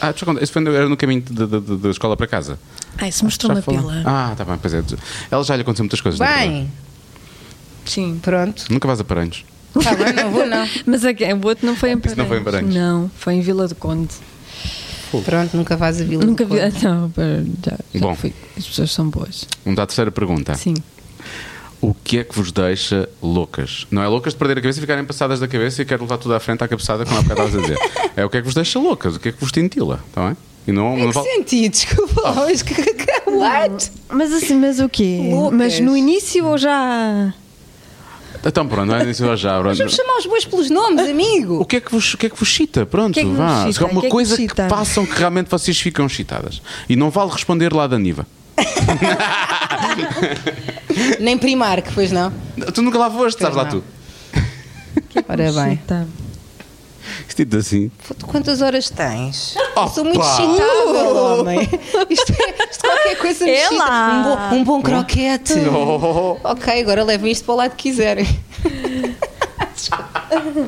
[SPEAKER 2] Ah, deixa eu contar. Isso foi, no- era no caminho da, da- da- da escola para casa.
[SPEAKER 3] Ai, se mostrou
[SPEAKER 2] Já
[SPEAKER 3] uma
[SPEAKER 2] falou?
[SPEAKER 3] pila.
[SPEAKER 2] Ah, tá bem, pois é. Ela já lhe aconteceu muitas coisas. na verdade.
[SPEAKER 4] Bem,
[SPEAKER 3] Sim.
[SPEAKER 4] pronto.
[SPEAKER 2] Nunca vais a Paranhos.
[SPEAKER 4] Está bem, não
[SPEAKER 2] *laughs*
[SPEAKER 4] vou não.
[SPEAKER 3] Mas aqui, o outro não foi em
[SPEAKER 2] Isso não foi em Paranhos.
[SPEAKER 3] Não, foi em Vila do Conde.
[SPEAKER 4] Pronto, nunca vais a Vila
[SPEAKER 3] Nunca
[SPEAKER 4] do
[SPEAKER 3] vi.
[SPEAKER 4] Conde.
[SPEAKER 3] Não, pera, já, já
[SPEAKER 2] Bom.
[SPEAKER 3] fui. As pessoas são boas.
[SPEAKER 2] Vamos à terceira pergunta.
[SPEAKER 3] Sim.
[SPEAKER 2] O que é que vos deixa loucas? Não é loucas de perder a cabeça e ficarem passadas da cabeça e quero levar tudo à frente à cabeçada, como há bocado estavas a
[SPEAKER 3] *laughs*
[SPEAKER 2] dizer. É o que é que vos deixa loucas, o que é que vos tintila, está bem? E
[SPEAKER 3] É
[SPEAKER 2] não, não
[SPEAKER 4] Que
[SPEAKER 2] vale-
[SPEAKER 4] sentido, desculpa. lá, Mas que, que- que- what?
[SPEAKER 3] Mas assim, mas o quê?
[SPEAKER 4] Loucas.
[SPEAKER 3] Mas no início ou já.
[SPEAKER 2] Então pronto, não é disso já. pronto.
[SPEAKER 4] Vamos chamar os bois pelos nomes,
[SPEAKER 2] O
[SPEAKER 4] amigo.
[SPEAKER 2] que é que vos, o que é que vos chita? Pronto,
[SPEAKER 3] que é que vos
[SPEAKER 2] vá.
[SPEAKER 3] chita?
[SPEAKER 2] Se há uma
[SPEAKER 3] O que é que
[SPEAKER 2] coisa
[SPEAKER 3] vos
[SPEAKER 2] que,
[SPEAKER 3] chita?
[SPEAKER 2] passam que realmente vocês ficam chitadas. E não vale responder lá da Niva.
[SPEAKER 4] Nem Primark, pois não?
[SPEAKER 2] Tu nunca lá foste, estás lá
[SPEAKER 4] não.
[SPEAKER 2] tu.
[SPEAKER 4] Ora bem.
[SPEAKER 3] Tá.
[SPEAKER 2] Isto dito assim.
[SPEAKER 4] Puto, Quantas horas tens?
[SPEAKER 2] Opa!
[SPEAKER 4] Sou muito excitável, homem. Isto, é, isto qualquer coisa me
[SPEAKER 3] É
[SPEAKER 4] excita.
[SPEAKER 3] lá.
[SPEAKER 4] Um bom, um bom croquete.
[SPEAKER 2] Oh,
[SPEAKER 4] Ok, agora levem isto para o lado que quiserem. *laughs*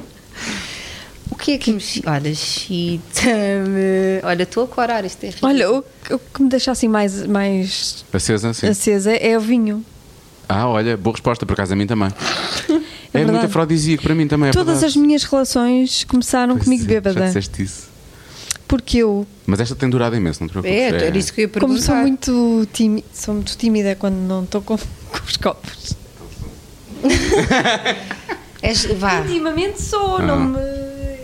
[SPEAKER 4] o que é que me chita? Olha, chita-me. Olha, estou a corar isto. É ridículo.
[SPEAKER 3] Olha, o, que- o que me deixa assim mais, mais
[SPEAKER 2] Acesa, sim.
[SPEAKER 3] acesa é o vinho.
[SPEAKER 2] Ah, olha, boa resposta, por acaso a mim também. É, muito
[SPEAKER 3] verdade.
[SPEAKER 2] afrodisíaco, para mim também é
[SPEAKER 3] Todas
[SPEAKER 2] verdade.
[SPEAKER 3] as minhas relações começaram
[SPEAKER 2] Pois
[SPEAKER 3] comigo
[SPEAKER 2] é, Já
[SPEAKER 3] bêbada.
[SPEAKER 2] disseste isso.
[SPEAKER 3] Porque eu,
[SPEAKER 2] Mas esta tem durado imenso, não te preocupes.
[SPEAKER 4] É, era isso que eu ia perguntar.
[SPEAKER 3] como sou muito tímida, sou muito tímida quando não estou com, *laughs* com os copos.
[SPEAKER 4] És, vá,
[SPEAKER 3] Intimamente
[SPEAKER 2] Ah.
[SPEAKER 3] sou, não me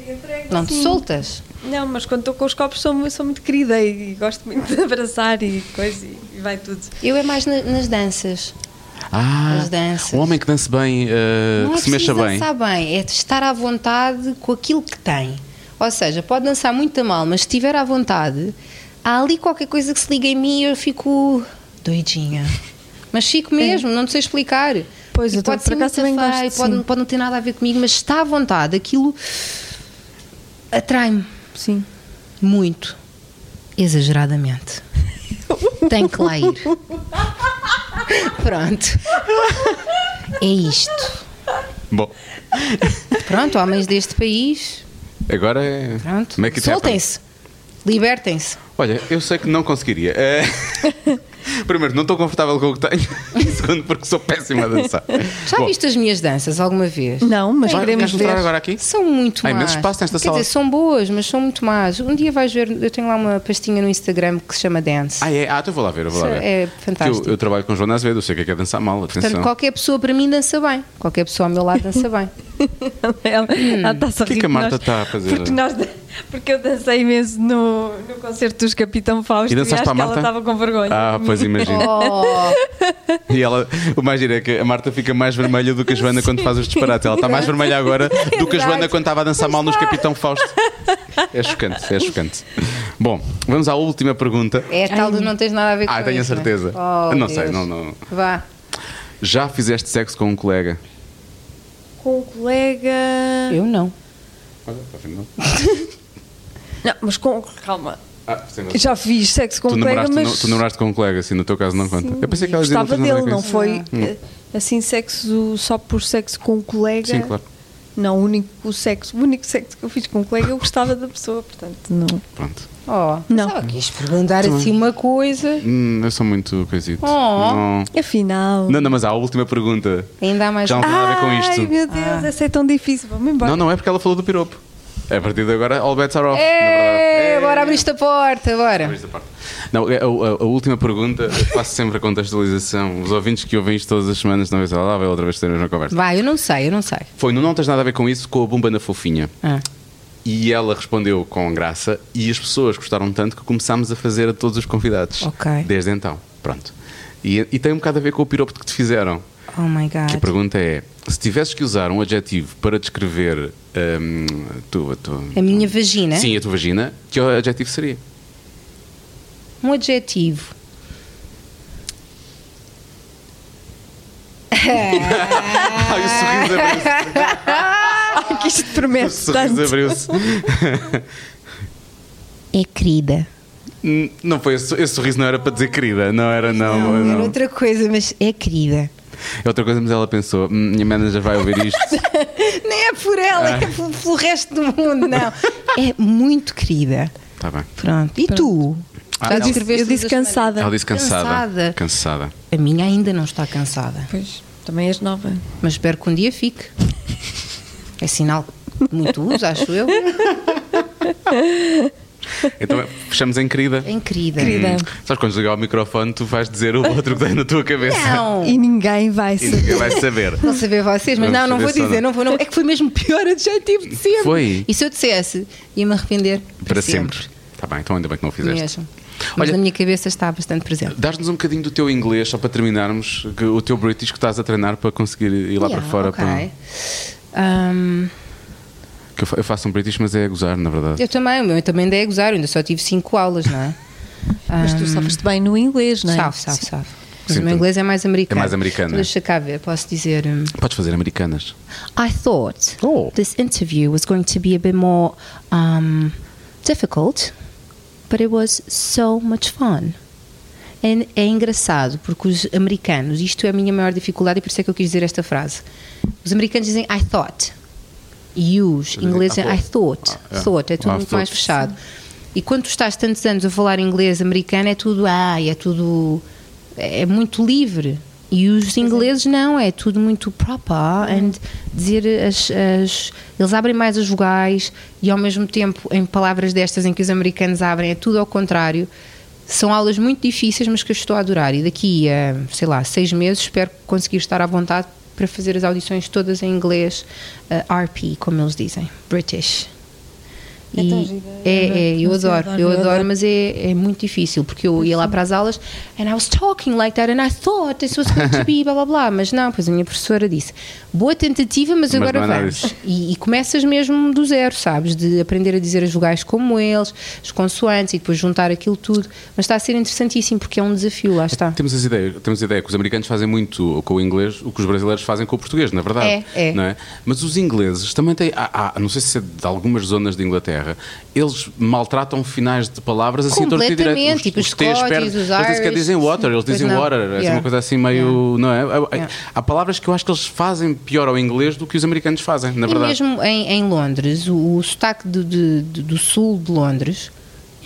[SPEAKER 3] entrego.
[SPEAKER 4] não te
[SPEAKER 3] assim.
[SPEAKER 4] soltas.
[SPEAKER 3] Não, mas quando estou com os copos sou, sou muito querida e, gosto muito de abraçar e coisa e, e vai tudo.
[SPEAKER 4] Eu é mais na- nas danças.
[SPEAKER 2] Ah,
[SPEAKER 4] As danças.
[SPEAKER 2] um homem que dance bem, eh,
[SPEAKER 4] não
[SPEAKER 2] que
[SPEAKER 4] é
[SPEAKER 2] se mexa
[SPEAKER 4] preciso
[SPEAKER 2] bem.
[SPEAKER 4] dançar bem, é de estar à vontade com aquilo que tem. Ou seja, pode dançar muito a mal, mas se estiver à vontade, há ali qualquer coisa que se liga em mim e eu fico doidinha. Mas fico mesmo, não sei explicar.
[SPEAKER 3] Pois,
[SPEAKER 4] E
[SPEAKER 3] eu tô-
[SPEAKER 4] pode
[SPEAKER 3] por
[SPEAKER 4] ser
[SPEAKER 3] acaso
[SPEAKER 4] muito
[SPEAKER 3] também gosto,
[SPEAKER 4] feio, pode,
[SPEAKER 3] sim.
[SPEAKER 4] pode não ter nada a ver comigo, mas está à vontade, aquilo Atrai-me
[SPEAKER 3] Sim.
[SPEAKER 4] muito,
[SPEAKER 3] *laughs*
[SPEAKER 4] exageradamente. Tem que lá ir. Pronto. É isto.
[SPEAKER 2] Bom,
[SPEAKER 4] Pronto, homens deste país,
[SPEAKER 2] agora é.
[SPEAKER 4] pronto.
[SPEAKER 2] Make it happen.
[SPEAKER 4] Soltem-se. Libertem-se.
[SPEAKER 2] Olha, eu sei que não conseguiria. Eh, *laughs* Primeiro, não estou confortável com o que tenho. *laughs* E segundo, porque sou péssima a dançar.
[SPEAKER 4] *laughs* Já
[SPEAKER 2] Bom,
[SPEAKER 4] viste é as minhas danças alguma vez?
[SPEAKER 3] Não, mas
[SPEAKER 2] vai-
[SPEAKER 3] queremos
[SPEAKER 2] queres mostrar
[SPEAKER 3] ver.
[SPEAKER 2] agora aqui?
[SPEAKER 4] São muito
[SPEAKER 2] Há
[SPEAKER 4] más.
[SPEAKER 2] imenso espaço nesta
[SPEAKER 4] Quer
[SPEAKER 2] sala.
[SPEAKER 4] dizer, são boas, mas são muito más. Um dia vais ver, eu tenho lá uma pastinha no Instagram que se chama Dance.
[SPEAKER 2] Ah, é? Ah, então eu vou lá ver, eu vou lá
[SPEAKER 4] Isso
[SPEAKER 2] ver.
[SPEAKER 4] é
[SPEAKER 2] Porque
[SPEAKER 4] fantástico.
[SPEAKER 2] Eu, eu trabalho com o Joana Azevedo, eu sei o que é, que é dançar mal, atenção.
[SPEAKER 4] Portanto, qualquer pessoa para mim dança bem. Qualquer pessoa ao meu lado dança bem.
[SPEAKER 3] *laughs* Ela tá está só
[SPEAKER 2] O
[SPEAKER 4] tipo
[SPEAKER 2] que é que a Marta está a fazer? né?
[SPEAKER 3] Porque, nós, porque eu dancei imenso no, no concerto dos Capitão Fausto
[SPEAKER 2] E
[SPEAKER 3] e,
[SPEAKER 2] dançaste
[SPEAKER 3] acho
[SPEAKER 2] para a
[SPEAKER 3] que ela
[SPEAKER 2] Marta?
[SPEAKER 3] estava com vergonha. *laughs*
[SPEAKER 2] Ah, pois imagino.
[SPEAKER 4] Oh,
[SPEAKER 2] E ela, o mais giro é que a Marta fica mais vermelha do que a Joana quando faz os disparates. Ela está mais vermelha agora do que a Joana quando estava a dançar mal nos Capitão Fausto. É chocante, é chocante. Bom, vamos à última pergunta.
[SPEAKER 4] é tal do não tens nada a ver com
[SPEAKER 2] Ah, tenho a
[SPEAKER 4] isso, é?
[SPEAKER 2] certeza.
[SPEAKER 4] Oh,
[SPEAKER 2] Não sei,
[SPEAKER 4] Deus.
[SPEAKER 2] não- não-
[SPEAKER 4] Vá.
[SPEAKER 2] Já fizeste sexo com um colega?
[SPEAKER 3] Com um colega.
[SPEAKER 4] Eu não.
[SPEAKER 2] Olha, está vendo? não?
[SPEAKER 3] Não, mas com. Calma.
[SPEAKER 2] Ah, sem razão.
[SPEAKER 3] Já fiz sexo com
[SPEAKER 2] tu
[SPEAKER 3] um colega,
[SPEAKER 2] namoraste,
[SPEAKER 3] mas.
[SPEAKER 2] tu namoraste com um colega, assim, no teu caso não conta. eu pensei
[SPEAKER 3] e
[SPEAKER 2] que ela dizia
[SPEAKER 3] gostava
[SPEAKER 2] não tens nada a ver
[SPEAKER 3] dele,
[SPEAKER 2] com
[SPEAKER 3] não
[SPEAKER 2] isso. Hum.
[SPEAKER 3] foi eh, assim sexo só por sexo com um colega.
[SPEAKER 2] Sim, claro.
[SPEAKER 3] Não, o único sexo, o único sexo que eu fiz com um colega, eu gostava da pessoa, portanto, não.
[SPEAKER 2] Pronto.
[SPEAKER 4] Oh,
[SPEAKER 3] Não.
[SPEAKER 4] Só quis perguntar assim uma coisa.
[SPEAKER 2] Hum, eu sou muito coisito.
[SPEAKER 4] Oh.
[SPEAKER 2] Não.
[SPEAKER 3] Afinal.
[SPEAKER 2] não, não, mas há a última pergunta.
[SPEAKER 4] Ainda há mais.
[SPEAKER 2] Já não tem nada a ver com isto.
[SPEAKER 3] Ai meu Deus, essa é tão difícil. Vamos embora.
[SPEAKER 2] Não, não é porque ela falou do piropo. A partir de agora, all bets are off. na verdade.
[SPEAKER 4] É,
[SPEAKER 2] É.
[SPEAKER 4] bora abriste a porta, bora.
[SPEAKER 2] Abriste a porta. Não, é, a, a- a última pergunta, eu faço sempre a contextualização. Os ouvintes que ouvem isto todas as semanas, não vez lá vai outra vez ter a mesma conversa.
[SPEAKER 4] Vai, eu não sei, eu não sei.
[SPEAKER 2] Foi, não, não tens nada a ver com isso, com a bomba na fofinha.
[SPEAKER 4] Ah.
[SPEAKER 2] E ela respondeu com graça e as pessoas gostaram tanto que começámos a fazer a todos os convidados.
[SPEAKER 5] Ok.
[SPEAKER 2] Desde então, pronto. E, e tem um bocado a ver com o piropo que te fizeram.
[SPEAKER 5] Oh my
[SPEAKER 2] Que a
[SPEAKER 5] god.
[SPEAKER 2] pergunta é, se tivesses que usar um adjetivo para descrever hum, a tua- a tua,
[SPEAKER 4] A minha vagina.
[SPEAKER 2] Sim, a tua vagina, que adjetivo seria?
[SPEAKER 4] Um adjetivo. Ah,
[SPEAKER 2] Ai, o sorriso abriu-se.
[SPEAKER 3] que isto
[SPEAKER 2] O
[SPEAKER 3] promete
[SPEAKER 2] sorriso
[SPEAKER 3] tanto.
[SPEAKER 2] abriu-se.
[SPEAKER 4] É querida.
[SPEAKER 2] Hum, Não foi, esse esse sorriso não era para dizer querida, não era, não.
[SPEAKER 5] Era
[SPEAKER 2] não.
[SPEAKER 5] outra coisa, mas é querida.
[SPEAKER 2] É outra coisa, mas ela pensou, "Hum, minha manager vai ouvir
[SPEAKER 4] *laughs*
[SPEAKER 2] isto.
[SPEAKER 5] Nem é por ela,
[SPEAKER 2] Ah.
[SPEAKER 5] é pelo, pelo resto do mundo,
[SPEAKER 2] *laughs*
[SPEAKER 5] não. é muito querida.
[SPEAKER 2] Está Tá bem.
[SPEAKER 5] Pronto. E tu?
[SPEAKER 2] Ah,
[SPEAKER 4] Já
[SPEAKER 2] ela,
[SPEAKER 4] descreveste
[SPEAKER 3] Eu disse
[SPEAKER 4] todas as
[SPEAKER 3] cansada.
[SPEAKER 2] ela disse cansada.
[SPEAKER 4] Cansada.
[SPEAKER 2] Cansada.
[SPEAKER 4] maneiras. A minha ainda não está cansada,
[SPEAKER 3] Pois, também és nova.
[SPEAKER 4] mas espero que um
[SPEAKER 2] *laughs*
[SPEAKER 4] dia fique. É sinal de muito uso, acho eu.
[SPEAKER 2] Então fechamos em querida. Hum.
[SPEAKER 4] Bem É querida.
[SPEAKER 3] Querida.
[SPEAKER 2] Sabes quando ligar o microfone, tu vais dizer o outro que tem na tua cabeça.
[SPEAKER 4] Não.
[SPEAKER 3] E ninguém vai
[SPEAKER 2] E
[SPEAKER 3] saber.
[SPEAKER 2] ninguém vai saber.
[SPEAKER 4] Não saber vocês, mas
[SPEAKER 2] Vamos
[SPEAKER 4] não, não
[SPEAKER 2] saber
[SPEAKER 4] vou
[SPEAKER 2] só
[SPEAKER 4] dizer,
[SPEAKER 2] não.
[SPEAKER 4] não vou, não. É que foi mesmo o pior adjetivo de sempre.
[SPEAKER 2] Foi.
[SPEAKER 4] E se eu dissesse, ia-me arrepender para,
[SPEAKER 2] Para sempre. Está bem, então ainda bem que não o fizeste.
[SPEAKER 4] Mesmo. Mas
[SPEAKER 2] Olha-
[SPEAKER 4] na minha cabeça está bastante presente.
[SPEAKER 2] Dás-nos um bocadinho do teu inglês, só para terminarmos, que- o teu British que estás a treinar para conseguir ir lá para
[SPEAKER 4] Yeah,
[SPEAKER 2] fora.
[SPEAKER 4] ok.
[SPEAKER 2] para-
[SPEAKER 4] Ahm,
[SPEAKER 2] Que eu fa- eu faço um British, mas é a gozar, na verdade.
[SPEAKER 4] eu também, o meu também dei a gozar, eu ainda só tive cinco aulas, não é?
[SPEAKER 3] *laughs* Mas tu safas-te bem no inglês, não é?
[SPEAKER 4] Salve, salve, salve. Mas
[SPEAKER 2] Sim,
[SPEAKER 4] o meu
[SPEAKER 2] tu-
[SPEAKER 4] inglês é mais americano.
[SPEAKER 2] é mais americano,
[SPEAKER 4] Então
[SPEAKER 2] é?
[SPEAKER 4] Deixa cá ver, posso dizer. hum,
[SPEAKER 2] Podes fazer americanas.
[SPEAKER 4] I thought
[SPEAKER 2] Oh.
[SPEAKER 4] this interview was going to be a bit more um, difficult, but it was so much fun. É, é engraçado porque os americanos, isto é a minha maior dificuldade e por isso é que eu quis dizer esta frase. Os americanos dizem I thought. E os
[SPEAKER 2] Eles
[SPEAKER 4] ingleses
[SPEAKER 2] dizem,
[SPEAKER 4] dizem
[SPEAKER 2] "I
[SPEAKER 4] I
[SPEAKER 2] thought."
[SPEAKER 4] thought.
[SPEAKER 2] Ah, é.
[SPEAKER 4] Thought, é tudo
[SPEAKER 2] Ah,
[SPEAKER 4] muito
[SPEAKER 2] thought.
[SPEAKER 4] mais fechado. E quando tu estás tantos anos a falar inglês americano, é tudo ai, é tudo. é muito livre. E os ingleses não, é tudo muito proper and dizer as, as- Eles abrem mais as vogais e ao mesmo tempo, em palavras destas em que os americanos abrem, é tudo ao contrário. São aulas muito difíceis, mas que eu estou a adorar. E daqui a, sei lá, seis meses, espero conseguir estar à vontade para fazer as audições todas em inglês, eh, RP, como eles dizem, British.
[SPEAKER 3] É tão
[SPEAKER 4] E
[SPEAKER 3] gira,
[SPEAKER 4] é,
[SPEAKER 3] não é?
[SPEAKER 4] é, eu
[SPEAKER 3] Mas
[SPEAKER 4] adoro, eu adoro, mas é, é muito difícil, porque eu ia lá para as aulas and I was talking like that and I thought this was going to be blá blá blá, mas não, pois a minha professora disse, boa tentativa, mas,
[SPEAKER 2] Mas
[SPEAKER 4] agora
[SPEAKER 2] não é nada
[SPEAKER 4] vamos.
[SPEAKER 2] disso.
[SPEAKER 4] E, e começas mesmo do zero, sabes, de aprender a dizer as vogais como eles, as consoantes e depois juntar aquilo tudo, mas está a ser interessantíssimo porque é um desafio, lá está.
[SPEAKER 2] Temos, as ideias, temos a ideia que os americanos fazem muito com o inglês o que os brasileiros fazem com o português, na verdade.
[SPEAKER 4] É, é.
[SPEAKER 2] Não é? Mas os ingleses também têm. há- há- não sei se é de algumas zonas de Inglaterra, Inglaterra, eles maltratam finais de palavras assim a torto e direito.
[SPEAKER 4] Completamente, tipo os Scots, os
[SPEAKER 2] eles nem sequer
[SPEAKER 4] Irish,
[SPEAKER 2] dizem water, eles
[SPEAKER 4] pois
[SPEAKER 2] dizem
[SPEAKER 4] não.
[SPEAKER 2] water, é assim,
[SPEAKER 4] Yeah.
[SPEAKER 2] uma coisa assim meio. Não é? Há- Há palavras que eu acho que eles fazem pior ao inglês do que os americanos fazem, na
[SPEAKER 4] E
[SPEAKER 2] verdade.
[SPEAKER 4] mesmo em, em Londres, o, o sotaque do, de- de- do sul de Londres,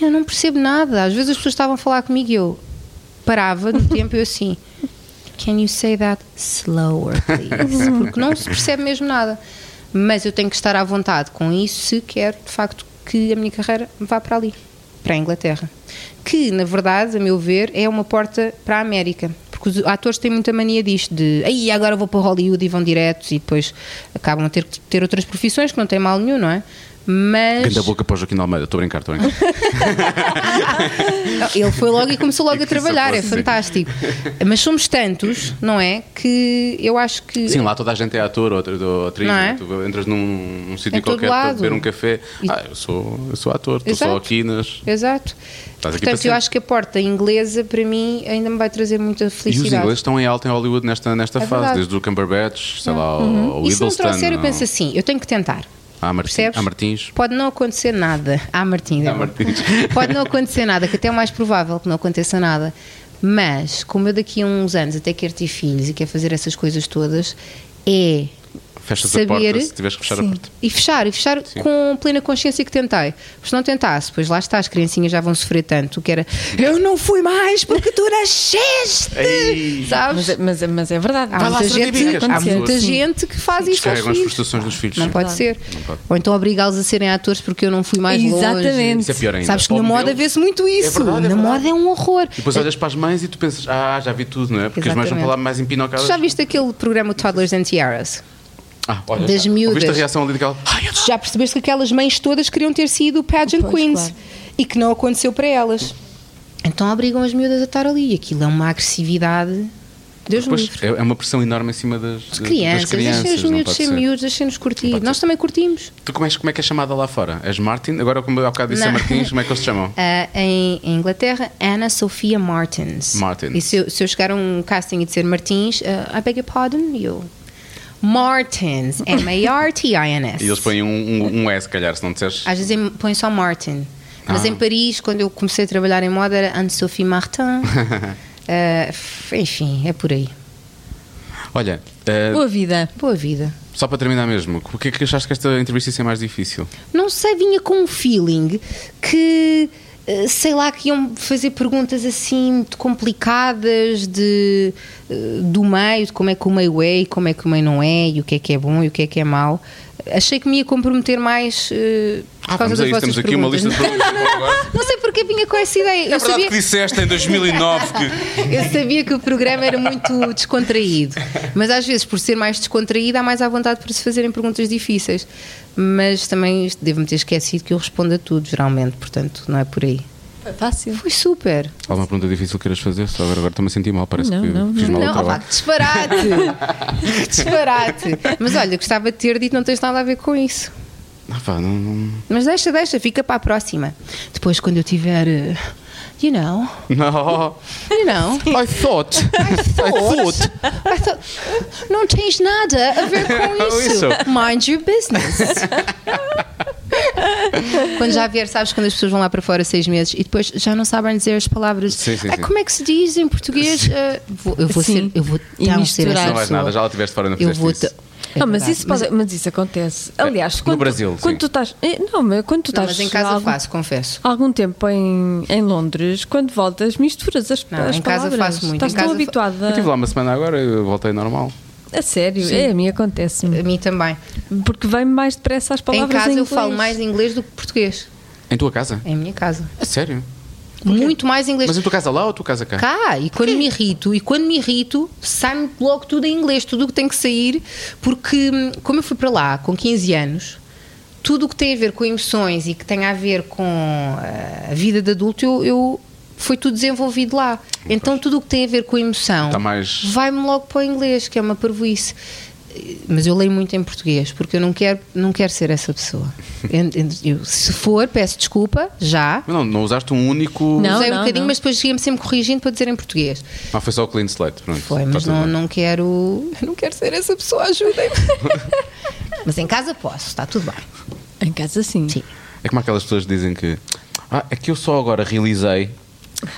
[SPEAKER 4] eu não percebo nada. Às vezes as pessoas estavam a falar comigo e eu
[SPEAKER 2] *laughs*
[SPEAKER 4] parava no tempo e eu assim. Can you say that slower,
[SPEAKER 2] *laughs*
[SPEAKER 4] please? Porque não se percebe mesmo nada. Mas eu tenho que estar à vontade com isso se quero, de facto, que a minha carreira vá para ali, para a Inglaterra. Que, na verdade, a meu ver, é uma porta para a América. Porque os atores têm muita mania disto, de aí agora vou para Hollywood e vão diretos e depois acabam a ter que ter outras profissões que não tem mal nenhum, não é? Mas
[SPEAKER 2] Ganda boca para o Joaquim de Almeida, estou a brincar, estou a brincar.
[SPEAKER 4] Não, Ele foi logo
[SPEAKER 2] *laughs*
[SPEAKER 4] e começou logo
[SPEAKER 8] Que
[SPEAKER 4] a
[SPEAKER 8] isso
[SPEAKER 4] trabalhar, é
[SPEAKER 8] fosse, sim.
[SPEAKER 4] fantástico. Mas somos tantos, não é? Que eu acho que.
[SPEAKER 2] Sim, lá toda a gente é ator ou atriz, ou atriz
[SPEAKER 4] Não
[SPEAKER 2] não
[SPEAKER 4] é?
[SPEAKER 2] é? tu entras num, num sítio
[SPEAKER 4] Em todo
[SPEAKER 2] qualquer para
[SPEAKER 4] lado.
[SPEAKER 2] beber um café.
[SPEAKER 4] E-
[SPEAKER 2] Ah, eu sou, eu sou ator, estou
[SPEAKER 4] Exato.
[SPEAKER 2] só aqui nas.
[SPEAKER 4] Exato.
[SPEAKER 2] Estás aqui para
[SPEAKER 4] Portanto, eu
[SPEAKER 2] sempre.
[SPEAKER 4] acho que a porta inglesa para mim ainda me vai trazer muita
[SPEAKER 2] E os
[SPEAKER 4] felicidade.
[SPEAKER 2] ingleses estão em alta em Hollywood nesta, nesta
[SPEAKER 4] É
[SPEAKER 2] fase,
[SPEAKER 4] verdade. Uhum.
[SPEAKER 2] desde o Cumberbatch, sei lá, ao, ao
[SPEAKER 4] e se não
[SPEAKER 2] Hiddleston,
[SPEAKER 4] trouxer, eu
[SPEAKER 2] ao-
[SPEAKER 4] penso assim: eu tenho que tentar.
[SPEAKER 2] à Martins.
[SPEAKER 4] Percebes?
[SPEAKER 2] à Martins.
[SPEAKER 4] Pode não acontecer nada. Ah, Martins. é
[SPEAKER 2] À
[SPEAKER 4] bom.
[SPEAKER 2] Martins.
[SPEAKER 4] *laughs* Pode não acontecer nada, que até é o mais provável que não aconteça nada. Mas, como eu daqui a uns anos até quero ter filhos e quero fazer essas coisas todas, é
[SPEAKER 2] Fechas
[SPEAKER 4] Saber-
[SPEAKER 2] a porta se tiveres que fechar
[SPEAKER 9] Sim.
[SPEAKER 2] a porta.
[SPEAKER 4] E fechar, e fechar com plena consciência que tentei. Porque se não tentasse, pois lá está, as criancinhas já vão sofrer tanto, que era eu não fui mais porque tu nasceste!
[SPEAKER 9] Mas,
[SPEAKER 4] Sabes?
[SPEAKER 9] é- mas, é- mas é verdade.
[SPEAKER 4] Há muita, gente,
[SPEAKER 9] Acontece.
[SPEAKER 4] há muita
[SPEAKER 9] Sim.
[SPEAKER 4] gente que faz isso aos
[SPEAKER 2] Descarregam as
[SPEAKER 4] filhos.
[SPEAKER 2] frustrações dos filhos.
[SPEAKER 4] Não
[SPEAKER 2] sim.
[SPEAKER 4] pode ser. Ou então obrigá-los a serem atores porque eu não fui mais longe.
[SPEAKER 9] Exatamente.
[SPEAKER 2] Isso é pior ainda.
[SPEAKER 4] Sabes que
[SPEAKER 2] Ou
[SPEAKER 4] na moda
[SPEAKER 2] modelos.
[SPEAKER 4] vê-se muito isso.
[SPEAKER 2] verdade, é
[SPEAKER 4] na
[SPEAKER 2] verdade.
[SPEAKER 4] moda é um horror.
[SPEAKER 2] E depois olhas para as mães e tu pensas, ah, já vi tudo, não é? Porque as mães vão
[SPEAKER 4] Exatamente.
[SPEAKER 2] falar mais empinocadas.
[SPEAKER 4] Tu já viste aquele programa Toddlers and Tiaras?
[SPEAKER 2] Ah, olha,
[SPEAKER 4] das
[SPEAKER 2] já.
[SPEAKER 4] miúdas.
[SPEAKER 2] Ouviste a reação ali daquela.
[SPEAKER 4] Tu já percebeste que aquelas mães todas queriam ter sido pageant
[SPEAKER 9] Pois,
[SPEAKER 4] queens
[SPEAKER 9] claro.
[SPEAKER 4] e que não aconteceu para elas. Então obrigam as miúdas a estar ali. Aquilo é uma agressividade. Deus me
[SPEAKER 2] Pois,
[SPEAKER 4] livre.
[SPEAKER 2] é é uma pressão enorme em cima das, das
[SPEAKER 4] Crianças,
[SPEAKER 2] das crianças.
[SPEAKER 4] deixem os
[SPEAKER 2] não
[SPEAKER 4] miúdos
[SPEAKER 2] pode
[SPEAKER 4] ser
[SPEAKER 2] ser.
[SPEAKER 4] miúdos, deixem-nos curtir. Nós também curtimos.
[SPEAKER 2] Tu como é, como é que é chamada lá fora? És Martin? Agora, como há bocado disse a
[SPEAKER 4] Não.
[SPEAKER 2] Martins, como é que eles te
[SPEAKER 4] *laughs*
[SPEAKER 2] chamam?
[SPEAKER 4] Ah, em, em Inglaterra, Ana Sofia Martins.
[SPEAKER 2] Martins.
[SPEAKER 4] E se eu, se eu chegar a um casting e dizer Martins, ah, I beg your pardon, e eu.
[SPEAKER 2] *laughs*
[SPEAKER 4] Martins, M-A-R-T-I-N-S.
[SPEAKER 2] E eles põem um, um, um S, se calhar, se não disseres.
[SPEAKER 4] Às vezes em- põe só Martin. Mas
[SPEAKER 2] Ah.
[SPEAKER 4] em Paris, quando eu comecei a trabalhar em moda, era Anne-Sophie Martin.
[SPEAKER 2] *laughs*
[SPEAKER 4] Eh, f- enfim, é por aí.
[SPEAKER 2] Olha, eh,
[SPEAKER 9] Boa vida.
[SPEAKER 4] Boa vida.
[SPEAKER 2] só para terminar mesmo, o que é que achaste que esta entrevista ia ser mais difícil?
[SPEAKER 4] Não sei, vinha com um feeling que, eh, sei lá, que iam fazer perguntas assim muito complicadas de, eh, do meio, de como é que o meio é e como é que o meio não é, e o que é que é bom e o que é que é mau. Achei que me ia comprometer mais eh, por causa
[SPEAKER 2] Ah, vamos a
[SPEAKER 4] das
[SPEAKER 2] isso,
[SPEAKER 4] vossas
[SPEAKER 2] temos aqui uma
[SPEAKER 4] perguntas.
[SPEAKER 2] lista de perguntas agora.
[SPEAKER 4] *laughs* Não sei porque vinha com essa ideia.
[SPEAKER 2] É
[SPEAKER 4] eu
[SPEAKER 2] verdade
[SPEAKER 4] sabia
[SPEAKER 2] que disseste em 2009 que.
[SPEAKER 4] *laughs* Eu sabia que o programa era muito descontraído, mas às vezes, por ser mais descontraído, há mais à vontade para se fazerem perguntas difíceis. Mas também devo-me ter esquecido que eu respondo a tudo, geralmente, portanto, não é por aí.
[SPEAKER 9] Foi fácil.
[SPEAKER 4] Foi super.
[SPEAKER 2] *laughs* Alguma pergunta difícil queiras fazer? Só agora, agora estou-me a sentir mal, parece
[SPEAKER 9] Não,
[SPEAKER 2] que
[SPEAKER 9] não,
[SPEAKER 2] fiz mal
[SPEAKER 4] Não,
[SPEAKER 2] ao trabalho.
[SPEAKER 4] opá, que disparate! Que disparate! Mas olha, gostava de ter dito, não tens nada a ver com isso.
[SPEAKER 2] Ah, pá, não, não.
[SPEAKER 4] Mas deixa, deixa, fica para a próxima. Depois, quando eu tiver. eh, You know,
[SPEAKER 2] Não.
[SPEAKER 4] you know.
[SPEAKER 2] I thought. I thought.
[SPEAKER 4] I thought, não tens nada a ver
[SPEAKER 2] *laughs*
[SPEAKER 4] com isso.
[SPEAKER 2] Isso.
[SPEAKER 4] Mind
[SPEAKER 2] *laughs*
[SPEAKER 4] your business. quando já vier, sabes quando as pessoas vão lá para fora seis meses e depois já não sabem dizer as palavras.
[SPEAKER 2] Sim, sim,
[SPEAKER 4] "Ah,
[SPEAKER 2] sim.
[SPEAKER 4] Como é que se diz em português? Ah, vou- eu vou
[SPEAKER 9] Sim.
[SPEAKER 4] ser, eu vou
[SPEAKER 9] E
[SPEAKER 4] tão ser
[SPEAKER 9] misturar.
[SPEAKER 4] essa
[SPEAKER 2] Não vais
[SPEAKER 4] pessoa.
[SPEAKER 2] nada, já lá estiveste fora, não
[SPEAKER 4] Eu
[SPEAKER 2] fizeste
[SPEAKER 4] vou.
[SPEAKER 2] isso.
[SPEAKER 4] ta- É
[SPEAKER 9] Ah, mas,
[SPEAKER 4] verdade,
[SPEAKER 9] isso pode- mas isso acontece. Aliás,
[SPEAKER 2] É, no
[SPEAKER 9] quando, tu-
[SPEAKER 2] Brasil,
[SPEAKER 9] quando
[SPEAKER 2] sim.
[SPEAKER 9] tu estás. eh, Não, mas quando tu
[SPEAKER 4] Não,
[SPEAKER 9] estás.
[SPEAKER 4] mas em casa
[SPEAKER 9] algum,
[SPEAKER 4] faço, confesso.
[SPEAKER 9] algum tempo em, em Londres, quando voltas, misturas as,
[SPEAKER 4] Não,
[SPEAKER 9] as
[SPEAKER 4] em casa
[SPEAKER 9] palavras.
[SPEAKER 4] faço muito,
[SPEAKER 9] Estás tão
[SPEAKER 4] em casa fa-
[SPEAKER 2] Eu
[SPEAKER 9] habituada.
[SPEAKER 2] estive lá uma semana agora e voltei normal.
[SPEAKER 9] A sério, é, a mim acontece-me.
[SPEAKER 4] A mim também.
[SPEAKER 9] Porque vem mais depressa as
[SPEAKER 4] Em
[SPEAKER 9] palavras
[SPEAKER 4] casa eu
[SPEAKER 9] inglês.
[SPEAKER 4] falo mais inglês do que português.
[SPEAKER 2] Em tua casa?
[SPEAKER 4] Em minha casa.
[SPEAKER 2] A sério?
[SPEAKER 4] Muito mais inglês.
[SPEAKER 2] Mas em tua casa lá ou tua casa cá?
[SPEAKER 4] cá e quando me irrito e quando me irrito sai-me logo tudo em inglês tudo o que tem que sair porque hum, como eu fui para lá com 15 anos tudo o que tem a ver com emoções e que tem a ver com ah, a vida de adulto eu, eu- foi tudo desenvolvido lá então tudo o que tem a ver com emoção
[SPEAKER 2] Está mais-
[SPEAKER 4] vai-me logo para o inglês que é uma parvoíce mas eu leio muito em português porque eu não quero, não quero ser essa pessoa. Eu- eu- se for, peço desculpa já,
[SPEAKER 2] Não, não usaste um único.
[SPEAKER 9] Não.
[SPEAKER 4] usei um bocadinho,
[SPEAKER 9] não.
[SPEAKER 4] mas depois ia-me sempre corrigindo para dizer em português.
[SPEAKER 2] Ah, foi só o clean slate. Pronto.
[SPEAKER 4] Foi,
[SPEAKER 2] Tá
[SPEAKER 4] mas
[SPEAKER 2] tudo
[SPEAKER 4] não,
[SPEAKER 2] bem.
[SPEAKER 4] não quero. *laughs* Eu não quero ser essa *laughs* pessoa, ajudem-me. mas em casa posso, está tudo bem.
[SPEAKER 9] Em casa, sim.
[SPEAKER 4] Sim.
[SPEAKER 2] É como aquelas pessoas que dizem que. Ah, é que eu só agora realizei.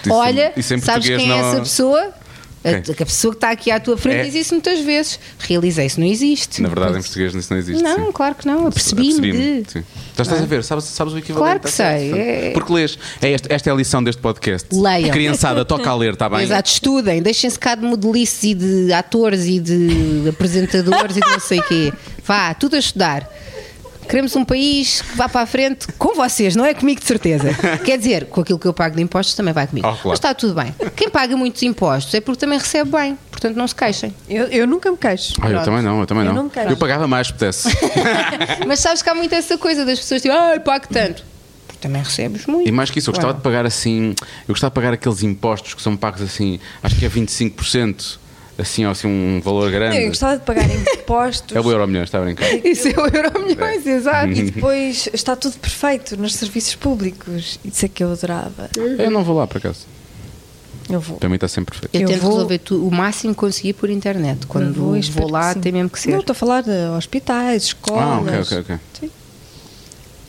[SPEAKER 2] Isso- é
[SPEAKER 4] Olha,
[SPEAKER 2] isso em
[SPEAKER 4] sabes
[SPEAKER 2] português
[SPEAKER 4] quem é
[SPEAKER 2] não há-
[SPEAKER 4] essa pessoa? A-
[SPEAKER 2] Quem?
[SPEAKER 4] A, pessoa que está aqui à tua frente
[SPEAKER 2] É.
[SPEAKER 4] diz isso muitas vezes. Realizei isso, não existe.
[SPEAKER 2] Na verdade, em português isso não existe.
[SPEAKER 4] Não,
[SPEAKER 2] sim.
[SPEAKER 4] claro que não. Apercebi-me
[SPEAKER 2] Apercebi-me,
[SPEAKER 4] de. Ah.
[SPEAKER 2] sim. Já estás a ver, sabes, sabes o equivalente.
[SPEAKER 4] Claro que
[SPEAKER 2] está certo,
[SPEAKER 4] sei,
[SPEAKER 2] portanto.
[SPEAKER 4] é-
[SPEAKER 2] Porque lês. É esta, esta é a lição deste podcast.
[SPEAKER 4] Leiam.
[SPEAKER 2] Criançada, toca a ler, está bem?
[SPEAKER 4] Exato, estudem, deixem-se cá de modelices e de atores e de apresentadores e de não sei quê. Vá, tudo a estudar. Queremos um país que vá para a frente com vocês, não é comigo de
[SPEAKER 2] *laughs*
[SPEAKER 4] certeza. Quer dizer, com aquilo que eu pago de impostos também vai comigo.
[SPEAKER 2] Ah, claro.
[SPEAKER 4] Mas está tudo bem. Quem paga muitos impostos é porque também recebe bem, portanto não se queixem.
[SPEAKER 3] Eu, eu nunca me queixo.
[SPEAKER 2] Ah, eu também não, eu também
[SPEAKER 3] Eu não
[SPEAKER 2] não.
[SPEAKER 3] me queixo.
[SPEAKER 2] eu pagava mais se
[SPEAKER 4] *laughs*
[SPEAKER 2] pudesse.
[SPEAKER 4] Mas sabes que há muito essa coisa das pessoas tipo, ai, pago tanto. Porque também recebes muito.
[SPEAKER 2] E mais que isso, eu gostava de pagar assim, eu gostava de pagar aqueles impostos que são pagos assim, acho que é 25%, assim, ou assim, um valor grande.
[SPEAKER 3] Eu gostava de pagar
[SPEAKER 2] *laughs*
[SPEAKER 3] impostos.
[SPEAKER 2] É o euro milhões, está a
[SPEAKER 4] *laughs*
[SPEAKER 2] brincar.
[SPEAKER 4] Isso é o euro milhões, exato.
[SPEAKER 2] *laughs*
[SPEAKER 3] E depois está tudo perfeito nos serviços públicos. Isso é que eu adorava.
[SPEAKER 2] Eu não vou lá, por acaso.
[SPEAKER 3] Eu vou.
[SPEAKER 2] Para mim está sempre perfeito.
[SPEAKER 4] Eu,
[SPEAKER 3] Eu
[SPEAKER 4] tento
[SPEAKER 3] vou-
[SPEAKER 4] resolver tu- o máximo que conseguir por internet. Quando vou,
[SPEAKER 3] e espero
[SPEAKER 4] lá,
[SPEAKER 3] que sim.
[SPEAKER 4] tem mesmo que ser.
[SPEAKER 3] Não, estou a falar de hospitais, escolas.
[SPEAKER 2] Ah, ok, ok, ok.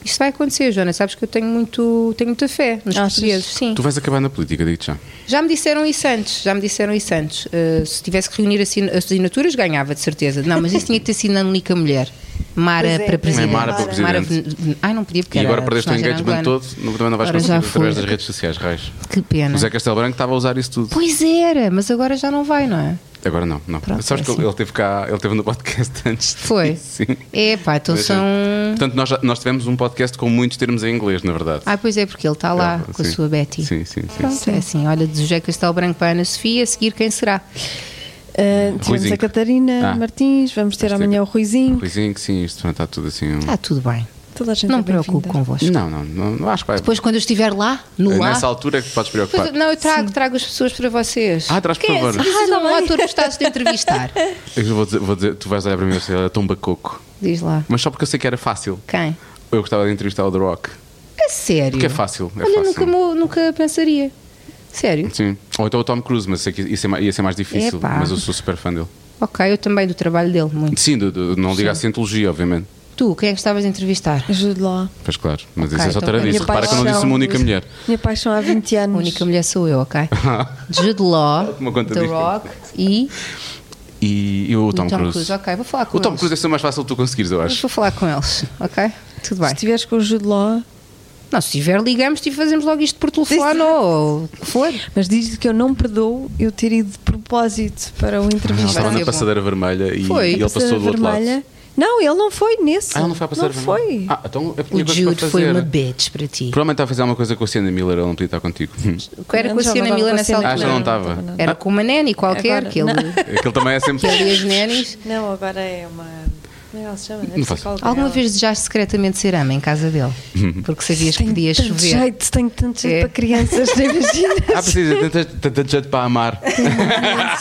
[SPEAKER 4] Isto vai acontecer, Joana. Sabes que eu tenho, muito, tenho muita fé nos
[SPEAKER 3] Achas?
[SPEAKER 4] portugueses. Sim.
[SPEAKER 2] Tu vais acabar na política, digo-te já.
[SPEAKER 4] Já me disseram isso antes. Já me disseram isso antes. Uh, se tivesse que reunir assin- assinaturas, ganhava, de certeza. Não, mas isso tinha que ter sido na única mulher. Mara
[SPEAKER 3] Pois é,
[SPEAKER 4] para presidente.
[SPEAKER 2] É, Mara para presidente.
[SPEAKER 4] Ven- Ai, não podia porque
[SPEAKER 2] E
[SPEAKER 4] era
[SPEAKER 2] agora perdeste o
[SPEAKER 4] personagem
[SPEAKER 2] engagement
[SPEAKER 4] angolana.
[SPEAKER 2] todo, no também não vais
[SPEAKER 4] Ora,
[SPEAKER 2] conseguir
[SPEAKER 4] já
[SPEAKER 2] através
[SPEAKER 4] fui.
[SPEAKER 2] das redes sociais, raios.
[SPEAKER 4] Que pena.
[SPEAKER 2] O Zé Castelo Branco estava a usar isso tudo.
[SPEAKER 4] Pois era, mas agora já não vai, não é?
[SPEAKER 2] Agora não, não.
[SPEAKER 4] Pronto,
[SPEAKER 2] Sabes
[SPEAKER 4] é
[SPEAKER 2] que
[SPEAKER 4] assim.
[SPEAKER 2] ele ele teve cá, ele teve no podcast *laughs* antes. disso,
[SPEAKER 4] Foi.
[SPEAKER 2] Sim.
[SPEAKER 4] É pá, então
[SPEAKER 2] Deixa-
[SPEAKER 4] são.
[SPEAKER 2] Portanto, nós, já- nós tivemos um podcast com muitos termos em inglês, na verdade.
[SPEAKER 4] Ah, pois é, porque ele está lá
[SPEAKER 2] Ah,
[SPEAKER 4] com
[SPEAKER 2] sim.
[SPEAKER 4] a sua Betty.
[SPEAKER 2] Sim, sim, sim.
[SPEAKER 4] Pronto, é assim. Olha, desejei Castelo Branco para a Ana Sofia, a seguir quem será?
[SPEAKER 3] Ah, tivemos
[SPEAKER 2] Ruizinho.
[SPEAKER 3] a Catarina
[SPEAKER 2] Ah. é
[SPEAKER 3] Martins, vamos ter
[SPEAKER 2] Vamos ter-
[SPEAKER 3] amanhã o Ruizinho.
[SPEAKER 2] Coisinho que sim, isto está tudo assim. um-
[SPEAKER 4] Está tudo bem.
[SPEAKER 3] Toda a gente
[SPEAKER 4] Não
[SPEAKER 3] é
[SPEAKER 4] me preocupo
[SPEAKER 3] bem-vinda.
[SPEAKER 4] convosco.
[SPEAKER 2] Não, não, não, não acho que vai.
[SPEAKER 4] Depois, quando eu estiver lá, no ar.
[SPEAKER 2] Nessa altura é que te podes preocupar.
[SPEAKER 4] Pois, não, eu trago, trago as pessoas para vocês.
[SPEAKER 2] Ah, traz por favor.
[SPEAKER 4] Ah, não, um ator que gostasses de *laughs* entrevistar.
[SPEAKER 2] Eu vou dizer, vou dizer- tu vais olhar para mim e vais dizer, é tomba coco.
[SPEAKER 4] Diz lá.
[SPEAKER 2] Mas só porque eu sei que era fácil.
[SPEAKER 4] Quem?
[SPEAKER 2] Eu gostava de entrevistar o The Rock.
[SPEAKER 4] A sério?
[SPEAKER 2] Porque é fácil, é
[SPEAKER 4] Hum. Olha,
[SPEAKER 2] fácil.
[SPEAKER 4] Nunca, mo- nunca pensaria. Sério?
[SPEAKER 2] Sim. Ou então o Tom Cruise, mas sei que isso é ma- ia ser mais difícil.
[SPEAKER 4] Epá.
[SPEAKER 2] Mas eu sou super fã dele.
[SPEAKER 4] Ok, eu também do trabalho dele, muito.
[SPEAKER 2] Sim, do- do- não diga a cientologia, obviamente.
[SPEAKER 4] Tu, quem é que gostavas de entrevistar?
[SPEAKER 3] Ajude lá.
[SPEAKER 2] Pois claro. Mas
[SPEAKER 4] Ok,
[SPEAKER 2] isso é só
[SPEAKER 4] então
[SPEAKER 2] taradice.
[SPEAKER 3] minha
[SPEAKER 2] Repara que eu não
[SPEAKER 3] paixão.
[SPEAKER 2] disse uma única mulher.
[SPEAKER 3] Minha paixão há
[SPEAKER 4] *laughs*
[SPEAKER 3] 20
[SPEAKER 4] A
[SPEAKER 3] anos.
[SPEAKER 4] única mulher sou eu,
[SPEAKER 2] *laughs*
[SPEAKER 4] ok? Jude Law,
[SPEAKER 2] Uma conta
[SPEAKER 4] The
[SPEAKER 2] disto.
[SPEAKER 4] Rock e
[SPEAKER 2] E, e o, Tom, Cruise.
[SPEAKER 4] Ok, vou falar com
[SPEAKER 2] O Tom
[SPEAKER 4] eles.
[SPEAKER 2] Cruise é ser mais fácil de tu conseguires, eu acho.
[SPEAKER 4] Vou falar com eles, ok? Tudo
[SPEAKER 3] Se
[SPEAKER 4] bem.
[SPEAKER 3] estiveres com o Jude Law,
[SPEAKER 4] Não, se tiver, ligamos e fazemos logo isto por telefone ou o que for.
[SPEAKER 3] mas diz-lhe que eu não perdoo eu ter ido de propósito para o
[SPEAKER 2] Ela
[SPEAKER 3] entrevistar.
[SPEAKER 2] estava
[SPEAKER 4] Vai
[SPEAKER 2] na
[SPEAKER 4] ser bom.
[SPEAKER 2] passadeira vermelha e,
[SPEAKER 4] Foi.
[SPEAKER 2] e ele
[SPEAKER 3] Passadeira
[SPEAKER 2] passou do outro lado.
[SPEAKER 3] vermelha. Não, ele não foi nesse.
[SPEAKER 2] Ah, ele não foi à passadeira
[SPEAKER 3] Não
[SPEAKER 2] vermelha?
[SPEAKER 3] foi.
[SPEAKER 2] Ah, então eu tinha
[SPEAKER 4] O
[SPEAKER 2] coisas para
[SPEAKER 4] Jude foi
[SPEAKER 2] fazer.
[SPEAKER 4] uma bitch para ti.
[SPEAKER 2] Provavelmente está a fazer alguma coisa com a Siena Miller, ele não podia estar contigo. *laughs* Hum.
[SPEAKER 4] Que era com a
[SPEAKER 3] Já
[SPEAKER 4] Siena
[SPEAKER 3] não estava
[SPEAKER 4] Miller
[SPEAKER 3] com a
[SPEAKER 4] nessa
[SPEAKER 3] Siena
[SPEAKER 4] altura.
[SPEAKER 2] Ah, já não
[SPEAKER 3] Não,
[SPEAKER 2] estava.
[SPEAKER 3] não
[SPEAKER 4] Era com uma nanny qualquer,
[SPEAKER 3] Agora,
[SPEAKER 4] que ele, *laughs*
[SPEAKER 3] não.
[SPEAKER 2] Aquele também é sempre.
[SPEAKER 4] que ele e as nannies.
[SPEAKER 3] Não, agora é uma. Como é que ela se chama? É
[SPEAKER 2] Não faço.
[SPEAKER 3] psicóloga
[SPEAKER 4] Alguma
[SPEAKER 3] dela.
[SPEAKER 4] vez desejaste secretamente ser ama em casa dele?
[SPEAKER 2] Uhum.
[SPEAKER 4] Porque sabias que
[SPEAKER 3] Tenho
[SPEAKER 4] podia
[SPEAKER 3] tanto
[SPEAKER 4] chover.
[SPEAKER 3] jeito, tenho tanto jeito
[SPEAKER 4] É.
[SPEAKER 3] para crianças, *laughs* não
[SPEAKER 2] *laughs*
[SPEAKER 3] imaginas?
[SPEAKER 2] Ah, precisa, tanto- tanto jeito para amar.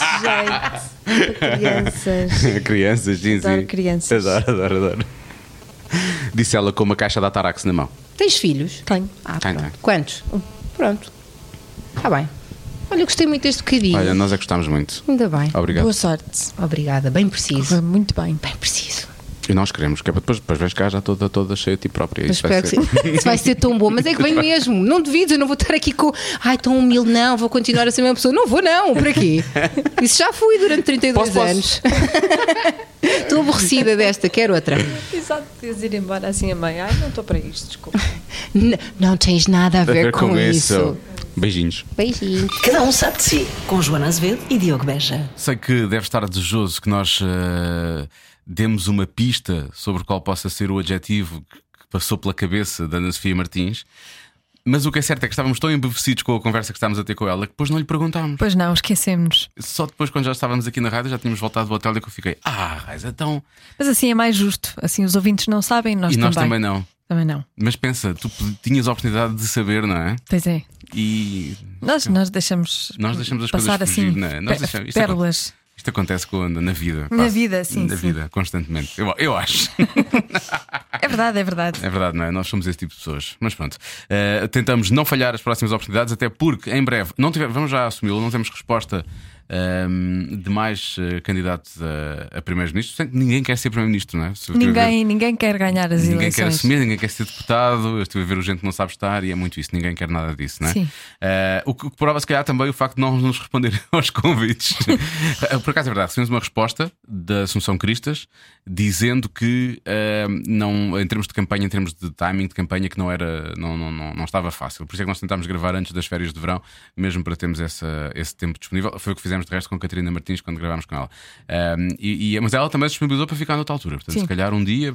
[SPEAKER 3] tanto jeito para crianças.
[SPEAKER 2] *laughs* crianças, sim,
[SPEAKER 3] Adoro
[SPEAKER 2] sim.
[SPEAKER 3] crianças.
[SPEAKER 2] Adoro, adoro, adoro. Disse ela com uma caixa da Tarax na mão.
[SPEAKER 4] Tens filhos?
[SPEAKER 3] Tenho.
[SPEAKER 4] Ah,
[SPEAKER 2] Tenho,
[SPEAKER 4] pronto.
[SPEAKER 2] tenho.
[SPEAKER 4] Quantos? Um. Pronto. Está bem. Olha, eu gostei muito deste bocadinho.
[SPEAKER 2] Olha, nós é que gostámos muito.
[SPEAKER 4] Ainda bem.
[SPEAKER 2] Obrigado.
[SPEAKER 3] Boa sorte.
[SPEAKER 4] Obrigada, bem preciso.
[SPEAKER 3] Correu muito bem.
[SPEAKER 4] Bem preciso.
[SPEAKER 2] E nós queremos, que é para depois, depois vais cá já toda, toda cheia de ti própria.
[SPEAKER 4] Mas
[SPEAKER 2] Isso vai
[SPEAKER 4] espero que
[SPEAKER 2] ser- *laughs*
[SPEAKER 4] se- se vai ser tão bom, mas é que vem mesmo. Não devido, eu não vou estar aqui com. Ai, tão humilde, não, vou continuar a ser a mesma pessoa. Não vou, não, para quê? Isso já fui durante 32
[SPEAKER 2] Posso, posso?
[SPEAKER 4] anos. Estou aborrecida desta, quero outra.
[SPEAKER 3] Exato, podias ir embora assim a mãe. Ai, não estou para isto, desculpa.
[SPEAKER 4] N- não tens nada a
[SPEAKER 2] Tem
[SPEAKER 4] ver, com, isso.
[SPEAKER 2] Beijinhos.
[SPEAKER 4] Beijinhos.
[SPEAKER 1] Cada um sabe de si. Com Joana Azevedo e Diogo Beja.
[SPEAKER 10] Sei que deve estar desejoso que nós eh, demos uma pista sobre qual possa ser o adjetivo que que passou pela cabeça da Ana Sofia Martins, mas o que é certo é que estávamos tão embevecidos com a conversa que estávamos a ter com ela que depois não lhe perguntámos.
[SPEAKER 9] Pois não, esquecemos.
[SPEAKER 10] Só depois, quando já estávamos aqui na rádio, já tínhamos voltado do hotel e que eu fiquei, ah, raiz, então.
[SPEAKER 9] Mas assim é mais justo. Assim os ouvintes não sabem, nós
[SPEAKER 10] e
[SPEAKER 9] também.
[SPEAKER 10] nós também não.
[SPEAKER 9] Também não.
[SPEAKER 10] Mas pensa, tu p- tinhas a oportunidade de saber, não é?
[SPEAKER 9] Pois é.
[SPEAKER 10] E
[SPEAKER 9] Nós, nós deixamos.
[SPEAKER 10] Nós deixamos as
[SPEAKER 9] passar
[SPEAKER 10] coisas
[SPEAKER 9] assim.
[SPEAKER 10] fugir, não é? Nós
[SPEAKER 9] pe-
[SPEAKER 10] deixamos- isto é
[SPEAKER 9] pérolas.
[SPEAKER 10] isto acontece com, na vida.
[SPEAKER 9] Na vida, sim,
[SPEAKER 10] Na
[SPEAKER 9] sim.
[SPEAKER 10] vida, constantemente. Eu, eu acho. *laughs*
[SPEAKER 9] É verdade, é verdade.
[SPEAKER 10] É verdade, não é? Nós somos esse tipo de pessoas. Mas pronto, eh, tentamos não falhar as próximas oportunidades, até porque em breve não tive- vamos já assumi-lo, não temos resposta
[SPEAKER 2] ahm, de mais eh, candidatos a, a primeiros-ministros. Portanto, Ninguém quer ser primeiro-ministro, não é? Se eu tiver a ver-
[SPEAKER 9] Ninguém, ninguém quer ganhar as
[SPEAKER 2] Ninguém quer
[SPEAKER 9] eleições.
[SPEAKER 2] assumir, ninguém quer ser deputado. Eu estive a ver o gente que não sabe estar e é muito isso, ninguém quer nada disso, não é?
[SPEAKER 9] Sim.
[SPEAKER 2] Eh, o que o que prova, se calhar, também o facto de não nos responderem *laughs* aos convites. Eh, Por acaso é verdade, recebemos uma resposta da Assunção Cristas dizendo que, eh, não, em termos de campanha, em termos de timing de campanha, que não, era, não, não, não, não estava fácil. Por isso é que nós tentámos gravar antes das férias de verão, mesmo para termos essa, esse tempo disponível. Foi o que fizemos de resto com a Catarina Martins quando gravámos com ela. Eh, e, e- mas ela também se disponibilizou para ficar noutra altura. Portanto,
[SPEAKER 9] Sim.
[SPEAKER 2] se calhar um dia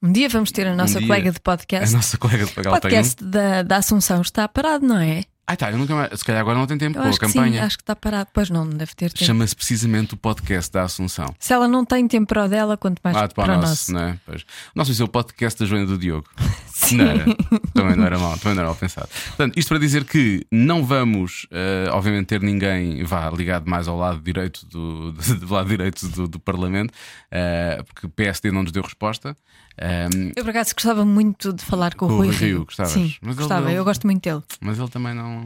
[SPEAKER 9] Um dia vamos ter a nossa
[SPEAKER 2] dia-
[SPEAKER 9] colega de
[SPEAKER 2] a
[SPEAKER 9] podcast.
[SPEAKER 2] nossa colega de
[SPEAKER 9] O
[SPEAKER 2] Pagal tem um.
[SPEAKER 9] podcast da, da Assunção está parado, não é?
[SPEAKER 2] Ah, tá, eu nunca mais. Se calhar agora não tem tempo
[SPEAKER 9] Eu
[SPEAKER 2] com a
[SPEAKER 9] acho que sim,
[SPEAKER 2] campanha.
[SPEAKER 9] acho que está parado. Pois não, não deve ter tempo.
[SPEAKER 2] Chama-se precisamente o podcast da Assunção.
[SPEAKER 9] Se ela não tem tempo para o dela, quanto mais
[SPEAKER 2] Ah, de
[SPEAKER 9] para, o nosso.
[SPEAKER 2] não é? Pois. Nossa, isso é o podcast da Joana do
[SPEAKER 9] *laughs*
[SPEAKER 2] Diogo. Não era. Também não era mal, também não era mal pensado. Portanto, isto para dizer que não vamos, eh, obviamente, ter ninguém vá ligado mais ao lado direito do, *laughs* do lado direito do, do Parlamento, eh, porque o PSD não nos deu resposta. Eh,
[SPEAKER 9] Eu por acaso gostava muito de falar com, o Rui Rio.
[SPEAKER 2] gostavas?
[SPEAKER 9] Sim,
[SPEAKER 2] Mas ele-
[SPEAKER 9] gostava,
[SPEAKER 2] ele-
[SPEAKER 9] eu gosto muito dele.
[SPEAKER 2] Mas ele também não.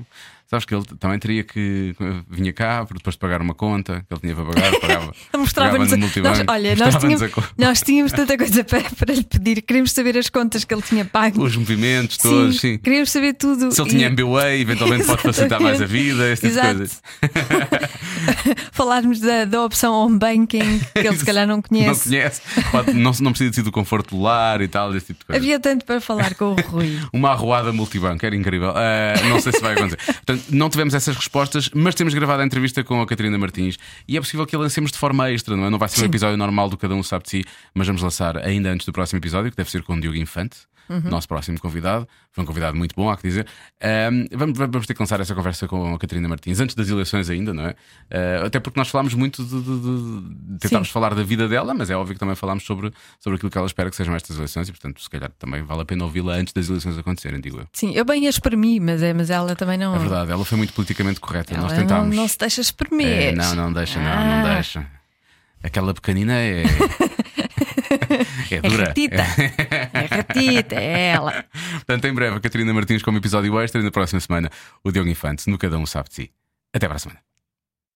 [SPEAKER 2] Sabes que ele t- também teria que. Vinha cá para depois de pagar uma conta que ele tinha para pagar, pagava.
[SPEAKER 9] *laughs* Ele Mostrava-nos
[SPEAKER 2] pagava no
[SPEAKER 9] a... nós,
[SPEAKER 2] multibanco,
[SPEAKER 9] Olha, nós
[SPEAKER 2] mostrava-nos a
[SPEAKER 9] tínhamos,
[SPEAKER 2] co-
[SPEAKER 9] nós tínhamos tanta coisa para, para lhe pedir. Queríamos saber as contas que ele tinha pago.
[SPEAKER 2] os movimentos todos, sim.
[SPEAKER 9] Queríamos saber tudo.
[SPEAKER 2] Se ele tinha
[SPEAKER 9] E-
[SPEAKER 2] MBA, eventualmente pode facilitar mais a vida, esse tipo
[SPEAKER 9] Exato.
[SPEAKER 2] de coisas.
[SPEAKER 9] Falarmos da, da opção home
[SPEAKER 2] *laughs*
[SPEAKER 9] banking, que ele se calhar não
[SPEAKER 2] Não
[SPEAKER 9] conhece.
[SPEAKER 2] conhece, pode- não, não precisa de si do conforto do lar e tal, esse tipo de coisas.
[SPEAKER 9] Havia tanto para falar com o Rui.
[SPEAKER 2] Uma arruada multibanco, era incrível. Ah, não sei se vai acontecer. Portanto, não tivemos essas respostas, mas temos gravado a entrevista com a Catarina Martins e é possível que a lancemos de forma extra, não é? Não vai ser um episódio normal do Cada Um Sabe de Si, mas vamos lançar ainda antes do próximo episódio, que deve ser com o Diogo Infante. Nosso próximo convidado, foi um convidado muito bom, há que dizer. Ahm, vamos, vamos ter que lançar essa conversa com a Catarina Martins antes das eleições, ainda, não é? Ah, até porque nós falámos muito de, de- de- tentámos falar da vida dela, mas é óbvio que também falámos sobre, sobre aquilo que ela espera que sejam estas eleições e, portanto, se calhar também vale a pena ouvi-la antes das eleições acontecerem, digo eu.
[SPEAKER 9] Sim, eu bem a espremi, mas, é, mas ela também não.
[SPEAKER 2] É verdade, ela foi muito politicamente correta.
[SPEAKER 9] Ela
[SPEAKER 2] Nós
[SPEAKER 9] É, não-
[SPEAKER 2] tentámos.
[SPEAKER 9] Não, se deixa
[SPEAKER 2] É,
[SPEAKER 9] espremer.
[SPEAKER 2] não, não deixa, não, não
[SPEAKER 9] Ah.
[SPEAKER 2] deixa. Aquela pequenina é.
[SPEAKER 9] *laughs*
[SPEAKER 2] *laughs* é
[SPEAKER 9] É
[SPEAKER 2] dura.
[SPEAKER 9] ratita.
[SPEAKER 2] *laughs*
[SPEAKER 9] É ratita, é ela.
[SPEAKER 2] Portanto, em breve, a Catarina Martins com um episódio extra e na próxima semana o Diogo Infante, no Cada Um Sabe de Si. Até para a semana.